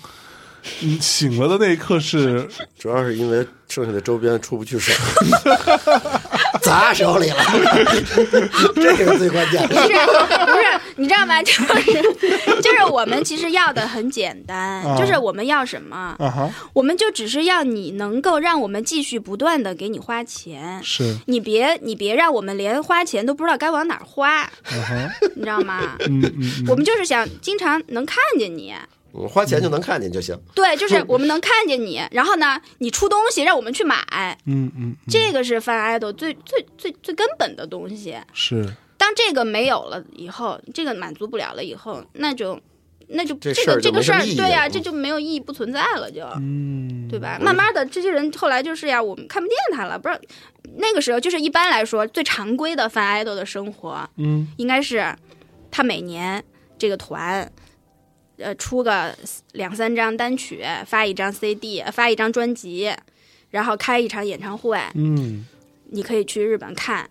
S1: 你醒了的那一刻 是，
S2: 主要是因为剩下的周边出不去手， 砸手 里了，这个是最关键的。
S3: 不是不是，你知道吗？就是就是我们其实要的很简单，
S1: 啊
S3: 就是我们要什么，
S1: 啊哈，
S3: 我们就只是要你能够让我们继续不断的给你花钱，
S1: 是，
S3: 你别你别让我们连花钱都不知道该往哪儿花，
S1: 啊哈，
S3: 你知道吗？
S1: 嗯嗯
S3: 我们就是想经常能看见你，
S2: 我花钱就能看见就行。
S3: 对，就是我们能看见你，然后呢，你出东西让我们去买，
S1: 嗯嗯嗯，
S3: 这个是 fan idol 最最最最根本的东西。
S1: 是，
S3: 当这个没有了以后，这个满足不了了以后，那就那就
S2: 这
S3: 这
S2: 事儿
S3: 个
S2: 就
S3: 这
S2: 没
S3: 个事
S2: 什么
S3: 儿，
S2: 意义
S3: 对呀、
S2: 了嗯
S3: 这就没有意义，不存在了就。
S1: 嗯，
S3: 对吧？慢慢的，这些人后来就是呀，我们看不见他了，不是？那个时候就是一般来说最常规的 fan idol 的生活，
S1: 嗯，
S3: 应该是他每年这个团，呃，出个两三张单曲，发一张 CD，呃发一张专辑，然后开一场演唱会，
S1: 嗯，
S3: 你可以去日本看，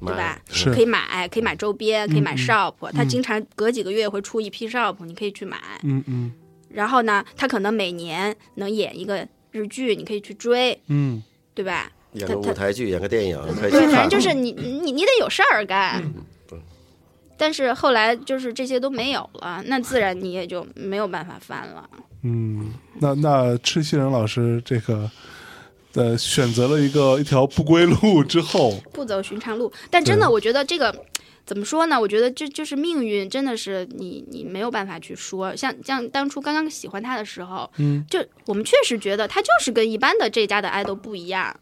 S3: 对吧？
S1: 是
S3: 可以买，可以买周边，可以买
S1: 嗯
S3: shop，、他经常隔几个月会出一批 shop，你可以去买。
S1: 嗯嗯
S3: 然后呢，他可能每年能演一个日剧，你可以去追，
S1: 嗯，
S3: 对吧？
S2: 演个舞台剧，演个电影，可以
S1: 嗯
S3: 对，
S2: 去
S3: 反正
S2: 看。
S3: 就是你你你得有事儿干。但是后来就是这些都没有了，那自然你也就没有办法翻了。
S1: 嗯，那那赤西仁老师这个，呃，选择了一个一条不归路之后，
S3: 不走寻常路。但真的，
S1: 对
S3: 我觉得这个怎么说呢？我觉得这就是命运，真的是你你没有办法去说。像像当初刚刚喜欢他的时候，
S1: 嗯，
S3: 就我们确实觉得他就是跟一般的这家的爱豆不一样。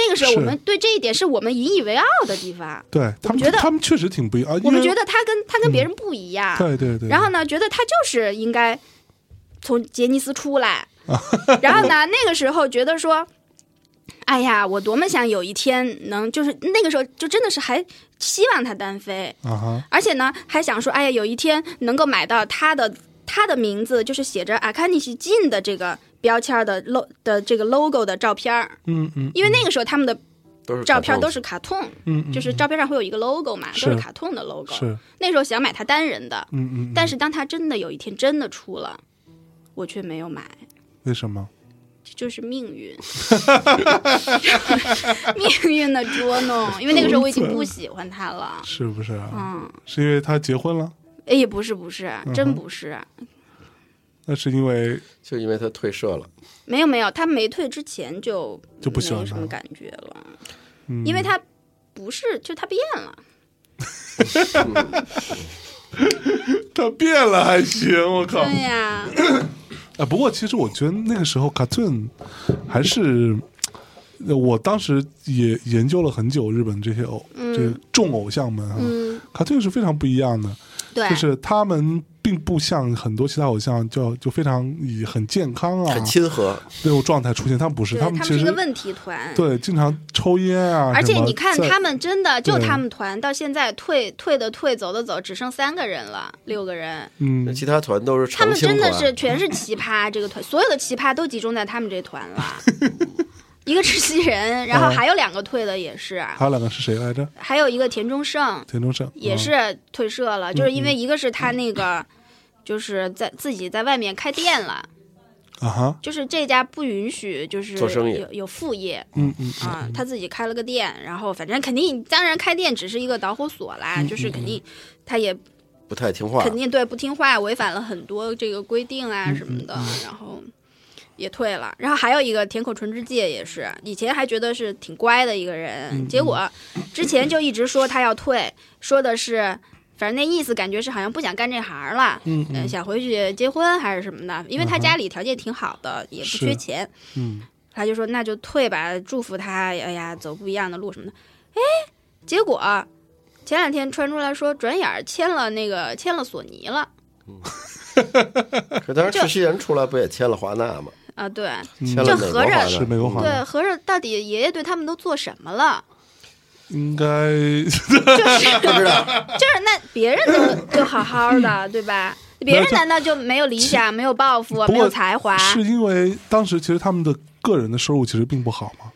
S3: 那个时候，
S1: 是
S3: 我们对这一点是我们引以为傲的地方。
S1: 对他们
S3: 觉得
S1: 他们确实挺不一样，啊
S3: 我
S1: 因
S3: 们
S1: 为嗯
S3: 觉得他跟他跟别人不一样，
S1: 对对对，
S3: 然后呢，觉得他就是应该从杰尼斯出来， 然后呢，那个时候觉得说，哎呀，我多么想有一天能，就是那个时候就真的是还希望他单飞，
S1: 啊哈，
S3: 而且呢，还想说，哎呀，有一天能够买到他的他的名字，就是写着阿卡尼西进的这个标签的 lo 的这个 logo 的照片儿，
S1: 嗯嗯，
S3: 因为那个时候他们的
S2: 都是
S3: 照片都
S2: 是
S3: 是卡通，
S1: 嗯嗯
S3: 就是照片上会有一个 logo 嘛，
S1: 是
S3: 都是卡通的 logo。
S1: 是
S3: 那时候想买他单人的，
S1: 嗯嗯，嗯
S3: 但是当他真的有一天真的出了，我却没有买，
S1: 为什么？
S3: 这就是 命运， 命运的捉弄。因为那个时候我已经不喜欢他了，
S1: 是不是啊？
S3: 嗯，
S1: 是因为他结婚了？
S3: 哎，也不是，不是，
S1: 嗯
S3: 真不是，
S1: 那是因为
S2: 就因为他退社了，
S3: 没有没有，他没退之前就
S1: 就不喜欢
S3: 没有
S1: 他
S3: 什么
S1: 了
S3: 感觉了，
S1: 嗯
S3: 因为他不是，就他变了。
S1: 他变了还行，我靠！
S3: 对呀、
S1: 啊，不过其实我觉得那个时候 cartoon 还是，呃我当时也研究了很久日本这些偶、这个众偶像们啊、
S3: 嗯，
S1: c a r t o o n 是非常不一样的，
S3: 对，
S1: 就是他们并不像很多其他偶像就就非常以很健康啊
S2: 很亲和，
S1: 那种状态出现，他们不是，
S3: 对，
S1: 他
S3: 他
S1: 们
S3: 们
S1: 其
S3: 是一
S1: 实
S3: 个问题团，
S1: 对经常抽烟啊，
S3: 而且
S1: 什么
S3: 你看，
S1: 在
S3: 他们真的就
S1: 对
S3: 他们团到现在退退的退，走的走，只剩三个人了，六个人。
S1: 嗯
S2: 那其他团都是
S3: 他
S2: 常
S3: 们
S2: 青
S3: 真
S2: 团
S3: 的是全是奇葩，这个团所有的奇葩都集中在他们这团了。一个是西人，然后
S1: 嗯
S3: 还有两个退的也是，啊
S1: 还有两个是谁来着？
S3: 还有一个田中胜
S1: 田中胜
S2: 嗯
S3: 也、
S1: 啊
S3: 是退社了，就是因为一个是他那个就是在自己在外面开店了，
S1: 啊哈，
S3: 就是这家不允许就是
S2: 做生意
S3: 有有副业，
S1: 嗯嗯
S3: 啊、他自己开了个店，然后反正肯定，当然开店只是一个导火索啦，
S2: 嗯
S3: 就是肯定他也
S2: 不太听话，
S3: 肯定对不听话，违反了很多这个规定
S1: 嗯
S3: 啊什么的，然后也退了。然后还有一个田口纯之介也是，以前还觉得是挺乖的一个人，
S1: 嗯
S3: 结果之前就一直说他要退，说的是。反正那意思感觉是好像不想干这行了，
S1: 嗯
S3: 呃想回去结婚还是什么的，因为他家里条件挺好的，也不缺
S1: 是
S3: 钱，
S1: 嗯，
S3: 他就说那就退吧，祝福他，哎呀，走不一样的路什么的。哎，结果前两天传出来说，转眼儿签了那个签了索尼了
S2: 可当时
S3: 就
S2: 赤西仁出来不也签了华纳吗？
S3: 啊，对
S1: 嗯
S2: 签了美国
S3: 就合着
S2: 华纳，
S1: 是美国华纳
S3: 对，合着到底爷爷对他们都做什么 了？
S1: 应该
S2: 不知道。
S3: 就是那别人都就好好的，对吧？别人难道就没有理想、没有抱负、
S1: 不
S3: 没
S1: 过
S3: 有才华？
S1: 是因为当时其实他们的个人的收入其实并不好嘛，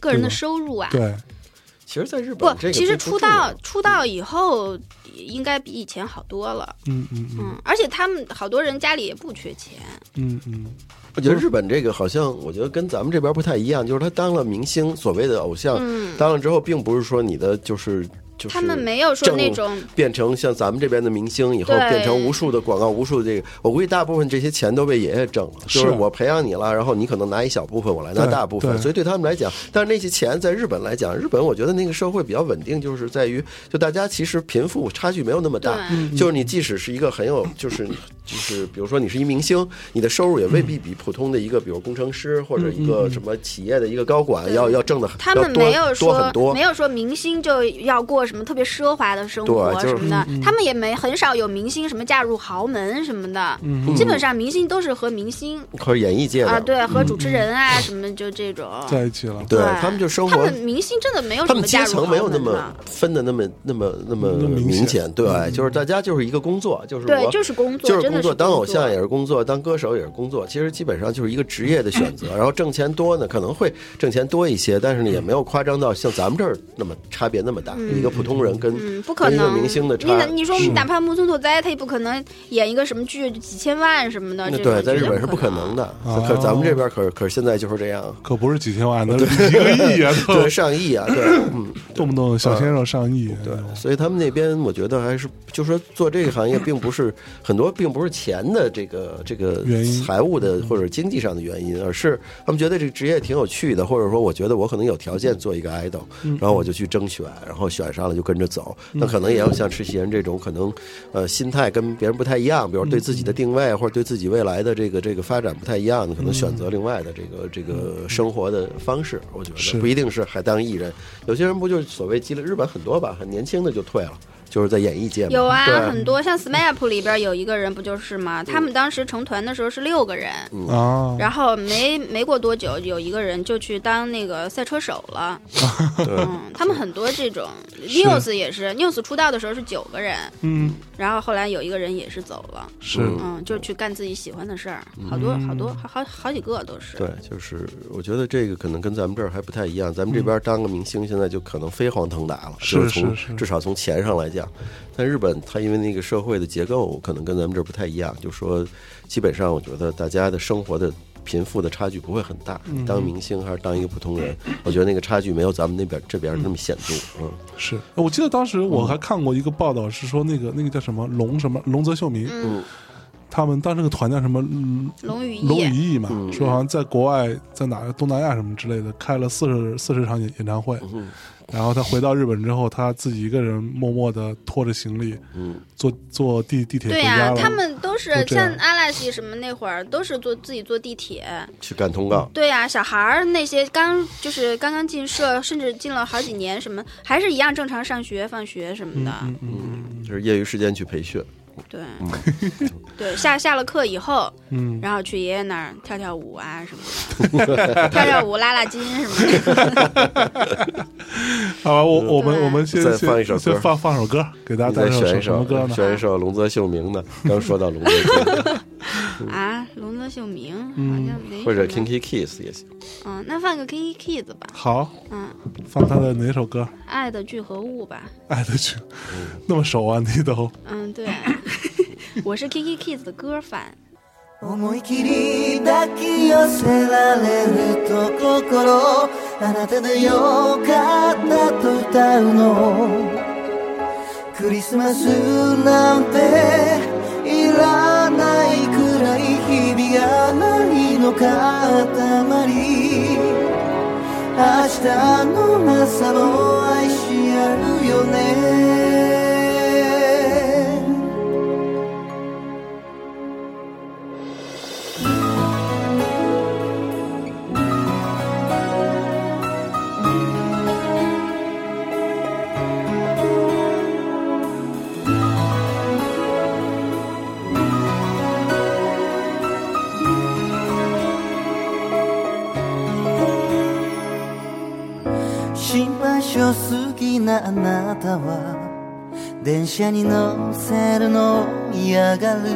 S3: 个人的
S1: 对吧
S3: 收入啊？
S1: 对，
S2: 其实，在日
S3: 不
S2: 本，这，个
S3: 其实
S2: 最
S3: 出
S2: 突
S3: 道
S2: 的
S3: 出道以后，应该比以前好多了。
S1: 嗯嗯嗯
S3: 嗯，而且他们好多人家里也不缺钱。
S1: 嗯嗯，
S2: 我觉得日本这个好像，我觉得跟咱们这边不太一样，就是他当了明星，所谓的偶像，当了之后，并不是说你的就是就是
S3: 嗯他们没有说那
S2: 正
S3: 种
S2: 变成像咱们这边的明星以后，
S3: 对
S2: 变成无数的广告，无数的这个，我估计大部分这些钱都被爷爷挣了，就是是我培养你了，然后你可能拿一小部分，我来拿
S1: 对
S2: 大部分，
S1: 对
S2: 所以对他们来讲，但是那些钱在日本来讲，日本我觉得那个社会比较稳定，就是在于就大家其实贫富差距没有那么大
S3: 对，
S2: 就是你即使是一个很有就是就是比如说你是一明星，你的收入也未必比普通的一个比如工程师或者一个什么企业的一个高管要要挣的
S3: 他们没有
S2: 多
S3: 说
S2: 很多
S3: 没。有说明星就要过什么特别奢华的生活
S2: 对就
S3: 什
S2: 是
S3: 么的，他们也没很少有明星什么嫁入豪门什么的，基本上明星都是和明星
S2: 可是演艺界的、
S3: 啊、对和主持人啊、什么就这种，
S1: 在一起了，
S2: 对他们就生活
S3: 他们明星真的没有
S2: 他
S3: 什
S2: 们
S3: 哦么
S2: 阶
S3: 嫁入豪啊
S2: 层
S3: 门
S2: 没有那么
S3: 的
S2: 分的那么那么那么
S1: 那么明
S2: 明
S1: 显嗯
S2: 显，对，就是大家就是一个工作，就是
S3: 对，
S2: 我
S3: 就是工作，
S2: 就是
S3: 真
S2: 工作，当偶像也
S3: 是
S2: 是工作，当歌手也是工作，其实基本上就是一个职业的选择。然后挣钱多呢，可能会挣钱多一些，但是呢，也没有夸张到像咱们这儿那么差别那么大。一个普通人跟
S3: 嗯，不可
S2: 跟一个
S3: 能。
S2: 明星的
S3: 你
S2: 差
S3: 哪，你说哪怕木村拓哉，他也不可能演一个什么剧就几千万什么的。
S2: 那
S3: 这
S2: 对，
S3: 种
S2: 在
S3: 绝
S2: 日
S3: 对
S2: 本是
S3: 不
S2: 不可能的。
S1: 哦
S2: 可咱们这边可可现在就是这样，
S1: 可不是几千 万，那是一个亿啊，都
S2: 对，上亿啊，对，嗯，
S1: 动不动小鲜肉上亿。
S2: 对，所以他们那边我觉得还是，就说做这个行业，并不是很多，并不是钱的这个这个
S1: 原因
S2: 财务的或者经济上的原因，而是他们觉得这个职业挺有趣的，或者说我觉得我可能有条件做一个 idol，然后我就去争选，然后选上了就跟着走。那可能也有像赤西仁这种，可能呃心态跟别人不太一样，比如对自己的定位或者对自己未来的这个这个发展不太一样，可能选择另外的这个这个生活的方式。我觉
S1: 是
S2: 得不一定是还当艺人，有些人不就是所谓积累，日本很多吧，很年轻的就退了，就是在演艺界嘛。
S3: 有啊，
S2: 对
S3: 很多像 SMAP 里边有一个人不就是吗？他们当时成团的时候是六个人，
S2: 嗯
S1: 啊，
S3: 然后没没过多久，有一个人就去当那个赛车手了。嗯，他们很多这种，News 也是，News 出道的时候是九个人，
S1: 嗯，
S3: 然后后来有一个人也是走了，
S1: 是
S3: 嗯，就去干自己喜欢的事儿，
S1: 嗯
S3: 好多好多好好好几个都是。
S2: 对，就是我觉得这个可能跟咱们这儿还不太一样，咱们这边当个明星现在就可能飞黄腾达了，
S1: 是
S2: 就是
S1: 嗯是
S2: 从至少从钱上来讲，但日本它因为那个社会的结构可能跟咱们这儿不太一样，就说基本上我觉得大家的生活的。贫富的差距不会很大，
S1: 嗯
S2: 你当明星还是当一个普通人，我觉得那个差距没有咱们那边这边那么显著。嗯，
S1: 是。呃我记得当时我还看过一个报道，是说那个那个叫什么龙什么龙泽秀明，
S3: 嗯，
S1: 他们当时那个团叫什么嗯
S3: 龙与
S1: 龙
S3: 翼
S1: 语，意嘛，
S2: 嗯
S1: 说好像在国外，在哪儿东南亚什么之类的，开了四十四十场演演唱会。
S2: 嗯
S1: 然后他回到日本之后，他自己一个人默默的拖着行李，
S2: 嗯
S1: 坐坐地地铁回
S3: 对
S1: 家
S3: 呀、
S1: 了。啊
S3: 他们都是
S1: 就这样
S3: 像阿拉西什么那会儿都是坐自己坐地铁，
S2: 去干通告，
S3: 对呀、啊小孩儿那些刚就是刚刚进社，甚至进了好几年，什么还是一样正常上学、放学什么的。
S1: 嗯嗯
S2: 就是业余时间去培训。
S3: 对，
S2: 嗯
S3: 对，下下了课以后，
S1: 嗯，
S3: 然后去爷爷那儿跳跳舞啊什么的， 跳跳舞、拉拉筋什么的。
S1: 好吧，我我们
S3: 对啊
S1: 我们先
S2: 嗯再
S1: 先
S2: 放一首歌
S1: 先放放首歌，给大家
S2: 你
S1: 带
S2: 再选一
S1: 什么
S2: 首
S1: 歌，呢？
S2: 选一首龙泽秀明的。刚说到龙泽秀 明，
S3: 啊，龙泽秀明好
S1: 嗯
S3: 像没什么。
S2: 或者 Kinky Kiss 也行。
S3: 嗯，那放个 Kinky Kids 吧，
S1: 好，
S3: 嗯，
S1: 放他的哪首歌？
S3: 《爱的聚合物》吧。
S1: 爱的曲，
S2: 嗯
S1: 那么熟啊，你都
S3: 嗯，对，我是 Kinky Kids 的歌fan。
S5: 思い切り抱き寄せられると心あなたでよかったと歌うのクリスマスなんていらないくらい日々がないのかたまり明日の朝も愛し合うよね新橋を好きなあなたは電車に乗せるのを嫌がる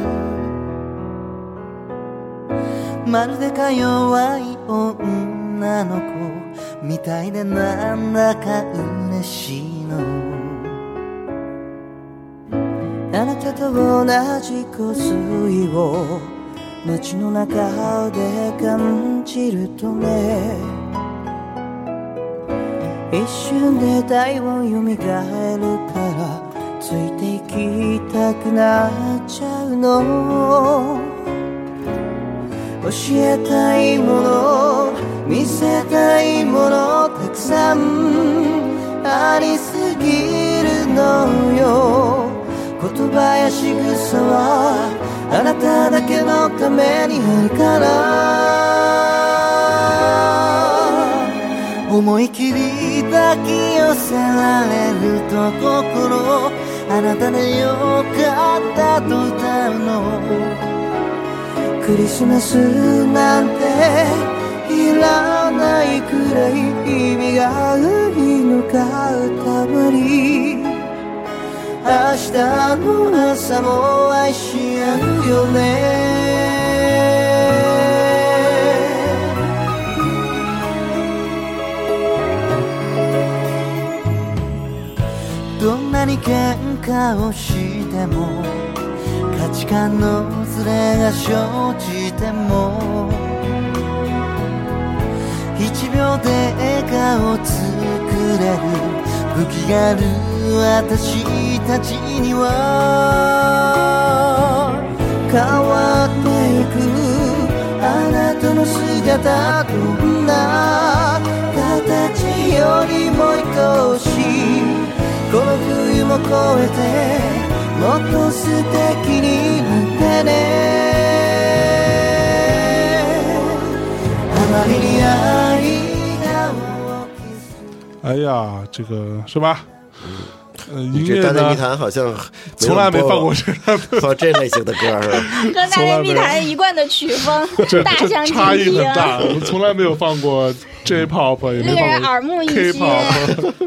S5: まるでか弱い女の子みたいでなんだか嬉しいのあなたと同じ香水を街の中で感じるとね一瞬で体温よみがえるからついていきたくなっちゃうの教えたいもの見せたいものたくさんありすぎるのよ言葉や仕草はあなただけのためにあるから思い切り抱き寄せられると心あなたでよかったと歌うのクリスマスなんていらないくらい意味がいいのかたまり明日の朝も愛し合うよねどんなに喧嘩をしても価値観のズレが生じても一秒で笑顔作れる武器がある私たちには変わっていくあなたの姿どんな形よりも愛おしいこの冬も越えてもっと素敵になってねあまりに愛が大きす
S1: 哎呀，这个是吧？呃，
S2: 嗯你
S1: 音
S2: 这《
S1: 乐
S2: 大内
S1: 呢，
S2: 密谈》好像
S1: 从来没放过
S2: 这
S1: 这个。
S2: 放这类型的歌儿是吧？
S3: 跟大内密谈一贯的曲 风
S1: 这
S3: 大
S1: 这
S3: 相
S1: 差
S3: 径
S1: 异很
S3: 庭。
S1: 大，我们从来没有放过 J-pop，也没
S3: 令
S1: 放
S3: 人
S1: 过
S3: 耳目一新。
S1: K-pop。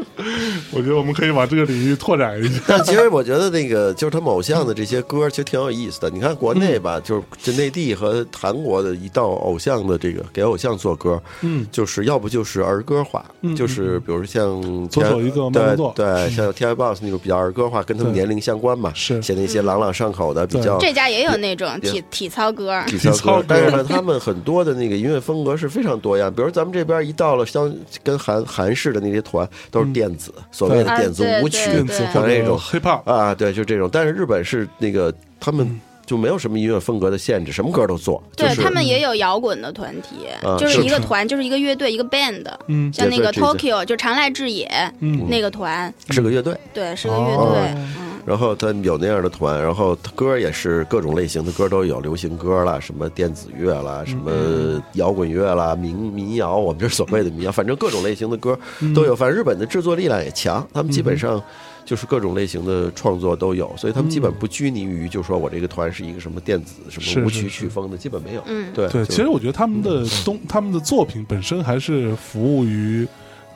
S1: 我 觉得我们可以往这个领域拓展一下。
S2: 但其实我觉得那个就是他某项的这些歌，其实挺有意思的。你看国内
S1: 嗯
S2: 吧，就是这内地和韩国的一到偶像的这个给偶像做歌，
S1: 嗯，
S2: 就是要不就是儿歌化，
S1: 嗯
S2: 就是比如像
S1: 左手一个慢
S2: 对
S1: 动作嗯
S2: 对，像 TFBOYS 那种比较儿歌化，跟他们
S1: 对
S2: 年龄相关嘛，
S1: 是
S2: 写那些朗朗上口的比较。
S3: 这家也有那种体体操歌，
S2: 体
S1: 体操
S2: 操
S1: 歌
S2: 但是呢，他们很多的那个音乐风格是非常多样。比如咱们这边一到了像跟韩韩式的那些团，都是电子，所谓的
S3: 啊
S2: 电子
S3: 对
S2: 舞
S3: 对
S2: 曲，
S1: 电子
S2: 像
S1: 或
S2: 那
S1: 者
S2: 种
S1: Hip-hop，
S2: 啊，对，就这种。但是日本是那个他们就没有什么音乐风格的限制，什么歌都做。
S3: 对
S2: 就是
S3: 他们也有摇滚的团体，
S2: 啊
S3: 就是一
S1: 是
S3: 个
S1: 的
S3: 团，就是一个乐队，一个 band，
S1: 嗯
S3: 像那个
S2: 对对
S3: Tokyo 就长濑智也
S1: 嗯
S3: 那个团，
S2: 是个乐队，
S3: 对，是个乐
S1: 哦
S3: 队，
S2: 然后他有那样的团，然后歌也是各种类型的歌都有，流行歌啦，什么电子乐
S1: 嗯
S2: 啦，什么摇滚乐啦，民民谣，我们这所谓的民谣，反正各种类型的歌
S1: 嗯
S2: 都有。反正日本的制作力量也强，他们基本上。就是各种类型的创作都有，所以他们基本不拘泥于就说我这个团是一个什么电子什
S1: 是
S2: 么舞
S1: 是
S2: 曲
S1: 是
S2: 曲风的，基本没有。
S3: 嗯
S2: 对
S1: 对，
S2: 就
S1: 其实我觉得他们的东，他们的作品本身还是服务于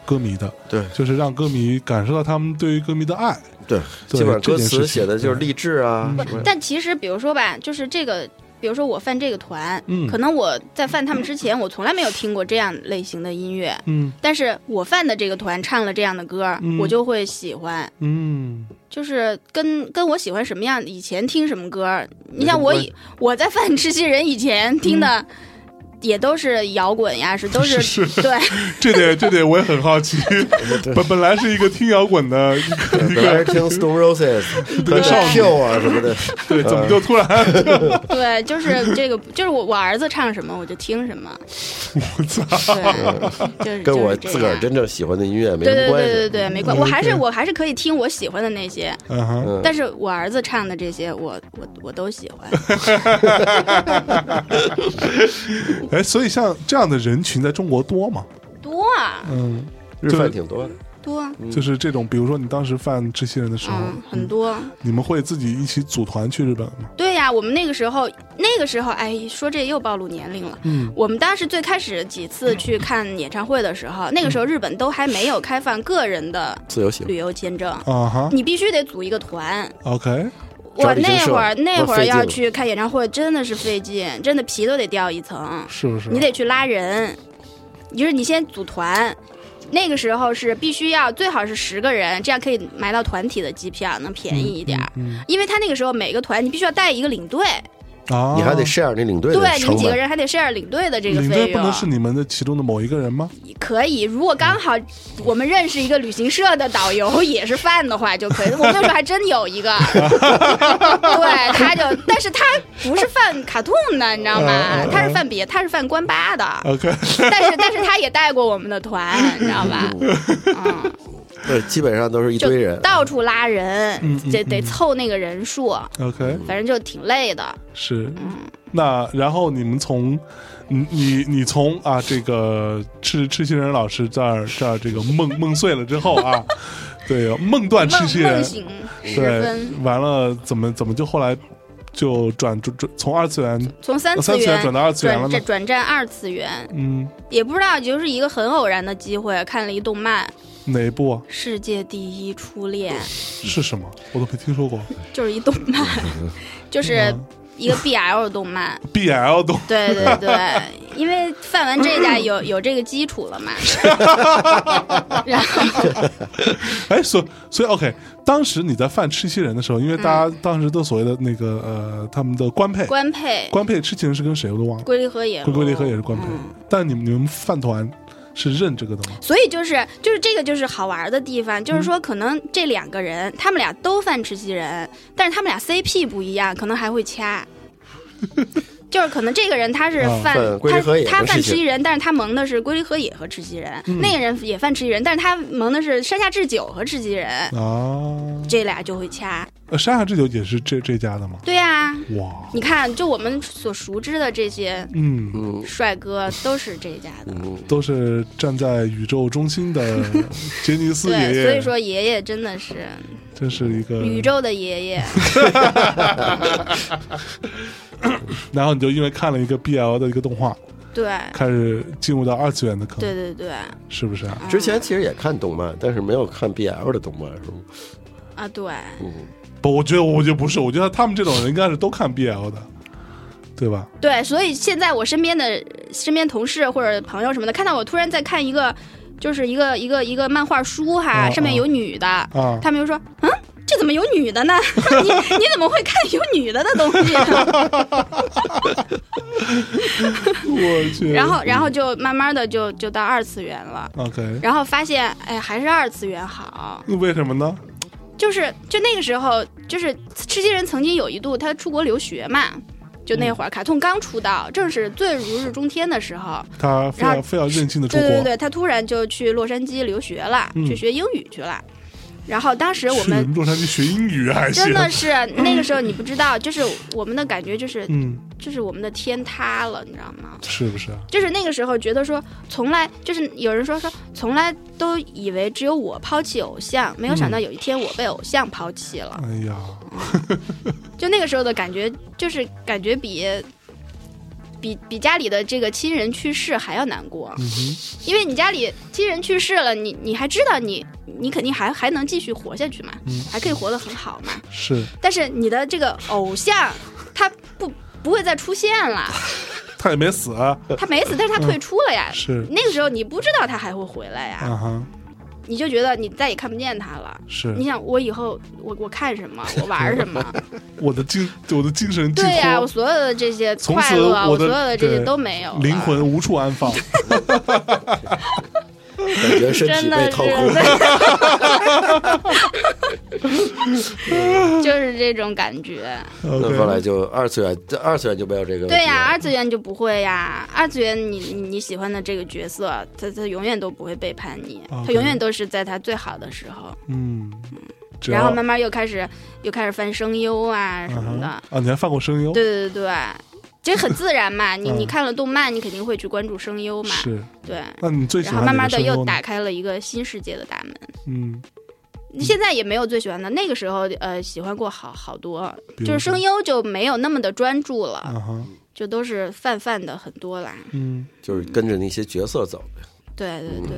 S1: 歌迷的，
S2: 对
S1: 就是让歌迷感受到他们对于歌迷的爱。
S2: 对，
S1: 对
S2: 基本上歌
S1: 这件事
S2: 词
S1: 情
S2: 写的就是励志啊，
S1: 对
S2: 什么
S3: 但其实比如说吧，就是这个。比如说我犯这个团，
S1: 嗯
S3: 可能我在犯他们之前，我从来没有听过这样类型的音乐，
S1: 嗯
S3: 但是我犯的这个团唱了这样的歌，
S1: 嗯
S3: 我就会喜欢，
S1: 嗯，
S3: 就是跟跟我喜欢什么样，以前听什么歌，你像
S2: 没什么
S3: 我
S2: 关嗯
S3: 以我在犯痴心人以前听的，也都是摇滚呀，是都是 对，
S1: 这点这点我也很好奇。 本本来是一个听摇滚的一个一
S2: 本来
S1: 个
S2: 是听 Stone Roses
S1: 对
S2: 和 Q 啊什么的，
S1: 对，怎么就突然？
S3: 对，就是这个，就是我我儿子唱什么我就听什么，
S1: 我操！
S3: 对，就是
S2: 跟我
S3: 就是
S2: 自
S3: 这
S2: 个儿
S3: 样
S2: 真正喜欢的音乐没
S3: 对
S2: 什么
S3: 对
S2: 关
S3: 对
S2: 系。
S3: 对对，没关，
S1: 嗯
S3: 我还是
S1: 对
S3: 我还是可以听我喜欢的那些，
S1: 嗯哼，
S2: 嗯
S3: 但是我儿子唱的这些我我我都喜 欢，
S1: 哎，所以像这样的人群在中国多吗？
S3: 多啊
S1: 嗯，
S2: 日饭挺多的，
S3: 多啊，
S1: 就是这种，比如说你当时犯这些人的时候，
S3: 嗯，很多。
S1: 你们会自己一起组团去日本吗？
S3: 对呀、我们那个时候，那个时候，哎，说这又暴露年龄了。
S1: 嗯，
S3: 我们当时最开始几次去看演唱会的时候，那个时候
S1: 嗯
S3: 日本都还没有开放个人的
S2: 自由行。
S3: 旅游签证，
S1: 啊哈
S3: 你必须得组一个团。
S1: ，OK，
S2: 找
S3: 我
S2: 旅行
S3: 那
S2: 社
S3: 会儿那会
S2: 费劲
S3: 儿要
S2: 了
S3: 去看演唱会，真的是费劲，真的皮都得掉一层。
S1: 是不是？
S3: 你得去拉人，就是你先组团。那个时候是必须要最好是十个人，这样可以买到团体的机票，能便宜一点儿。
S1: 嗯
S3: 因为他那个时候每个团你必须要带一个领队，
S1: 啊，
S2: 你还得 share 那领队的
S3: 对，你
S2: 成
S3: 们几个
S2: 本，
S3: 人还得 share 领队的这个
S1: 领
S3: 费
S1: 队不
S3: 用啊
S1: 能。是你们的其中的某一个人吗？
S3: 可以，如果刚好我们认识一个旅行社的导游也是饭的话，就可 以。我们那时候还真有一个，对，他就，但是他不是犯卡通的，你知道
S1: 嗯
S3: 吗
S1: 嗯嗯？
S3: 他是犯别，他是犯关八的。
S1: OK，
S3: 但是但是他也带过我们的团，你知道吧？啊嗯，
S2: 对，基本上都是一堆
S3: 就
S2: 人。
S3: 到处拉人
S1: 嗯，嗯
S3: 得
S1: 嗯
S3: 得凑那个人数，
S1: OK，
S3: 反正就挺累的。
S1: 是。
S3: 嗯
S1: 那然后你们从，你你你从啊这个赤赤心人老师这儿这儿这个梦梦碎了之后 啊，对，梦断赤
S3: 梦
S1: 心人
S3: 梦，醒时
S1: 对
S3: 分，，
S1: 完了怎么怎么就后来就转转转从二次元，
S3: 从三
S1: 三次元
S3: 元
S1: 转到二次元了呢
S3: 转转战二次元，
S1: 嗯
S3: 也不知道就是一个很偶然的机会，看了一动漫，
S1: 哪一部啊？
S3: 世界第一 初恋
S1: 是什么？我都没听说过。
S3: 就是一动漫， 就是
S1: 嗯
S3: 一个 BL 动漫。
S1: BL 都
S3: 对对对，因为范文这一代有有这个基础了 嘛。然后
S1: 哎，所所以 OK，当时你在犯吃七人的时候，因为大家当时都所谓的那个呃，他们的官配
S3: 嗯官配
S1: 官配吃七人是跟谁我都忘了，
S3: 龟梨和也，
S1: 龟龟梨和也是官配
S3: 嗯，
S1: 但你们你们饭团是认这个的吗？
S3: 所以就是就是这个就是好玩的地方，
S1: 嗯
S3: 就是说可能这两个人他们俩都犯吃鸡人，但是他们俩 CP 不一样，可能还会掐。 就是可能这个人他是
S1: 啊
S3: 犯、
S2: 犯龟梨和也
S3: 他他
S2: 的
S3: 犯
S2: 事
S3: 吃
S2: 情
S3: 鸡人，但是他蒙的是龟梨和也和吃鸡人，
S1: 嗯
S3: 那个人也犯吃鸡人，但是他蒙的是山下智久和吃鸡人，
S1: 啊，
S3: 这俩就会掐。
S1: 呃山下智久也是这这家的吗？
S3: 对啊，
S1: 哇，
S3: 你看，就我们所熟知的这些
S1: 嗯，
S2: 嗯
S3: 帅哥都是这家的。
S2: 嗯，
S1: 都是站在宇宙中心的杰尼斯爷 嗯
S3: 对，
S1: 爷，
S3: 所以说爷爷真的是
S1: 这是一个
S3: 宇。宙的爷爷。
S1: 然后你就因为看了一个 BL 的一个动画，
S3: 对，
S1: 开始进入到二次元的坑，
S3: 对对对，
S1: 是不是啊？
S2: 之前其实也看动漫，但是没有看 BL 的动漫，是吗？
S3: 啊，对，
S2: 嗯，
S1: 不，我觉得我觉得不是，我觉得他们这种人应该是都看 BL 的，对吧？
S3: 对，所以现在我身边的身边同事或者朋友什么的，看到我突然在看一个，就是一个一个一个漫画书哈，
S1: 啊
S3: 上面
S1: 啊
S3: 有女的，
S1: 啊，
S3: 他们就说，嗯，这怎么有女的呢？ 你你怎么会看有女的的东西呢？
S1: 我去。
S3: 然后然后就慢慢的就就到二次元了。
S1: OK，
S3: 然后发现，哎，还是二次元好。
S1: 那为什么呢？
S3: 就是就那个时候，就是吃鸡人曾经有一度他出国留学嘛，就那会儿卡通刚出道，正是最如日中天的时候。
S1: 他非要
S3: 然后
S1: 非要任性的出
S3: 对
S1: 国，
S3: 对对，他突然就去洛杉矶留学了，
S1: 嗯
S3: 去学英语去了。然后当时我
S1: 去
S3: 们
S1: 洛杉矶学英语还行
S3: 真。的是 那个时候，你不知道，就是我们的感觉就是
S1: 嗯，
S3: 就是我们的天塌了，你知道吗？
S1: 是不是啊？
S3: 就是那个时候觉得说，从来就是有人说说，从来都以为只有我抛弃偶像，没有想到有一天我被偶像抛弃了。
S1: 哎呀，嗯
S3: 就那个时候的感觉，就是感觉比比比家里的这个亲人去世还要难过。
S1: 嗯哼，
S3: 因为你家里亲人去世了，你你还知道你你肯定还还能继续活下去嘛，
S1: 嗯
S3: 还可以活得很好嘛。
S1: 是
S3: 但是你的这个偶像，他不不会再出现 了，
S1: 他也没死啊，
S3: 他没死，但是他退出了 呀。
S1: 是
S3: 那个时候你不知道他还会回来呀，
S1: 啊哈，
S3: 你就觉得你再也看不见他了。
S1: 是
S3: 你想我以后我我看什么，我玩 什么？
S1: 我的精，我的精神寄
S3: 对呀、我
S1: 托，
S3: 所有的这些
S1: 从
S3: 快
S1: 此
S3: 乐，我
S1: 我的
S3: 所有的这些
S1: 对
S3: 都没有了
S1: 灵魂无处安放。
S2: 感觉身体
S3: 真
S2: 被
S3: 的
S2: 掏空。
S3: 是， 就是这种感觉。
S1: OK，
S2: 那后来就二次元，这二次元就没有这个。
S3: 对呀、二，
S1: 嗯
S3: 次元就不会呀。二次元你，你你喜欢的这个角色，他他永远都不会背叛你，
S1: 啊
S3: 他永远都是在他最好的时候。
S1: 嗯，只
S3: 然
S1: 要
S3: 后慢慢又开始又开始翻声优啊什么的。
S1: 啊哈啊，你还犯过声优？
S3: 对对对对，这很自然嘛。你
S1: 嗯
S3: 你看了动漫，你肯定会去关注声优嘛。
S1: 是。
S3: 对。
S1: 那你最喜
S3: 然
S1: 欢
S3: 后慢慢
S1: 哪个
S3: 的
S1: 声
S3: 又
S1: 优呢
S3: 打开了一个新世界的大门。
S1: 嗯，
S3: 现在也没有最喜欢的，那个时候呃喜欢过好好多，
S1: 比如
S3: 就是
S1: 说
S3: 声优就没有那么的专注了，
S1: 啊哈，
S3: 就都是泛泛的很多啦。
S1: 嗯，
S2: 就是跟着那些角色走的。
S3: 对对对，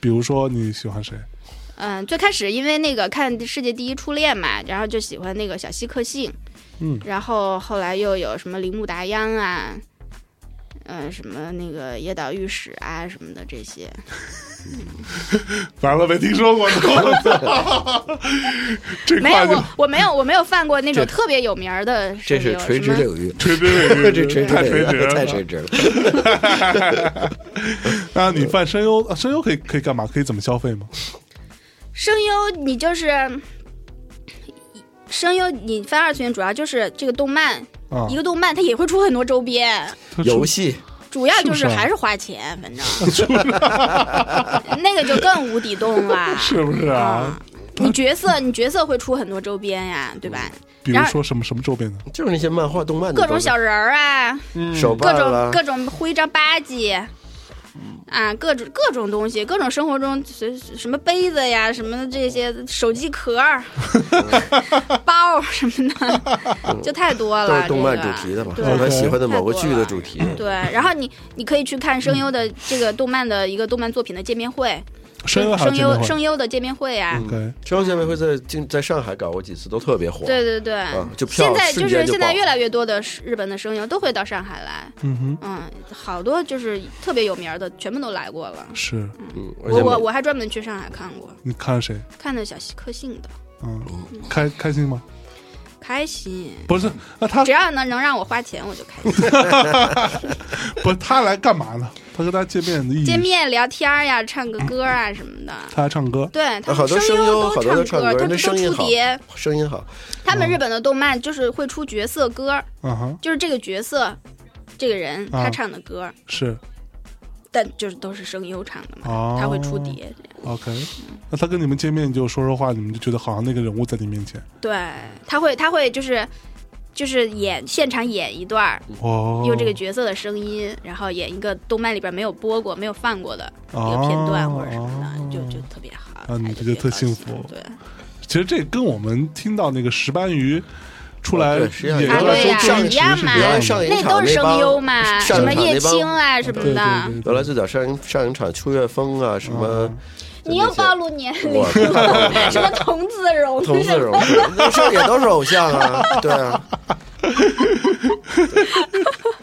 S1: 比如说你喜欢谁？
S3: 嗯、最开始因为那个看《世界第一初恋》嘛，然后就喜欢那个小西克幸，
S1: 嗯，
S3: 然后后来又有什么铃木达央啊，嗯、什么那个野岛裕史啊什么的这些，
S1: 完了，没听说过，我操！ 这
S3: 没有
S1: 话就
S3: 我我没有我没有犯过那种特别有名儿的声
S2: 这
S3: 优，
S2: 是垂直
S3: 什么
S2: 领域，
S1: 垂直领域，
S2: 这垂直
S1: 太垂
S2: 领
S1: 直
S2: 域
S1: 了，
S2: 太垂直了。
S1: 那你犯声优，啊声优可以可以干嘛？可以怎么消费吗？
S3: 声优，你就是声优，你翻二次元主要就是这个动漫，
S1: 啊
S3: 一，个动漫它也会出很多周边，
S1: 他
S2: 游
S1: 出
S2: 戏
S3: 主要就是
S1: 是不是啊
S3: 还是花钱，反正那个就更无底洞了，
S1: 是不是啊？
S3: 啊？你角色，你角色会出很多周边呀，对吧？
S1: 嗯比如
S3: 然后
S1: 说什么什么周边呢？
S2: 就是那些漫画、动漫的
S3: 各种
S2: 东西
S3: 小人儿啊，
S2: 手
S3: 各
S2: 办
S3: 种
S2: 啦，
S3: 各种徽章吧唧。啊，各种各种东西，各种生活中随什么杯子呀，什么这些手机 壳儿、包儿什么的，就太多了。
S2: 嗯都是动漫
S3: 啊这个
S2: 主题的嘛，
S3: 对
S2: 或者说喜欢的某个
S3: 太多
S2: 剧的
S3: 了
S2: 主题。
S3: 对，然后你你可以去看声优的这个动漫的一个动漫作品的见面会，
S1: 声优还有
S3: 声
S1: 见面
S3: 优
S1: 会
S3: 声优的见面会啊
S2: 嗯
S3: 呀、
S1: ，OK，
S2: 声优见面会在京在上海搞过几次，都特别火。
S3: 对对对，
S2: 啊就票
S3: 现在就
S2: 瞬间
S3: 是
S2: 就
S3: 现在
S2: 爆
S3: 越来越多的日本的声优都会到上海来，
S1: 嗯哼，
S3: 嗯，好多就是特别有名儿的，全部都来过了。
S1: 是
S2: 嗯，而
S3: 我
S2: 且
S3: 我
S2: 每
S3: 我还专门去上海看过，
S1: 你看谁？
S3: 看的小西克信的，
S1: 嗯，开开心吗？
S3: 开心。
S1: 不是，那他
S3: 只要能能让我花钱，我就开心。
S1: 不是他来干嘛呢？他跟大家见面
S2: 嗯
S1: 的意义？
S3: 见面聊天儿呀，唱个歌儿啊什么的。
S1: 他还唱歌，
S3: 对他
S2: 好
S3: 们
S2: 多声优
S3: 优
S2: 好多
S3: 都
S2: 都唱歌
S3: 歌，他
S2: 那
S3: 们
S2: 声音
S3: 都出
S2: 好嗯
S3: 碟。
S2: 声音好，
S3: 他们日本的动漫就是会出角色歌，
S1: 嗯哼，
S3: 就是这个角色，这个人
S1: 啊
S3: 他唱的歌，
S1: 是
S3: 但就是都是声优唱的嘛，
S1: 哦，
S3: 他会出。碟。
S1: OK，那他跟你们见面就说说话，你们就觉得好像那个人物在你面前。
S3: 对，他会他会就是就是演现场演一段儿，
S1: 哦，
S3: 嗯用这个角色的声音，然后演一个动漫里边没有播过、没有放过的一个片段或者什么的，
S1: 哦
S3: 就就特别好，
S1: 啊你
S3: 哎
S1: 这就特
S3: 特别高
S1: 幸
S3: 兴
S1: 福
S3: 对，
S1: 其实这跟我们听到那个石斑鱼出来
S2: 哦
S1: 演
S2: 对实际上
S1: 员
S2: 有
S3: 啊
S2: 点
S1: 的时候撞
S3: 对呀、
S2: 像
S1: 一
S3: 一样
S1: 时
S3: 嘛，
S2: 原
S1: 的
S2: 来上一
S3: 那都
S2: 场
S3: 是
S2: 那
S3: 声
S2: 帮
S3: 优嘛，
S2: 上
S3: 什
S2: 一场
S3: 么
S2: 那
S3: 叶
S2: 帮
S3: 青啊什么
S1: 对对
S3: 的，
S1: 对，对
S2: 原来最早上一上一场秋月风啊什么
S1: 嗯，
S3: 你又暴露年龄
S2: 我，
S3: 什么童自荣，
S2: 童自荣，那时候也都是偶像啊，对啊。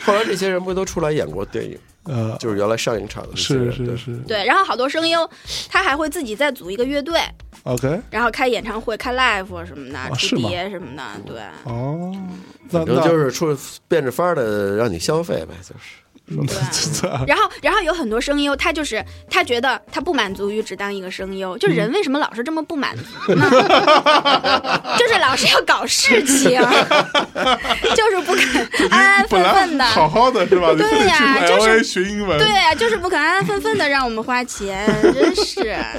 S2: 后来这些人不都出来演过电影？
S1: 呃，
S2: 就是原来上影厂的这些
S1: 是是
S2: 人
S1: 是
S3: 对，然后好多声优，他还会自己再组一个乐队，
S1: ，OK，
S3: 然后开演唱会、开 live 什么
S1: 啊
S3: 的，
S1: 是
S3: 出
S1: 吗
S3: 碟什么的，对。
S1: 哦，那
S2: 对反
S1: 那
S2: 正就是出变着法儿的让你消费呗，就是
S1: 对
S3: 然后，然后有很多声优，他就是他觉得他不满足于只当一个声优，就
S1: 嗯
S3: 人为什么老是这么不满 足呢？就是老是要搞 事情，就是不肯安安
S1: 本
S3: 分
S1: 来
S3: 分啊的。
S1: 好好的是吧？
S3: 对
S1: 你
S3: 呀
S1: 非得去
S3: 就是
S1: LA 学英文，
S3: 对呀、就是不肯安安分分的让我们花钱，真是。哎，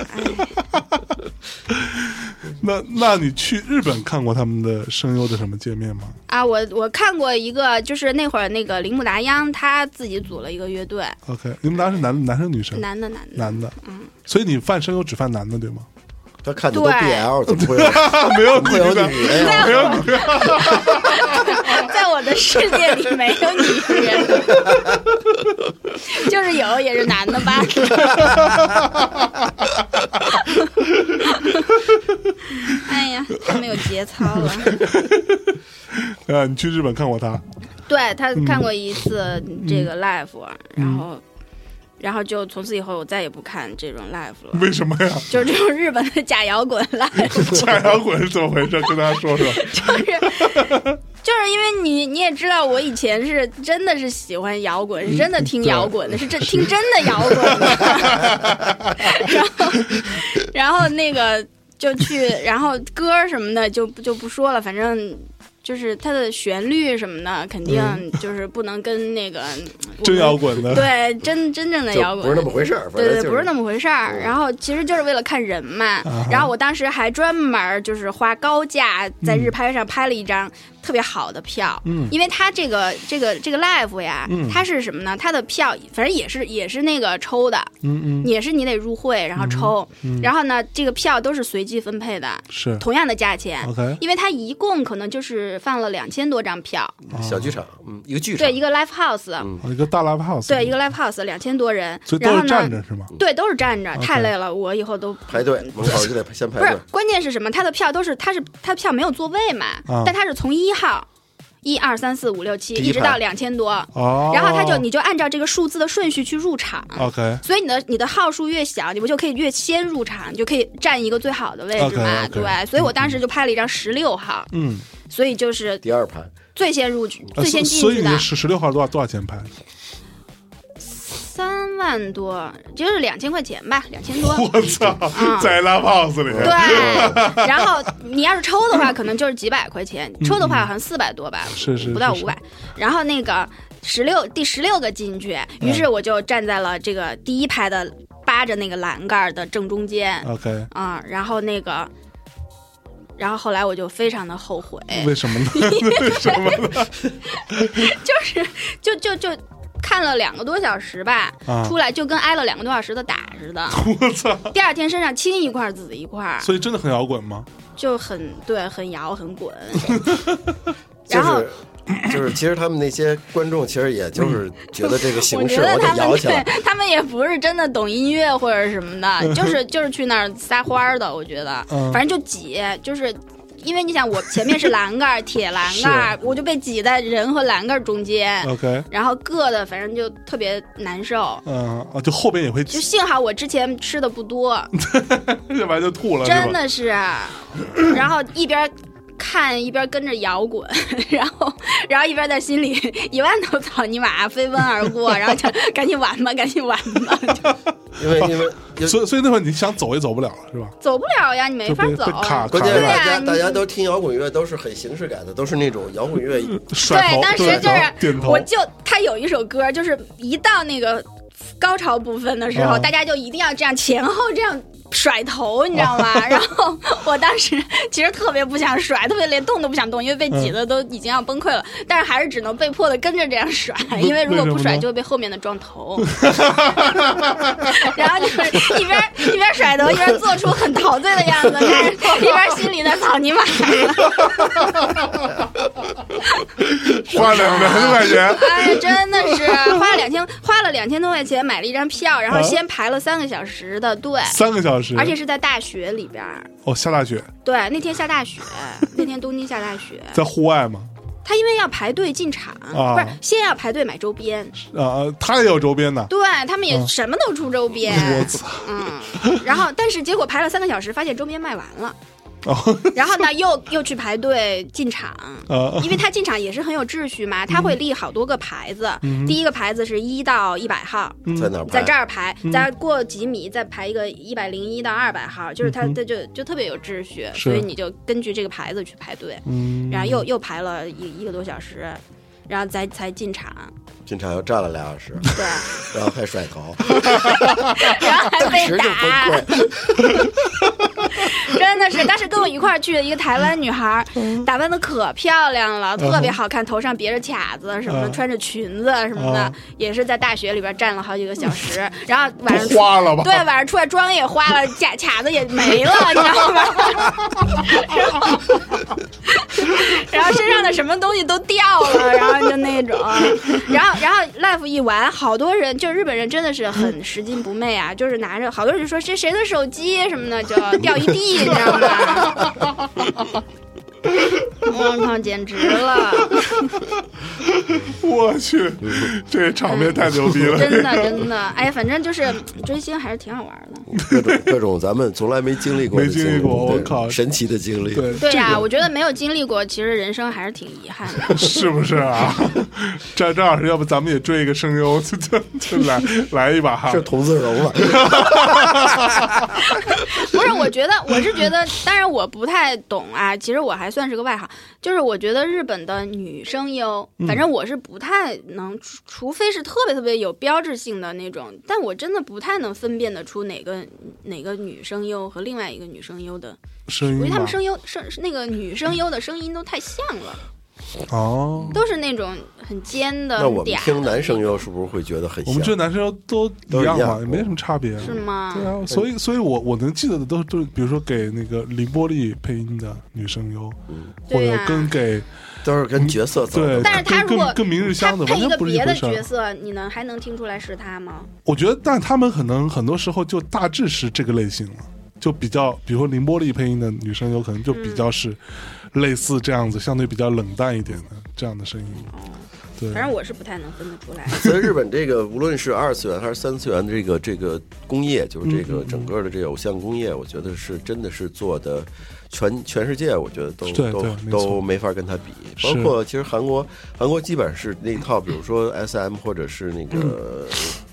S1: 那那你去日本看过他们的声优的什么界面吗？
S3: 啊，我我看过一个，就是那会儿那个铃木达央他自己组了一个乐队，
S1: OK，你们俩是男男生女生？
S3: 男的嗯男的，
S1: 男的，所以你犯声优只犯男的对 吗？
S2: 他看的都
S3: 对
S2: BL，怎么会有
S1: 没有
S2: 怎么会有
S1: 女的，
S2: 女的呀？
S1: 没有女 的，
S3: 在我的世界里没有女人，就是有也是男的吧。哎呀，太没有节操啊了。
S1: 呃，你去日本看过他？
S3: 对他看过一次这个 live，、然后。然后就从此以后，我再也不看这种 live 了，
S1: 为什么呀？
S3: 就是这种日本的假摇滚 live，
S1: 假摇滚是怎么回事？跟大家说说。
S3: 就是因为你你也知道，我以前是真的是喜欢摇滚，是真的听摇滚
S2: 嗯
S3: 的，是真听真的摇滚 的。然后，然后那个就去，然后歌儿什么的就不就不说了，反正。就是它的旋律什么的，肯定
S2: 嗯
S3: 就是不能跟 那个我
S1: 真
S3: 们
S1: 摇滚的，
S3: 对真真正的摇
S2: 就
S3: 滚
S2: 不是那么回事儿，反
S3: 对
S2: 正
S3: 对，
S2: 就
S3: 不是那么回事儿。然后其实就是为了看人嘛。
S1: 嗯啊哈
S3: 然后我当时还专门儿就是花高价在
S1: 嗯
S3: 日拍上拍了一张特别好的票，
S1: 嗯
S3: 因为它这个这个这个 live 呀，
S1: 嗯
S3: 它是什么呢？它的票反正也是也是那个抽的，
S1: 嗯嗯，
S3: 也是你得入会然后抽，
S1: 嗯
S3: 然后呢这个票都是随机分配的，
S1: 是
S3: 同样的价钱。
S1: OK，
S3: 因为它一共可能就是放了两千多张票，
S1: 哦
S2: 小剧场，嗯，一个剧场
S3: 对一，个 live house，、
S1: 一个大 live house，
S3: 对一个，live house 两千多人
S1: 所，以
S3: 然
S1: 都
S3: 后
S1: 是站
S3: 呢，
S1: 着是吗？
S3: 对都是站着，
S1: 嗯 OK
S3: 太累了，我以后都
S2: 排队门口就得先排
S3: 不是
S2: 队，，
S3: 关键是什么？他的票都是，他是他票没有座位嘛，
S1: 啊
S3: 但他是从一号，一二三四五六七，
S2: 第一
S3: 一直
S2: 排
S3: 到两千多，
S1: 哦，
S3: 然后他就你就按照这个数字的顺序去入场。
S1: OK，
S3: 所以你的你的号数越小，你不就可以越先入场，你就可以占一个最好的位置嘛
S1: OK，OK
S3: 对，所以我当时就拍了一张十六号，
S1: 嗯，
S3: 所以就是
S2: 第二排，
S3: 最先入去、
S1: 呃
S3: 最先
S1: 所
S3: 进
S1: 所以
S3: 去
S1: 你
S3: 的
S1: 十十六号多少多少钱 拍？
S3: 三万多，就是两千块钱吧，两千多。
S1: 我操， 在 live house 里，
S3: 嗯 对，然后你要是抽的话，可能就是几百块钱，抽的话好像四百多吧，
S1: 嗯是是
S3: 不到
S1: 是
S3: 五百。然后那个十六第十六个进去，
S1: 嗯
S3: 于是我就站在了这个第一排的扒着那个栏杆儿的正中间
S1: OK，
S3: 啊、然后那个。然后后来我就非常的后悔，
S1: 为什么 呢？为什么呢？
S3: 就是就就就看了两个多小时吧，
S1: 啊
S3: 出来就跟挨了两个多小时的打似的。
S1: 我操！
S3: 第二天身上青一块儿紫一块儿，
S1: 所以真的很摇滚吗？
S3: 就很对，很摇很滚。
S2: 就
S3: 然后
S2: 是就是其实他们那些观众其实也就是觉得这个
S3: 我
S2: 形
S3: 觉
S2: 式
S3: 得
S2: 我
S3: 他
S2: 得摇
S3: 们
S2: 起来
S3: 对，他们也不是真的懂音乐或者什 么的，就是就是去那儿撒欢儿的。我觉得
S1: 嗯，
S3: 反正就挤，就是因为你想，我前面是栏杆儿，铁栏 杆儿，我就被挤在人和栏杆儿中间，
S2: 嗯
S1: OK，
S3: 然后硌的，反正就特别难受。
S1: 嗯啊，就后边也会
S3: 就
S1: 挤，
S3: 幸好我之前吃的不多，
S1: 要不然 就吐了，啊是吧
S3: 真的是， 然后一边看一边跟着摇滚， 然后然后一边在心里 一万头草泥马飞奔而过， 然后就赶紧玩吧，赶 紧玩吧，就
S2: 因为因为因为
S1: 所以所以那会儿你想走也走不了了，是吧？
S3: 走不了呀，你没
S1: 就
S3: 法
S1: 被
S3: 走
S1: 被。卡
S2: 关
S1: 卡
S2: 键
S1: 着
S2: 是
S1: 了，
S2: 大家
S3: 对啊
S2: 大家都听摇滚乐都是很形式感的，都是那种摇滚乐
S1: 甩
S3: 对，
S1: 头，
S3: 当时
S1: 对
S3: 就是
S1: 点头
S3: 我，就他有一首歌，就是一到那个高潮部分的时候，
S1: 啊
S3: 大家就一定要这样前后这样。甩头，你知道 吗？然后我当时其实特别不想甩，特别连动都不想动，因为被
S1: 嗯
S3: 挤得都已经要崩溃了。但是还是只能被迫的跟着这样甩，
S1: 为
S3: 因为如果不
S1: 为什么
S3: 甩
S1: 呢
S3: 就会被后面的撞 头。 然后就是 一边一边甩头，一边做出很陶醉的样子，但是一边心里在草泥马。
S1: 花两两千块 钱，
S3: 哎，真的 是花了两千，花了两千多块钱买了一张票，然后
S1: 啊
S3: 先排了三个小时的队，
S1: 三个小时，
S3: 而且是在大学里边儿。
S1: 哦下大雪，
S3: 对，那天下大雪，那天东京下大雪。
S1: 在户外嘛，
S3: 他因为要排队进场，
S1: 啊
S3: 不是先要排队买周边，
S1: 啊，呃他也有周边呢，
S3: 对他们也
S1: 啊
S3: 什么都出周边。
S1: 我操，
S3: 嗯，然后但是结果排了三个小时，发现周边卖完了，
S1: 哦
S3: 然后呢又又去排队进场。
S1: 呃
S3: 因为他进场也是很有秩序嘛，他会立好多个牌子，
S1: 嗯
S3: 第一个牌子是一到一百号，
S2: 在哪儿
S3: 在
S2: 拍
S3: 这，儿排，
S2: 嗯
S3: 再过几米再排一个一百零一到二百号，就是
S2: 嗯
S3: 它它就就特别有秩序，
S1: 是
S3: 所以你就根据这个牌子去排队，
S1: 嗯，
S3: 然后又又排了一一个多小时，然后才才进场，
S2: 进场又站了俩小时，
S3: 对，
S2: 然后还甩头，
S3: 然后还
S2: 当时
S3: 被
S2: 就崩
S3: 打，
S2: 溃。
S3: 真的是，当时跟我一块儿去的一个台湾女孩，
S2: 嗯
S3: 打扮的可漂亮了，特别好看，头上别着卡子什么的，
S1: 嗯
S3: 穿着裙子什么的
S1: 嗯，
S3: 也是在大学里边站了好几个小时，
S2: 嗯
S3: 然后晚上
S1: 都花了吧？
S3: 对，晚上出来妆也花了，假卡子也没了，你知道吗？ 然后，然后身上的什么东西都掉了，然后就那种，然后然后 life 一完，好多人就日本人真的是很拾金不昧啊，就是拿着好多人就说谁谁的手机什么的就掉一地，你知道吗？我靠，简直了！
S1: 我去，这场面太牛逼了，
S3: 真的真的，哎呀，反正就是追星还是挺好玩的。
S2: 各种各种咱们从来没经历过的
S1: 没经
S2: 经历，
S1: 历过我
S2: 对
S1: 靠
S2: 神奇的经历。
S1: 对
S3: 对
S1: 这
S3: 呀、
S1: 个
S3: 我觉得没有经历过，其实人生还是挺遗憾的。
S1: 是不是 啊？张张老师，要不咱们也追一个声优，就就就来来一把哈
S2: 是。童自 荣了，
S3: 不是，我觉得我是觉得，当然我不太懂啊。 其实我还算是个外行，就是我觉得日本的女声优，反正我是不太能，除除非是特别特别有标志性的那种，但我真的不太能分辨得出哪个哪个女声优和另外一个女声优的。
S1: 声
S3: 我觉
S1: 音
S3: 得他
S1: 吧
S3: 们声优声那个女声优的声音都太像了，
S1: 哦，
S3: 都是那种很尖的、
S2: 嗯那
S3: 很
S2: 我们
S3: 嗲
S2: 听
S3: 的
S2: 男声优是不是会觉得很
S1: 我们这
S2: 像？
S1: 男生都一样嘛，
S2: 都一样
S1: 也没什么差别。
S3: 是吗？
S1: 对啊，所以所以我我能记得的都是都是，比如说给那个林波丽配音的女声优，或
S3: 嗯对啊
S1: 者
S3: 呀
S1: 跟给
S2: 都是跟角色走
S1: 对
S2: 的。
S3: 但是他
S1: 跟
S3: 如果
S1: 跟跟明日
S3: 他
S1: 香的完
S3: 配一
S1: 全
S3: 个
S1: 不是一
S3: 别的
S1: 回事
S3: 角
S1: 儿。
S3: 色，你能还能听出来是他吗？
S1: 我觉得，但他们可能很多时候就大致是这个类型了，就比较，比如说林波丽配音的女生，有可能就
S3: 嗯
S1: 比较是类似这样子，相对比较冷淡一点的这样的声音。对，
S3: 哦反正我是不太能分得出来。
S2: 所以日本这个无论是二次元还是三次元的这个这个工业，就是这
S1: 嗯
S2: 个整个的这个偶像工业，我觉得是真的是做的全全世界，我觉得都
S1: 对
S2: 都
S1: 对没错
S2: 都没法跟他比。
S1: 是
S2: 包括其实韩国，韩国基本上是那一套，比如说 S M 或者是那个。
S1: 嗯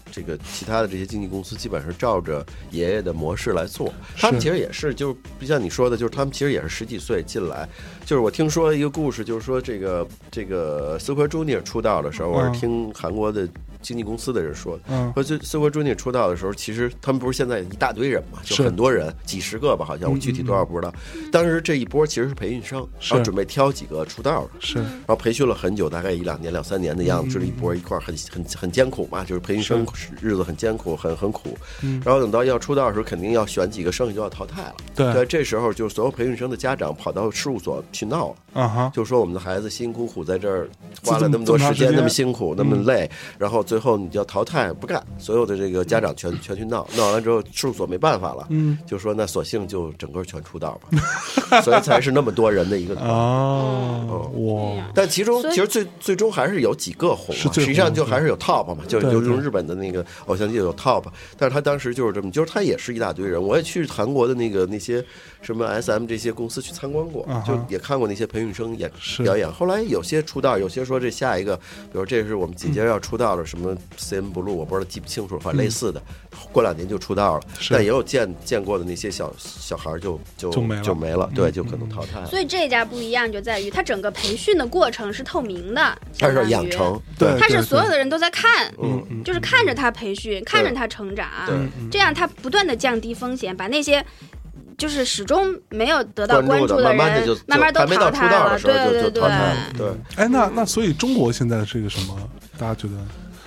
S2: 这个其他的这些经纪公司基本上照着爷爷的模式来做，他们
S1: 是
S2: 其实也是，就是不像你说的，就是他们其实也是十几岁进来。就是我听说一个故事，就是说这个这个 Super Junior 出道的时候，我
S1: 嗯
S2: 是听韩国的经纪公司的人说，
S1: 嗯
S2: 说就 Super Junior 出道的时候，其实他们不是现在一大堆人嘛，就是很多人，几十个吧，好像我具体多少不知道。当时这一波其实是培训生，
S1: 是
S2: 然后准备挑几个出道的，
S1: 是
S3: 嗯
S2: 然后培训了很久，大概一两年、两三年的样子，这一波一块儿很很很艰苦嘛，就是培训生日子很艰苦，很很苦。然后等到要出道的时候，肯定要选几个剩下就要淘汰了。
S1: 对
S2: 对，这时候就所有培训生的家长跑到事务所去闹了。
S1: 啊哈，
S2: 就说我们的孩子辛辛苦苦在这儿
S1: 这
S2: 花了那么多
S1: 这么长
S2: 时
S1: 时间
S2: 间，那么辛苦，那么累，然后最后你就要淘汰，不干，所有的这个家长全全去闹，闹完了之后事务所没办法了，就说那索性就整个全出道吧，所以才是那么多人的一个。
S1: 哦，
S3: 嗯
S1: 哇，
S2: 但其中
S3: 所以
S2: 其实最最终还是有几个红
S1: 是
S2: 了，
S1: 最红的
S2: 实际上就还是有 top 嘛，就
S1: 对
S2: 就
S1: 对
S2: 用日本的那个偶像剧有 top，但是他当时就是这么，就是他也是一大堆人，我也去韩国的那个那些什么 SM 这些公司去参观过
S1: 啊哈，
S2: 就也看过那些培训生演
S1: 是
S2: 表演。后来有些出道，有些说这下一个，比如这是我们
S1: 嗯
S2: 紧接着要出道的什么 CM Blue，我不知道记不清楚了，反正类似的，过两年就出道了，
S1: 是
S2: 但也有见见过的那些小小孩儿就就
S1: 就没了嗯
S2: 就没了，对，就可能淘汰了。
S3: 嗯所以这家不一样就在于，它整个培训的过程是透明的，
S2: 但是
S3: 相当于
S2: 养成，
S1: 对
S3: 他是所有的人都在看，
S1: 嗯
S3: 就是看着他培训，看着他成长啊
S2: 对嗯，
S3: 这样他不断的降低风险，把那些。就是始终没有得到关
S2: 关
S3: 注
S2: 的，慢
S3: 人，
S2: 慢的就
S3: 慢慢都
S2: 还没
S3: 淘
S2: 到出
S3: 汰
S2: 道的
S3: 了。
S2: 时候就
S3: 对对
S2: 就
S3: 对
S2: 淘汰了。对，
S1: 哎，那那所以中国现在是一个什么？大家觉得？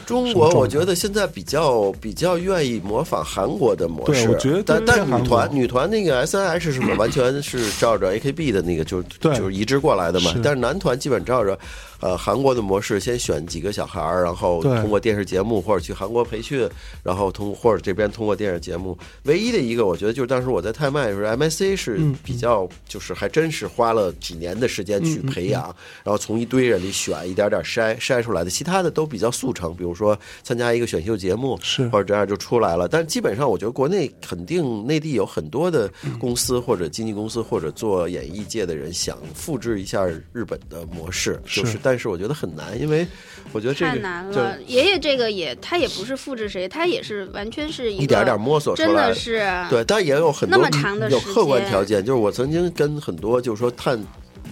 S2: 中
S1: 什么
S2: 国
S1: 状
S2: 我
S1: 态
S2: 觉得现在比较比较愿意模仿韩国的模式，
S1: 对我觉得
S2: 但
S1: 跟
S2: 但
S1: 韩国
S2: 女团女团那个 S N H 是完全是照着 A K B 的那个就
S1: 对
S2: 就是移植过来的嘛
S1: 是，
S2: 但是男团基本照着呃韩国的模式，先选几个小孩儿，然后
S1: 对
S2: 通过电视节目或者去韩国培训，然后通或者这边通过电视节目，唯一的一个我觉得就是当时我在泰麦的时候，M I C 是
S1: 嗯
S2: 比较就是还真是花了几年的时间去培养，然后从一堆人里选一点点筛筛出来的，其他的都比较速成，比如说参加一个选秀节目，
S1: 是
S2: 或者这样就出来了。但基本上我觉得国内肯定内地有很多的公司或者经纪公司或者做演艺界的人想复制一下日本的模式，就是是但是我觉得很难，因为我觉得这个
S3: 太难
S2: 就
S3: 了，爷爷这个也，他也不是复制谁，他也是完全是一
S2: 一点
S3: 个
S2: 点摸索出
S3: 真
S2: 来
S3: 的
S2: 的
S3: 是啊
S2: 对，但也有很多
S3: 那么长的
S2: 有
S3: 时
S2: 客观
S3: 间
S2: 条件，就是我曾经跟很多就是说探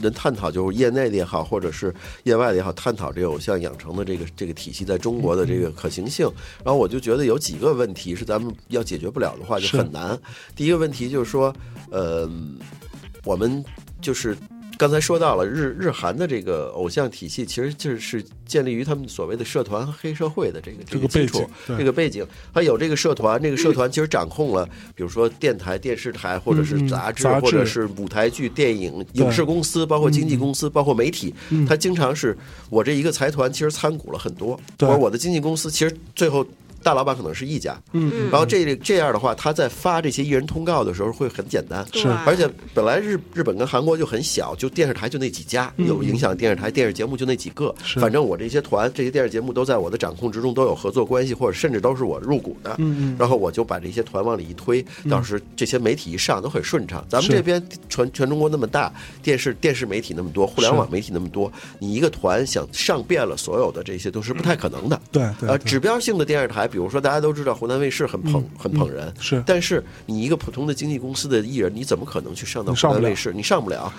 S2: 人探讨，就是业内的也好，或者是业外的也好，探讨这个偶像养成的这个这个体系在中国的这个可行性。然后我就觉得有几个问题是咱们要解决不了的话，就是很难。第一个问题就是说，呃，我们就是。刚才说到了日日韩的这个偶像体系，其实就是建立于他们所谓的社团和黑社会的这个
S1: 这
S2: 这
S1: 个
S2: 基
S1: 背
S2: 础
S1: 景，对
S2: 这个背景，它有这个社团，这个社团其实掌控了，比如说电台、电视台，或者是杂
S1: 嗯
S2: 志，
S1: 杂志
S2: 或者是舞台剧、电影、
S1: 对
S2: 影视公司，包括经纪公
S1: 嗯
S2: 司，包括媒体，它经常是我这一个财团其实参股了很多，
S1: 对
S2: 或者我的经纪公司其实最后。大老板可能是一家，
S1: 嗯
S2: 然后这这样的话，他在发这些艺人通告的时候会很简单，
S1: 是
S2: 而且本来日日本跟韩国就很小，就电视台就那几家有影响，电视台电视节目就那几个，
S1: 嗯是
S2: 反正我这些团这些电视节目都在我的掌控之中，都有合作关系，或者甚至都是我入股的。
S1: 嗯嗯，
S2: 然后我就把这些团往里一推，到时这些媒体一上都很顺畅。咱们
S1: 是
S2: 这边全全中国那么大，电视电视媒体那么多，互联网媒体那么多，你一个团想上遍了所有的这些都是不太可能的。
S1: 对对，
S2: 呃，
S1: 对
S2: 指标性的电视台，比如说大家都知道湖南卫视很捧、很捧人，
S1: 嗯是
S2: 但是你一个普通的经纪公司的艺人，你怎么可能去上到
S1: 你上
S2: 湖
S1: 不
S2: 南
S1: 了
S2: 卫视？你上不了。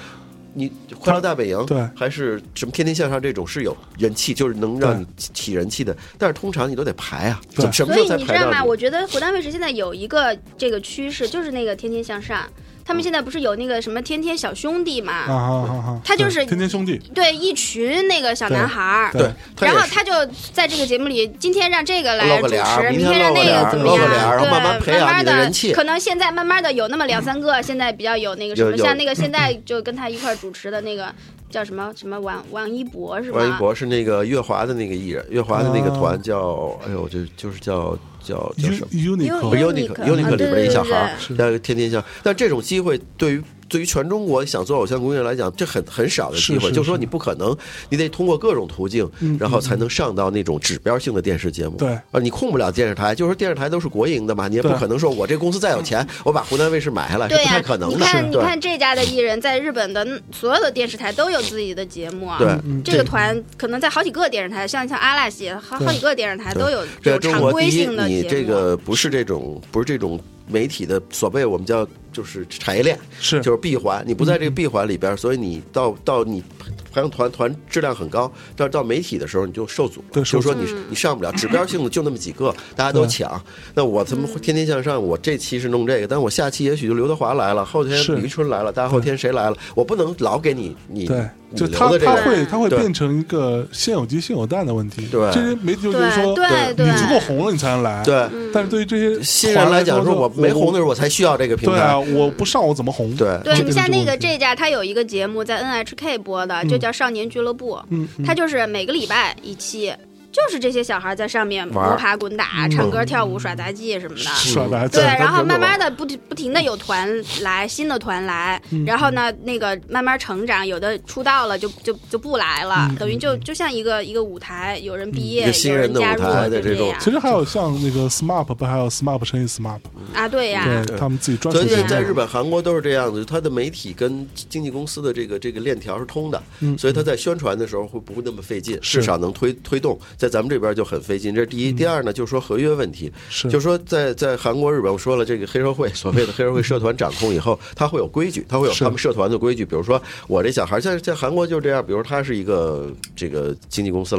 S2: 你快乐大本营
S1: 对
S2: 还是什么天天向上这种是有人气，就是能让
S1: 对
S2: 你起起人气的，但是通常你都得排啊，
S1: 对
S2: 怎么什么时
S3: 所
S2: 候
S3: 以
S2: 才
S3: 你知
S2: 排
S3: 道吗？
S2: 到你？
S3: 我觉得湖南卫视现在有一个这个趋势，就是那个《天天向上》，他
S2: 嗯
S3: 们现在不是有那个什么“天天小兄弟”嘛？
S1: 啊哈哈哈，
S3: 他就
S1: 对
S3: 是
S1: 天天兄弟，
S3: 对，一群那个小男孩儿。
S1: 对
S2: 对，他也
S3: 然后
S2: 是
S3: 他就在这个节目里，今天让这个来
S2: 露
S3: 主
S2: 个脸儿
S3: 持，
S2: 明
S3: 明
S2: 天
S3: 让
S2: 露
S3: 那
S2: 个脸
S3: 个
S2: 儿
S3: 怎
S2: 露
S3: 么
S2: 个
S3: 样？
S2: 脸儿然后
S3: 对，
S2: 慢慢培养你的
S3: 慢
S2: 人气
S3: 可能现在慢慢的有那么两三个，现在比较有那个什
S2: 有
S3: 么，
S2: 有
S3: 像那个 现在就跟他一块儿主持的那个叫什么什么王王一博是吗？
S2: 王一博是那个月华的那个艺人，月华的那个
S1: 啊
S2: 团叫，哎呦，就就是叫叫叫什么？
S1: U Uniqlo，
S2: 不是
S3: Unique
S2: Unique Unique
S3: 啊
S2: 里
S3: 对
S2: 边的一小孩儿
S1: 对对，
S2: 那个天天向。但这种机会对于对于全中国想做偶像工业来讲，这很很少的机
S1: 是
S2: 会。
S1: 是嗯
S2: 就说你不可能，你得通过各种途径，然后才能上到那种指标性的电视节目。
S1: 对
S2: 啊，你控不了电视台，就是电视台都是国营的嘛，你也不
S1: 对嗯
S2: 可能说我这公司再有钱，我把湖南卫视买下来，是
S3: 对
S2: 不
S3: 呀、
S2: 太可能
S3: 你
S2: 的。
S3: 看，你
S2: 对。
S3: 看这家的艺人，在日本的所有的电视台都有自己的节目啊。
S2: 对嗯
S3: 这个团可能在好几个电视台，像像阿拉西，好
S1: 对
S3: 好几个电视台
S2: 对
S3: 都有
S2: 这
S3: 有
S2: 个中
S3: 常
S2: 国第
S3: 规
S2: 一，
S3: 性的节目。啊
S2: 你这个不是这种不是这种媒体的所谓我们叫就是产业链，
S1: 是嗯
S2: 就是闭环，你不在这个闭环里边，所以你到到你排行团团质量很高，但是到媒体的时候你就受阻了，
S1: 对
S2: 就
S1: 受
S2: 是
S1: 阻
S2: 说你
S3: 嗯
S2: 你上不了，指标性的就那么几 个，大家都抢。那我他妈天天向上，我这期是弄这个，但我下期也许就刘德华来了，后天
S1: 是
S2: 李宇春来了，大后天谁来了，我不能老给你你
S1: 对，
S2: 你
S1: 就
S2: 留
S1: 它
S2: 的这
S1: 它
S2: 个。
S1: 会它会
S2: 对
S1: 变成一个先有鸡先有蛋的问题。
S2: 对
S1: 这些媒体就觉得说，
S3: 对
S1: 你足够红了你才能来。
S2: 对，
S3: 嗯
S1: 但是对于这些
S2: 新人来讲，
S1: 说
S2: 说我没红的时候，我才需要这个平
S1: 对啊，
S2: 台。
S1: 我不上我怎么红？
S2: 对
S1: 这
S3: 对
S1: 就
S3: 你
S1: 是
S3: 像那个
S1: 问题
S3: 这家，他有一个节目在 NHK 播的，就叫《少年俱乐部》，
S1: 嗯嗯
S3: 他就是每个礼拜一期，就是这些小孩在上面
S2: 玩
S3: 摸
S2: 儿
S3: 爬滚打、唱歌、跳舞、耍杂技什么的。
S1: 耍白
S3: 对，
S1: 菜
S2: 他
S3: 然后
S2: 真的
S3: 慢慢的不停不停的有团来，新的团来，
S1: 嗯
S3: 然后呢，那个慢慢成长，有的出道了就就就不来了，
S1: 嗯
S3: 等于就就像一个一个舞台，有人毕业，
S2: 一个新
S3: 有
S2: 人的
S3: 加
S2: 舞
S3: 入，
S2: 台的
S3: 就
S2: 这种
S3: 样
S1: 其实还有像那个 SMAP，不还有 SMAP 生意 SMAP，
S3: 啊，对呀、
S1: 对他们自己专属
S2: 所以
S1: 节目
S2: 在日本、韩国都是这样子，它的媒体跟经纪公司的这个这个链条是通的，所以它在宣传的时候会不会那么费劲，
S1: 嗯是
S2: 至少能
S1: 嗯
S2: 推推动。在咱们这边就很费劲，这是第一。第二呢，就是说合约问题，
S1: 是
S2: 就说在在韩国、日本，我说了这个黑社会，所谓的黑社会社团掌控以后，它会有规矩，它会有
S1: 是
S2: 他们社团的规矩。比如说我这小孩，在在韩国就是这样，比如他是一个这个经纪公司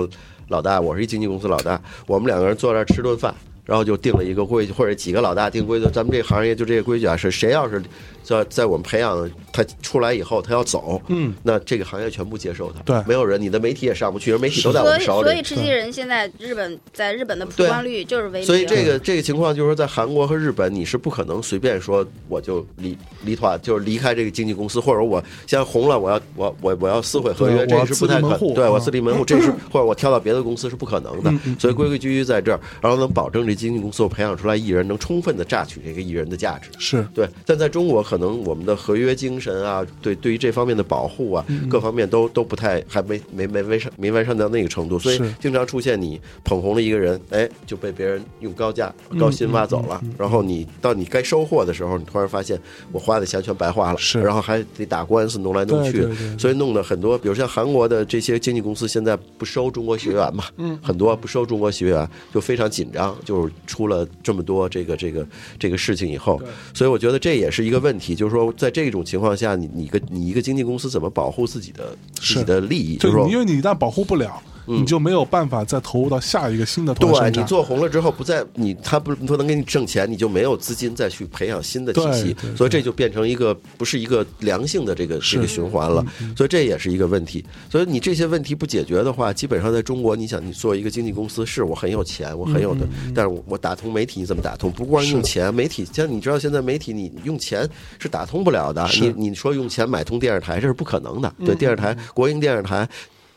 S2: 老大，我是一经纪公司老大，我们两个人坐这儿吃顿饭。然后就定了一个规矩，或者几个老大定规矩。咱们这个行业就这个规矩啊，是谁要是在在我们培养他出来以后，他要走，嗯，那这个行业全部接受他，
S1: 对
S2: 没有人，你的媒体也上不去，人媒体都在我
S3: 所
S2: 们
S3: 以
S2: 手
S3: 所以
S2: 里。
S3: 吃鸡人现在日本在日本的曝
S2: 对
S3: 光率就是为零，
S2: 所以这个这个情况就是说，在韩国和日本，你是不可能随便说我就离离团，就是离开这个经纪公司，或者我现在红了，我要我我我要撕毁合约，
S1: 对我
S2: 这
S1: 要
S2: 是不太
S1: 自立门
S2: 可
S1: 户
S2: 对
S1: 嗯
S2: 我自立门户， 这是或者我跳到别的公司是不可能的。
S1: 嗯
S2: 所以规规矩矩在这儿，然后能保证这经纪公司我培养出来艺人能充分的榨取这个艺人的价值。
S1: 是
S2: 对，但在中国，可能我们的合约精神啊，对对于这方面的保护啊，
S1: 嗯
S2: 各方面都都不太还没没没完善没完善到那个程度，所以
S1: 是
S2: 经常出现你捧红了一个人，哎，就被别人用高价
S1: 嗯
S2: 高薪挖走了，然后你到你该收获的时候，你突然发现我花的钱全白花了，
S1: 是
S2: 然后还得打官司弄来弄
S1: 对
S2: 去
S1: 对对，
S2: 所以弄得很多，比如像韩国的这些经纪公司现在不收中国学员嘛，嗯，很多不收中国学员就非常紧张，就是出了这么多这个这个这个事情以后，所以我觉得这也是一个问题，就是说在这种情况下，你你一个你一个经纪公司怎么保护自己的
S1: 是
S2: 自己的利益？就
S1: 就是
S2: 说嗯
S1: 你因为你一旦保护不了，你就没有办法再投入到下一个新的团
S2: 对
S1: 生
S2: 你
S1: 产。
S2: 做红了之后，不再你他不不能给你挣钱，你就没有资金再去培养新的体系
S1: 对对，
S2: 所以这就变成一个不是一个良性的这个这个循环了，
S1: 嗯
S2: 所以这也是一个问题。所以你这些问题不解决的话，基本上在中国，你想你做一个经纪公司，是我很有钱，我很有
S1: 嗯
S2: 的，但是我我打通媒体你怎么打通？不光用钱，媒体像你知道现在媒体你用钱是打通不了的，你你说用钱买通电视台这是不可能的，
S1: 嗯
S2: 对电视台国营电视台。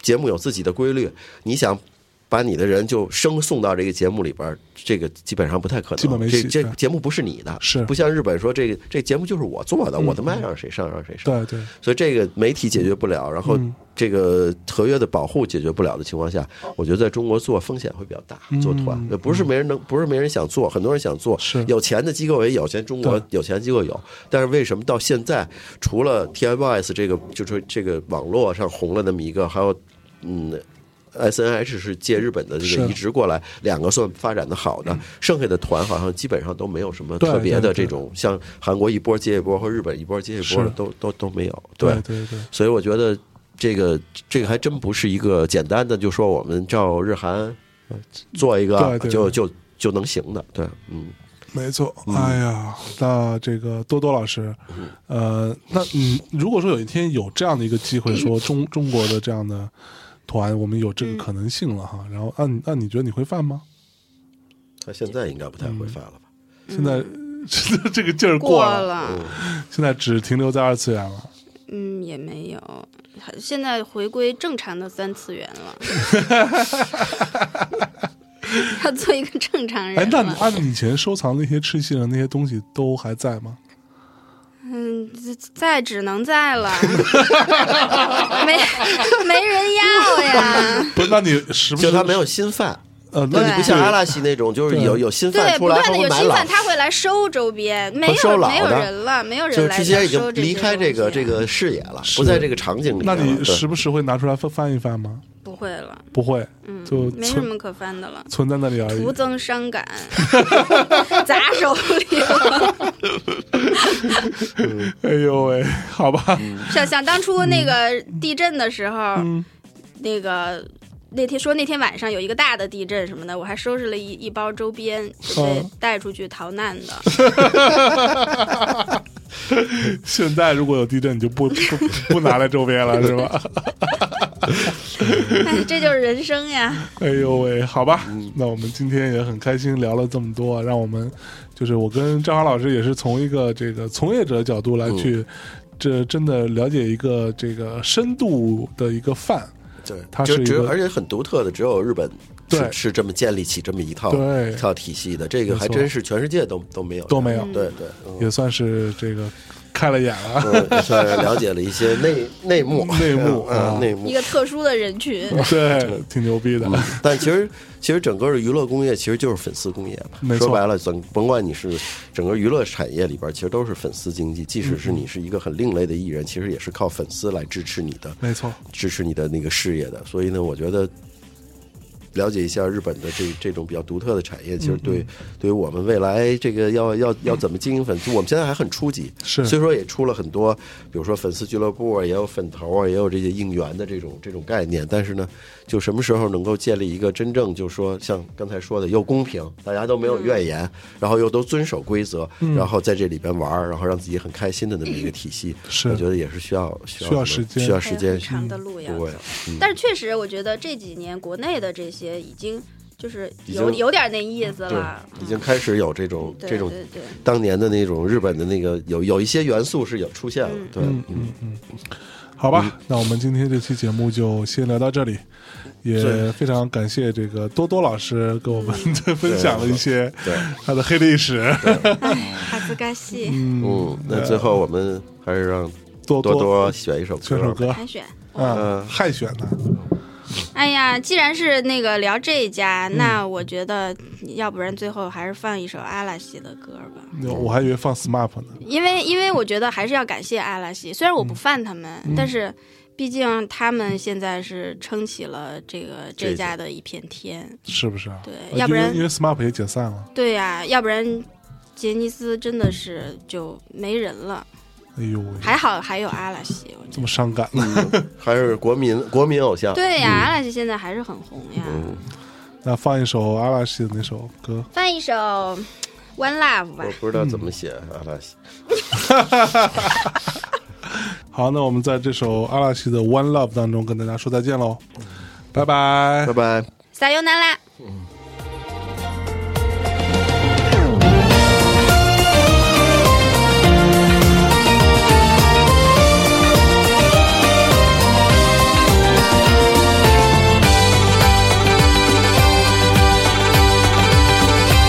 S2: 节目有自己的规律，你想把你的人就生送到这个节目里边儿，这个基本上不太可能。
S1: 基本没戏
S2: 这这
S1: 对
S2: 节目不是你的，
S1: 是嗯
S2: 不像日本说这个这节目就是我做的，我他妈让谁上让谁上。
S1: 对对，
S2: 所以这个媒体解决不了，然后
S1: 嗯
S2: 这个合约的保护解决不了的情况下，我觉得在中国做风险会比较大。
S1: 嗯
S2: 做团不是没人能，不是没人想做，很多人想做，
S1: 是
S2: 有钱的机构也有，现在中国
S1: 对
S2: 有钱机构有，但是为什么到现在除了 TMS 这个就是这个网络上红了那么一个，还有嗯。S N H 是借日本的这个
S1: 是嗯
S2: 移植过来，两个算发展的好的，剩下的团好像基本上都没有什么
S1: 对
S2: 特别的
S1: 对对
S2: 这种，像韩国一波接一波或日本一波接一波的
S1: 是
S2: 都都都没有。
S1: 对对对，
S2: 所以我觉得这个这个还真不是一个简单的，就说我们照日韩呃做一
S1: 对
S2: 个
S1: 对
S2: 就
S1: 对
S2: 就就能行的，对，嗯，
S1: 没错。哎呀，那这个多多老师，
S2: 嗯
S1: 呃，那你如果说有一天有这样的一个机 会，说中中国的这样的团，我们有这个可能性了哈。然后按按你觉得你会犯吗？
S2: 他现在应该不太
S1: 嗯
S2: 会犯了吧？
S1: 现在 这个劲儿
S3: 过
S1: 过了，嗯
S3: 了，
S1: 现在只停留在二次元了。
S3: 嗯，也没有，还现在回归正常的三次元了， 要做一个正常人
S1: 哎，那你
S3: 了。
S1: 按你以前收藏那些吃鸡人那些东西都还在 吗？
S3: 嗯，在只能在了， 没没人要 呀。
S1: 不是，那你时不
S2: 就
S1: 时
S2: 他没有新犯，
S1: 呃，
S2: 那
S1: 那
S2: 你
S1: 你
S2: 不
S3: 对
S2: 像阿拉西那种，就是有有新
S3: 对，
S2: 犯
S3: 不
S2: 出来，
S3: 断
S2: 他
S3: 的
S2: 会
S3: 有
S2: 买
S3: 新
S2: 老
S3: 犯，。他会来收周边，没
S2: 会收
S3: 有
S2: 老
S3: 没有
S2: 的
S3: 人了，没有
S2: 就是
S3: 人来
S2: 这些已经
S3: 收这些
S2: 离开这个
S3: 东西啊
S2: 这个视野了，不在这个场景里
S1: 那
S2: 面了。
S1: 你
S2: 对
S1: 时不时会拿出来翻翻一翻吗？
S3: 不会了，
S1: 不会，
S3: 嗯，
S1: 就哎
S3: 没什
S1: 存
S3: 么可翻的了。
S1: 存在那里而已
S3: 徒。增伤感， 砸手里了。
S1: 哎呦喂，好吧，
S2: 嗯
S3: 想想当初
S1: 嗯
S3: 那个地震的时候，那个那天说那天晚上有一个大的地震什么的，我还收拾了一一包周边，就是
S1: 哦
S3: 带出去逃难的。
S1: 现在如果有地震，你就不不不拿来周边了，是吧？
S3: 哎，这就是人生呀。
S1: 哎呦喂，好吧，那我们今天也很开心聊了这么多，让我们就是我跟张华老师也是从一个这个从业者角度来去，这真的了解一个这个深度的一个范，
S2: 对，
S1: 它
S2: 就是
S1: 一
S2: 只
S1: 个
S2: 有而且很独特的，只有日本
S1: 对
S2: 是是这么建立起这么一套
S1: 对
S2: 一套体系的，这个
S1: 没
S2: 还
S1: 错
S2: 真是全世界都都没有
S1: 都没有
S2: 对对，嗯
S1: 也算是这个开了眼了。
S2: 嗯，也算是了解了一些内内幕
S1: 内幕啊
S2: 嗯内幕
S3: 一。个特殊的人群，
S1: 嗯 对，挺牛逼的。
S2: 但其实，其实整个的娱乐工业其实就是粉丝工业吧
S1: 没。错
S2: 说白了，整甭管你是整个娱乐产业里边，其实都是粉丝经济。即使是你是一个很另类的艺人，其实也是靠粉丝来支持你的，
S1: 没错，
S2: 支持你的那个事业的。所以呢，我觉得了解一下日本的这这种比较独特的产业，其实
S1: 嗯
S2: 对、对于我们未来这个要要要怎么经营粉丝，我们现在还很初级，
S1: 嗯是
S2: 虽说也出了很多，比如说粉丝俱乐部啊，也有粉头啊，也有这些应援的这种这种概念，但是呢，就什么时候能够建立一个真正就说像刚才说的又公平，大家都没有怨
S1: 嗯
S2: 言，然后又都遵守规则，然后在这里边玩儿，然后让自己很开心的那么一个体系，
S1: 是
S2: 我觉得也是需要需要
S1: 需要
S2: 什么
S1: 时间
S2: 需要
S3: 还
S2: 时
S3: 有
S2: 间
S3: 很长的路要走
S2: 对。嗯
S3: 但是确实，我觉得这几年国内的这些已经就是
S2: 已
S3: 有
S2: 经
S3: 有点那意思
S2: 对
S3: 了，，
S2: 已经开始有这种
S3: 嗯对
S2: 这种
S3: 对对，
S2: 当年的那种日本的那个有有一些元素是有出现了，对，嗯，
S1: 好吧，那我们今天这期节目就先聊到这里，也
S2: 对
S1: 非常感谢这个多多老师给我们分享了一些
S2: 对
S1: 他的黑历史。
S3: 哈斯嘎西
S2: 嗯，那最后我们还是让
S1: 多
S2: 多
S1: 多
S2: 多选一首
S1: 选首
S2: 歌吧，
S1: 歌
S3: 海选。
S1: 啊
S2: 嗯，
S1: 还选呢？
S3: 哎呀，既然是那个聊这一家，
S2: 嗯
S3: 那我觉得要不然最后还是放一首阿拉西的歌吧，
S1: 我还以为放 SMAP 呢。
S3: 因为因为我觉得还是要感谢阿拉西，虽然
S2: 嗯
S3: 我不犯他们，但是毕竟他们现在是撑起了这个
S2: 这
S3: 这
S2: 一
S3: 家的一片天。
S1: 是不是啊？
S3: 对
S1: 呃
S3: 要不
S1: 因为
S3: 然
S1: 因为 SMAP 也解散了。
S3: 对呀、要不然杰尼斯真的是就没人了。
S1: 哎呦喂，
S3: 还好还有阿拉西，我觉
S1: 这
S3: 得
S1: 么。伤感。
S2: 还是国民国民偶像，
S3: 对呀、阿拉西现在还是很红呀。
S2: 嗯，
S1: 那放一首阿拉西的那首歌，
S3: 放一首《One Love》吧
S2: 我。不知道怎么写啊阿拉西，
S1: 好，那我们在这首阿拉西的《One Love》当中跟大家说再见喽，
S2: 嗯
S1: 拜拜
S2: 拜。拜。
S3: 撒由那拉。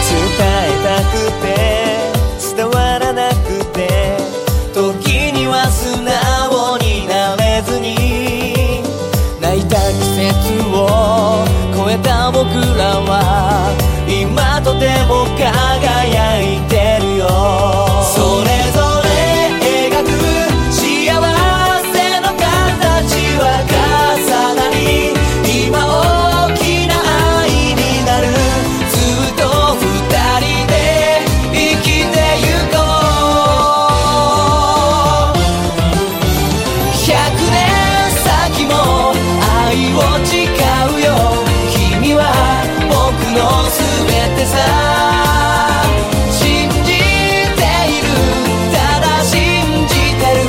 S4: 伝えたくて伝わらなくて時には素直になれずに泣いた季節を超えた僕らは今とても輝いてるよそれぞれ描く幸せの形は重なり今大きな愛になるずっと二人で生きてゆこう100年先も愛を誓うよ君は僕の全てさ信じているただ信じてる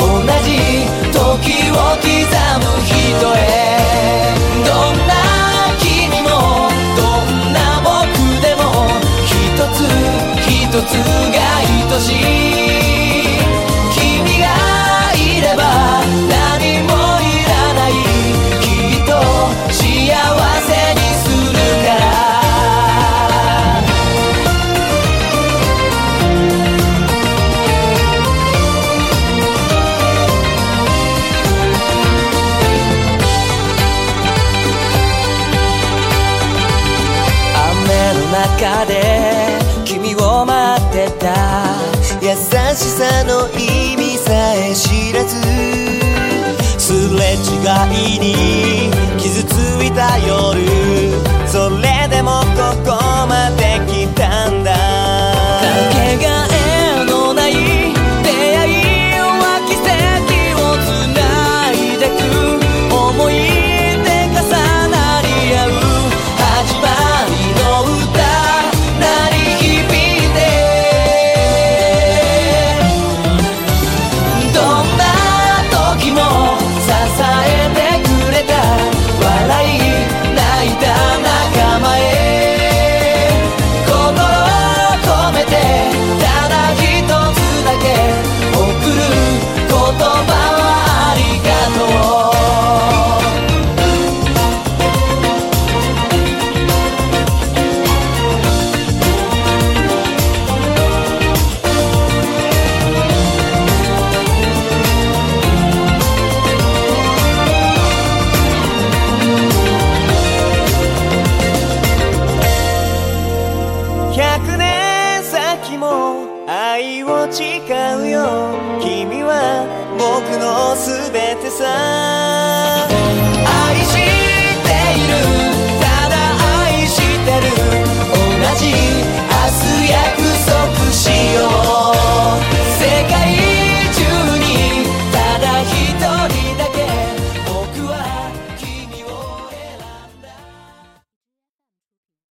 S4: 同じ時を刻む人へどんな君もどんな僕でも一つ一つが愛しい君がいれば何もいらないきっと幸せにするから雨の中で君を待ってた優しさの意味さえ知らずすれ違いに傷つ僕のすべてさ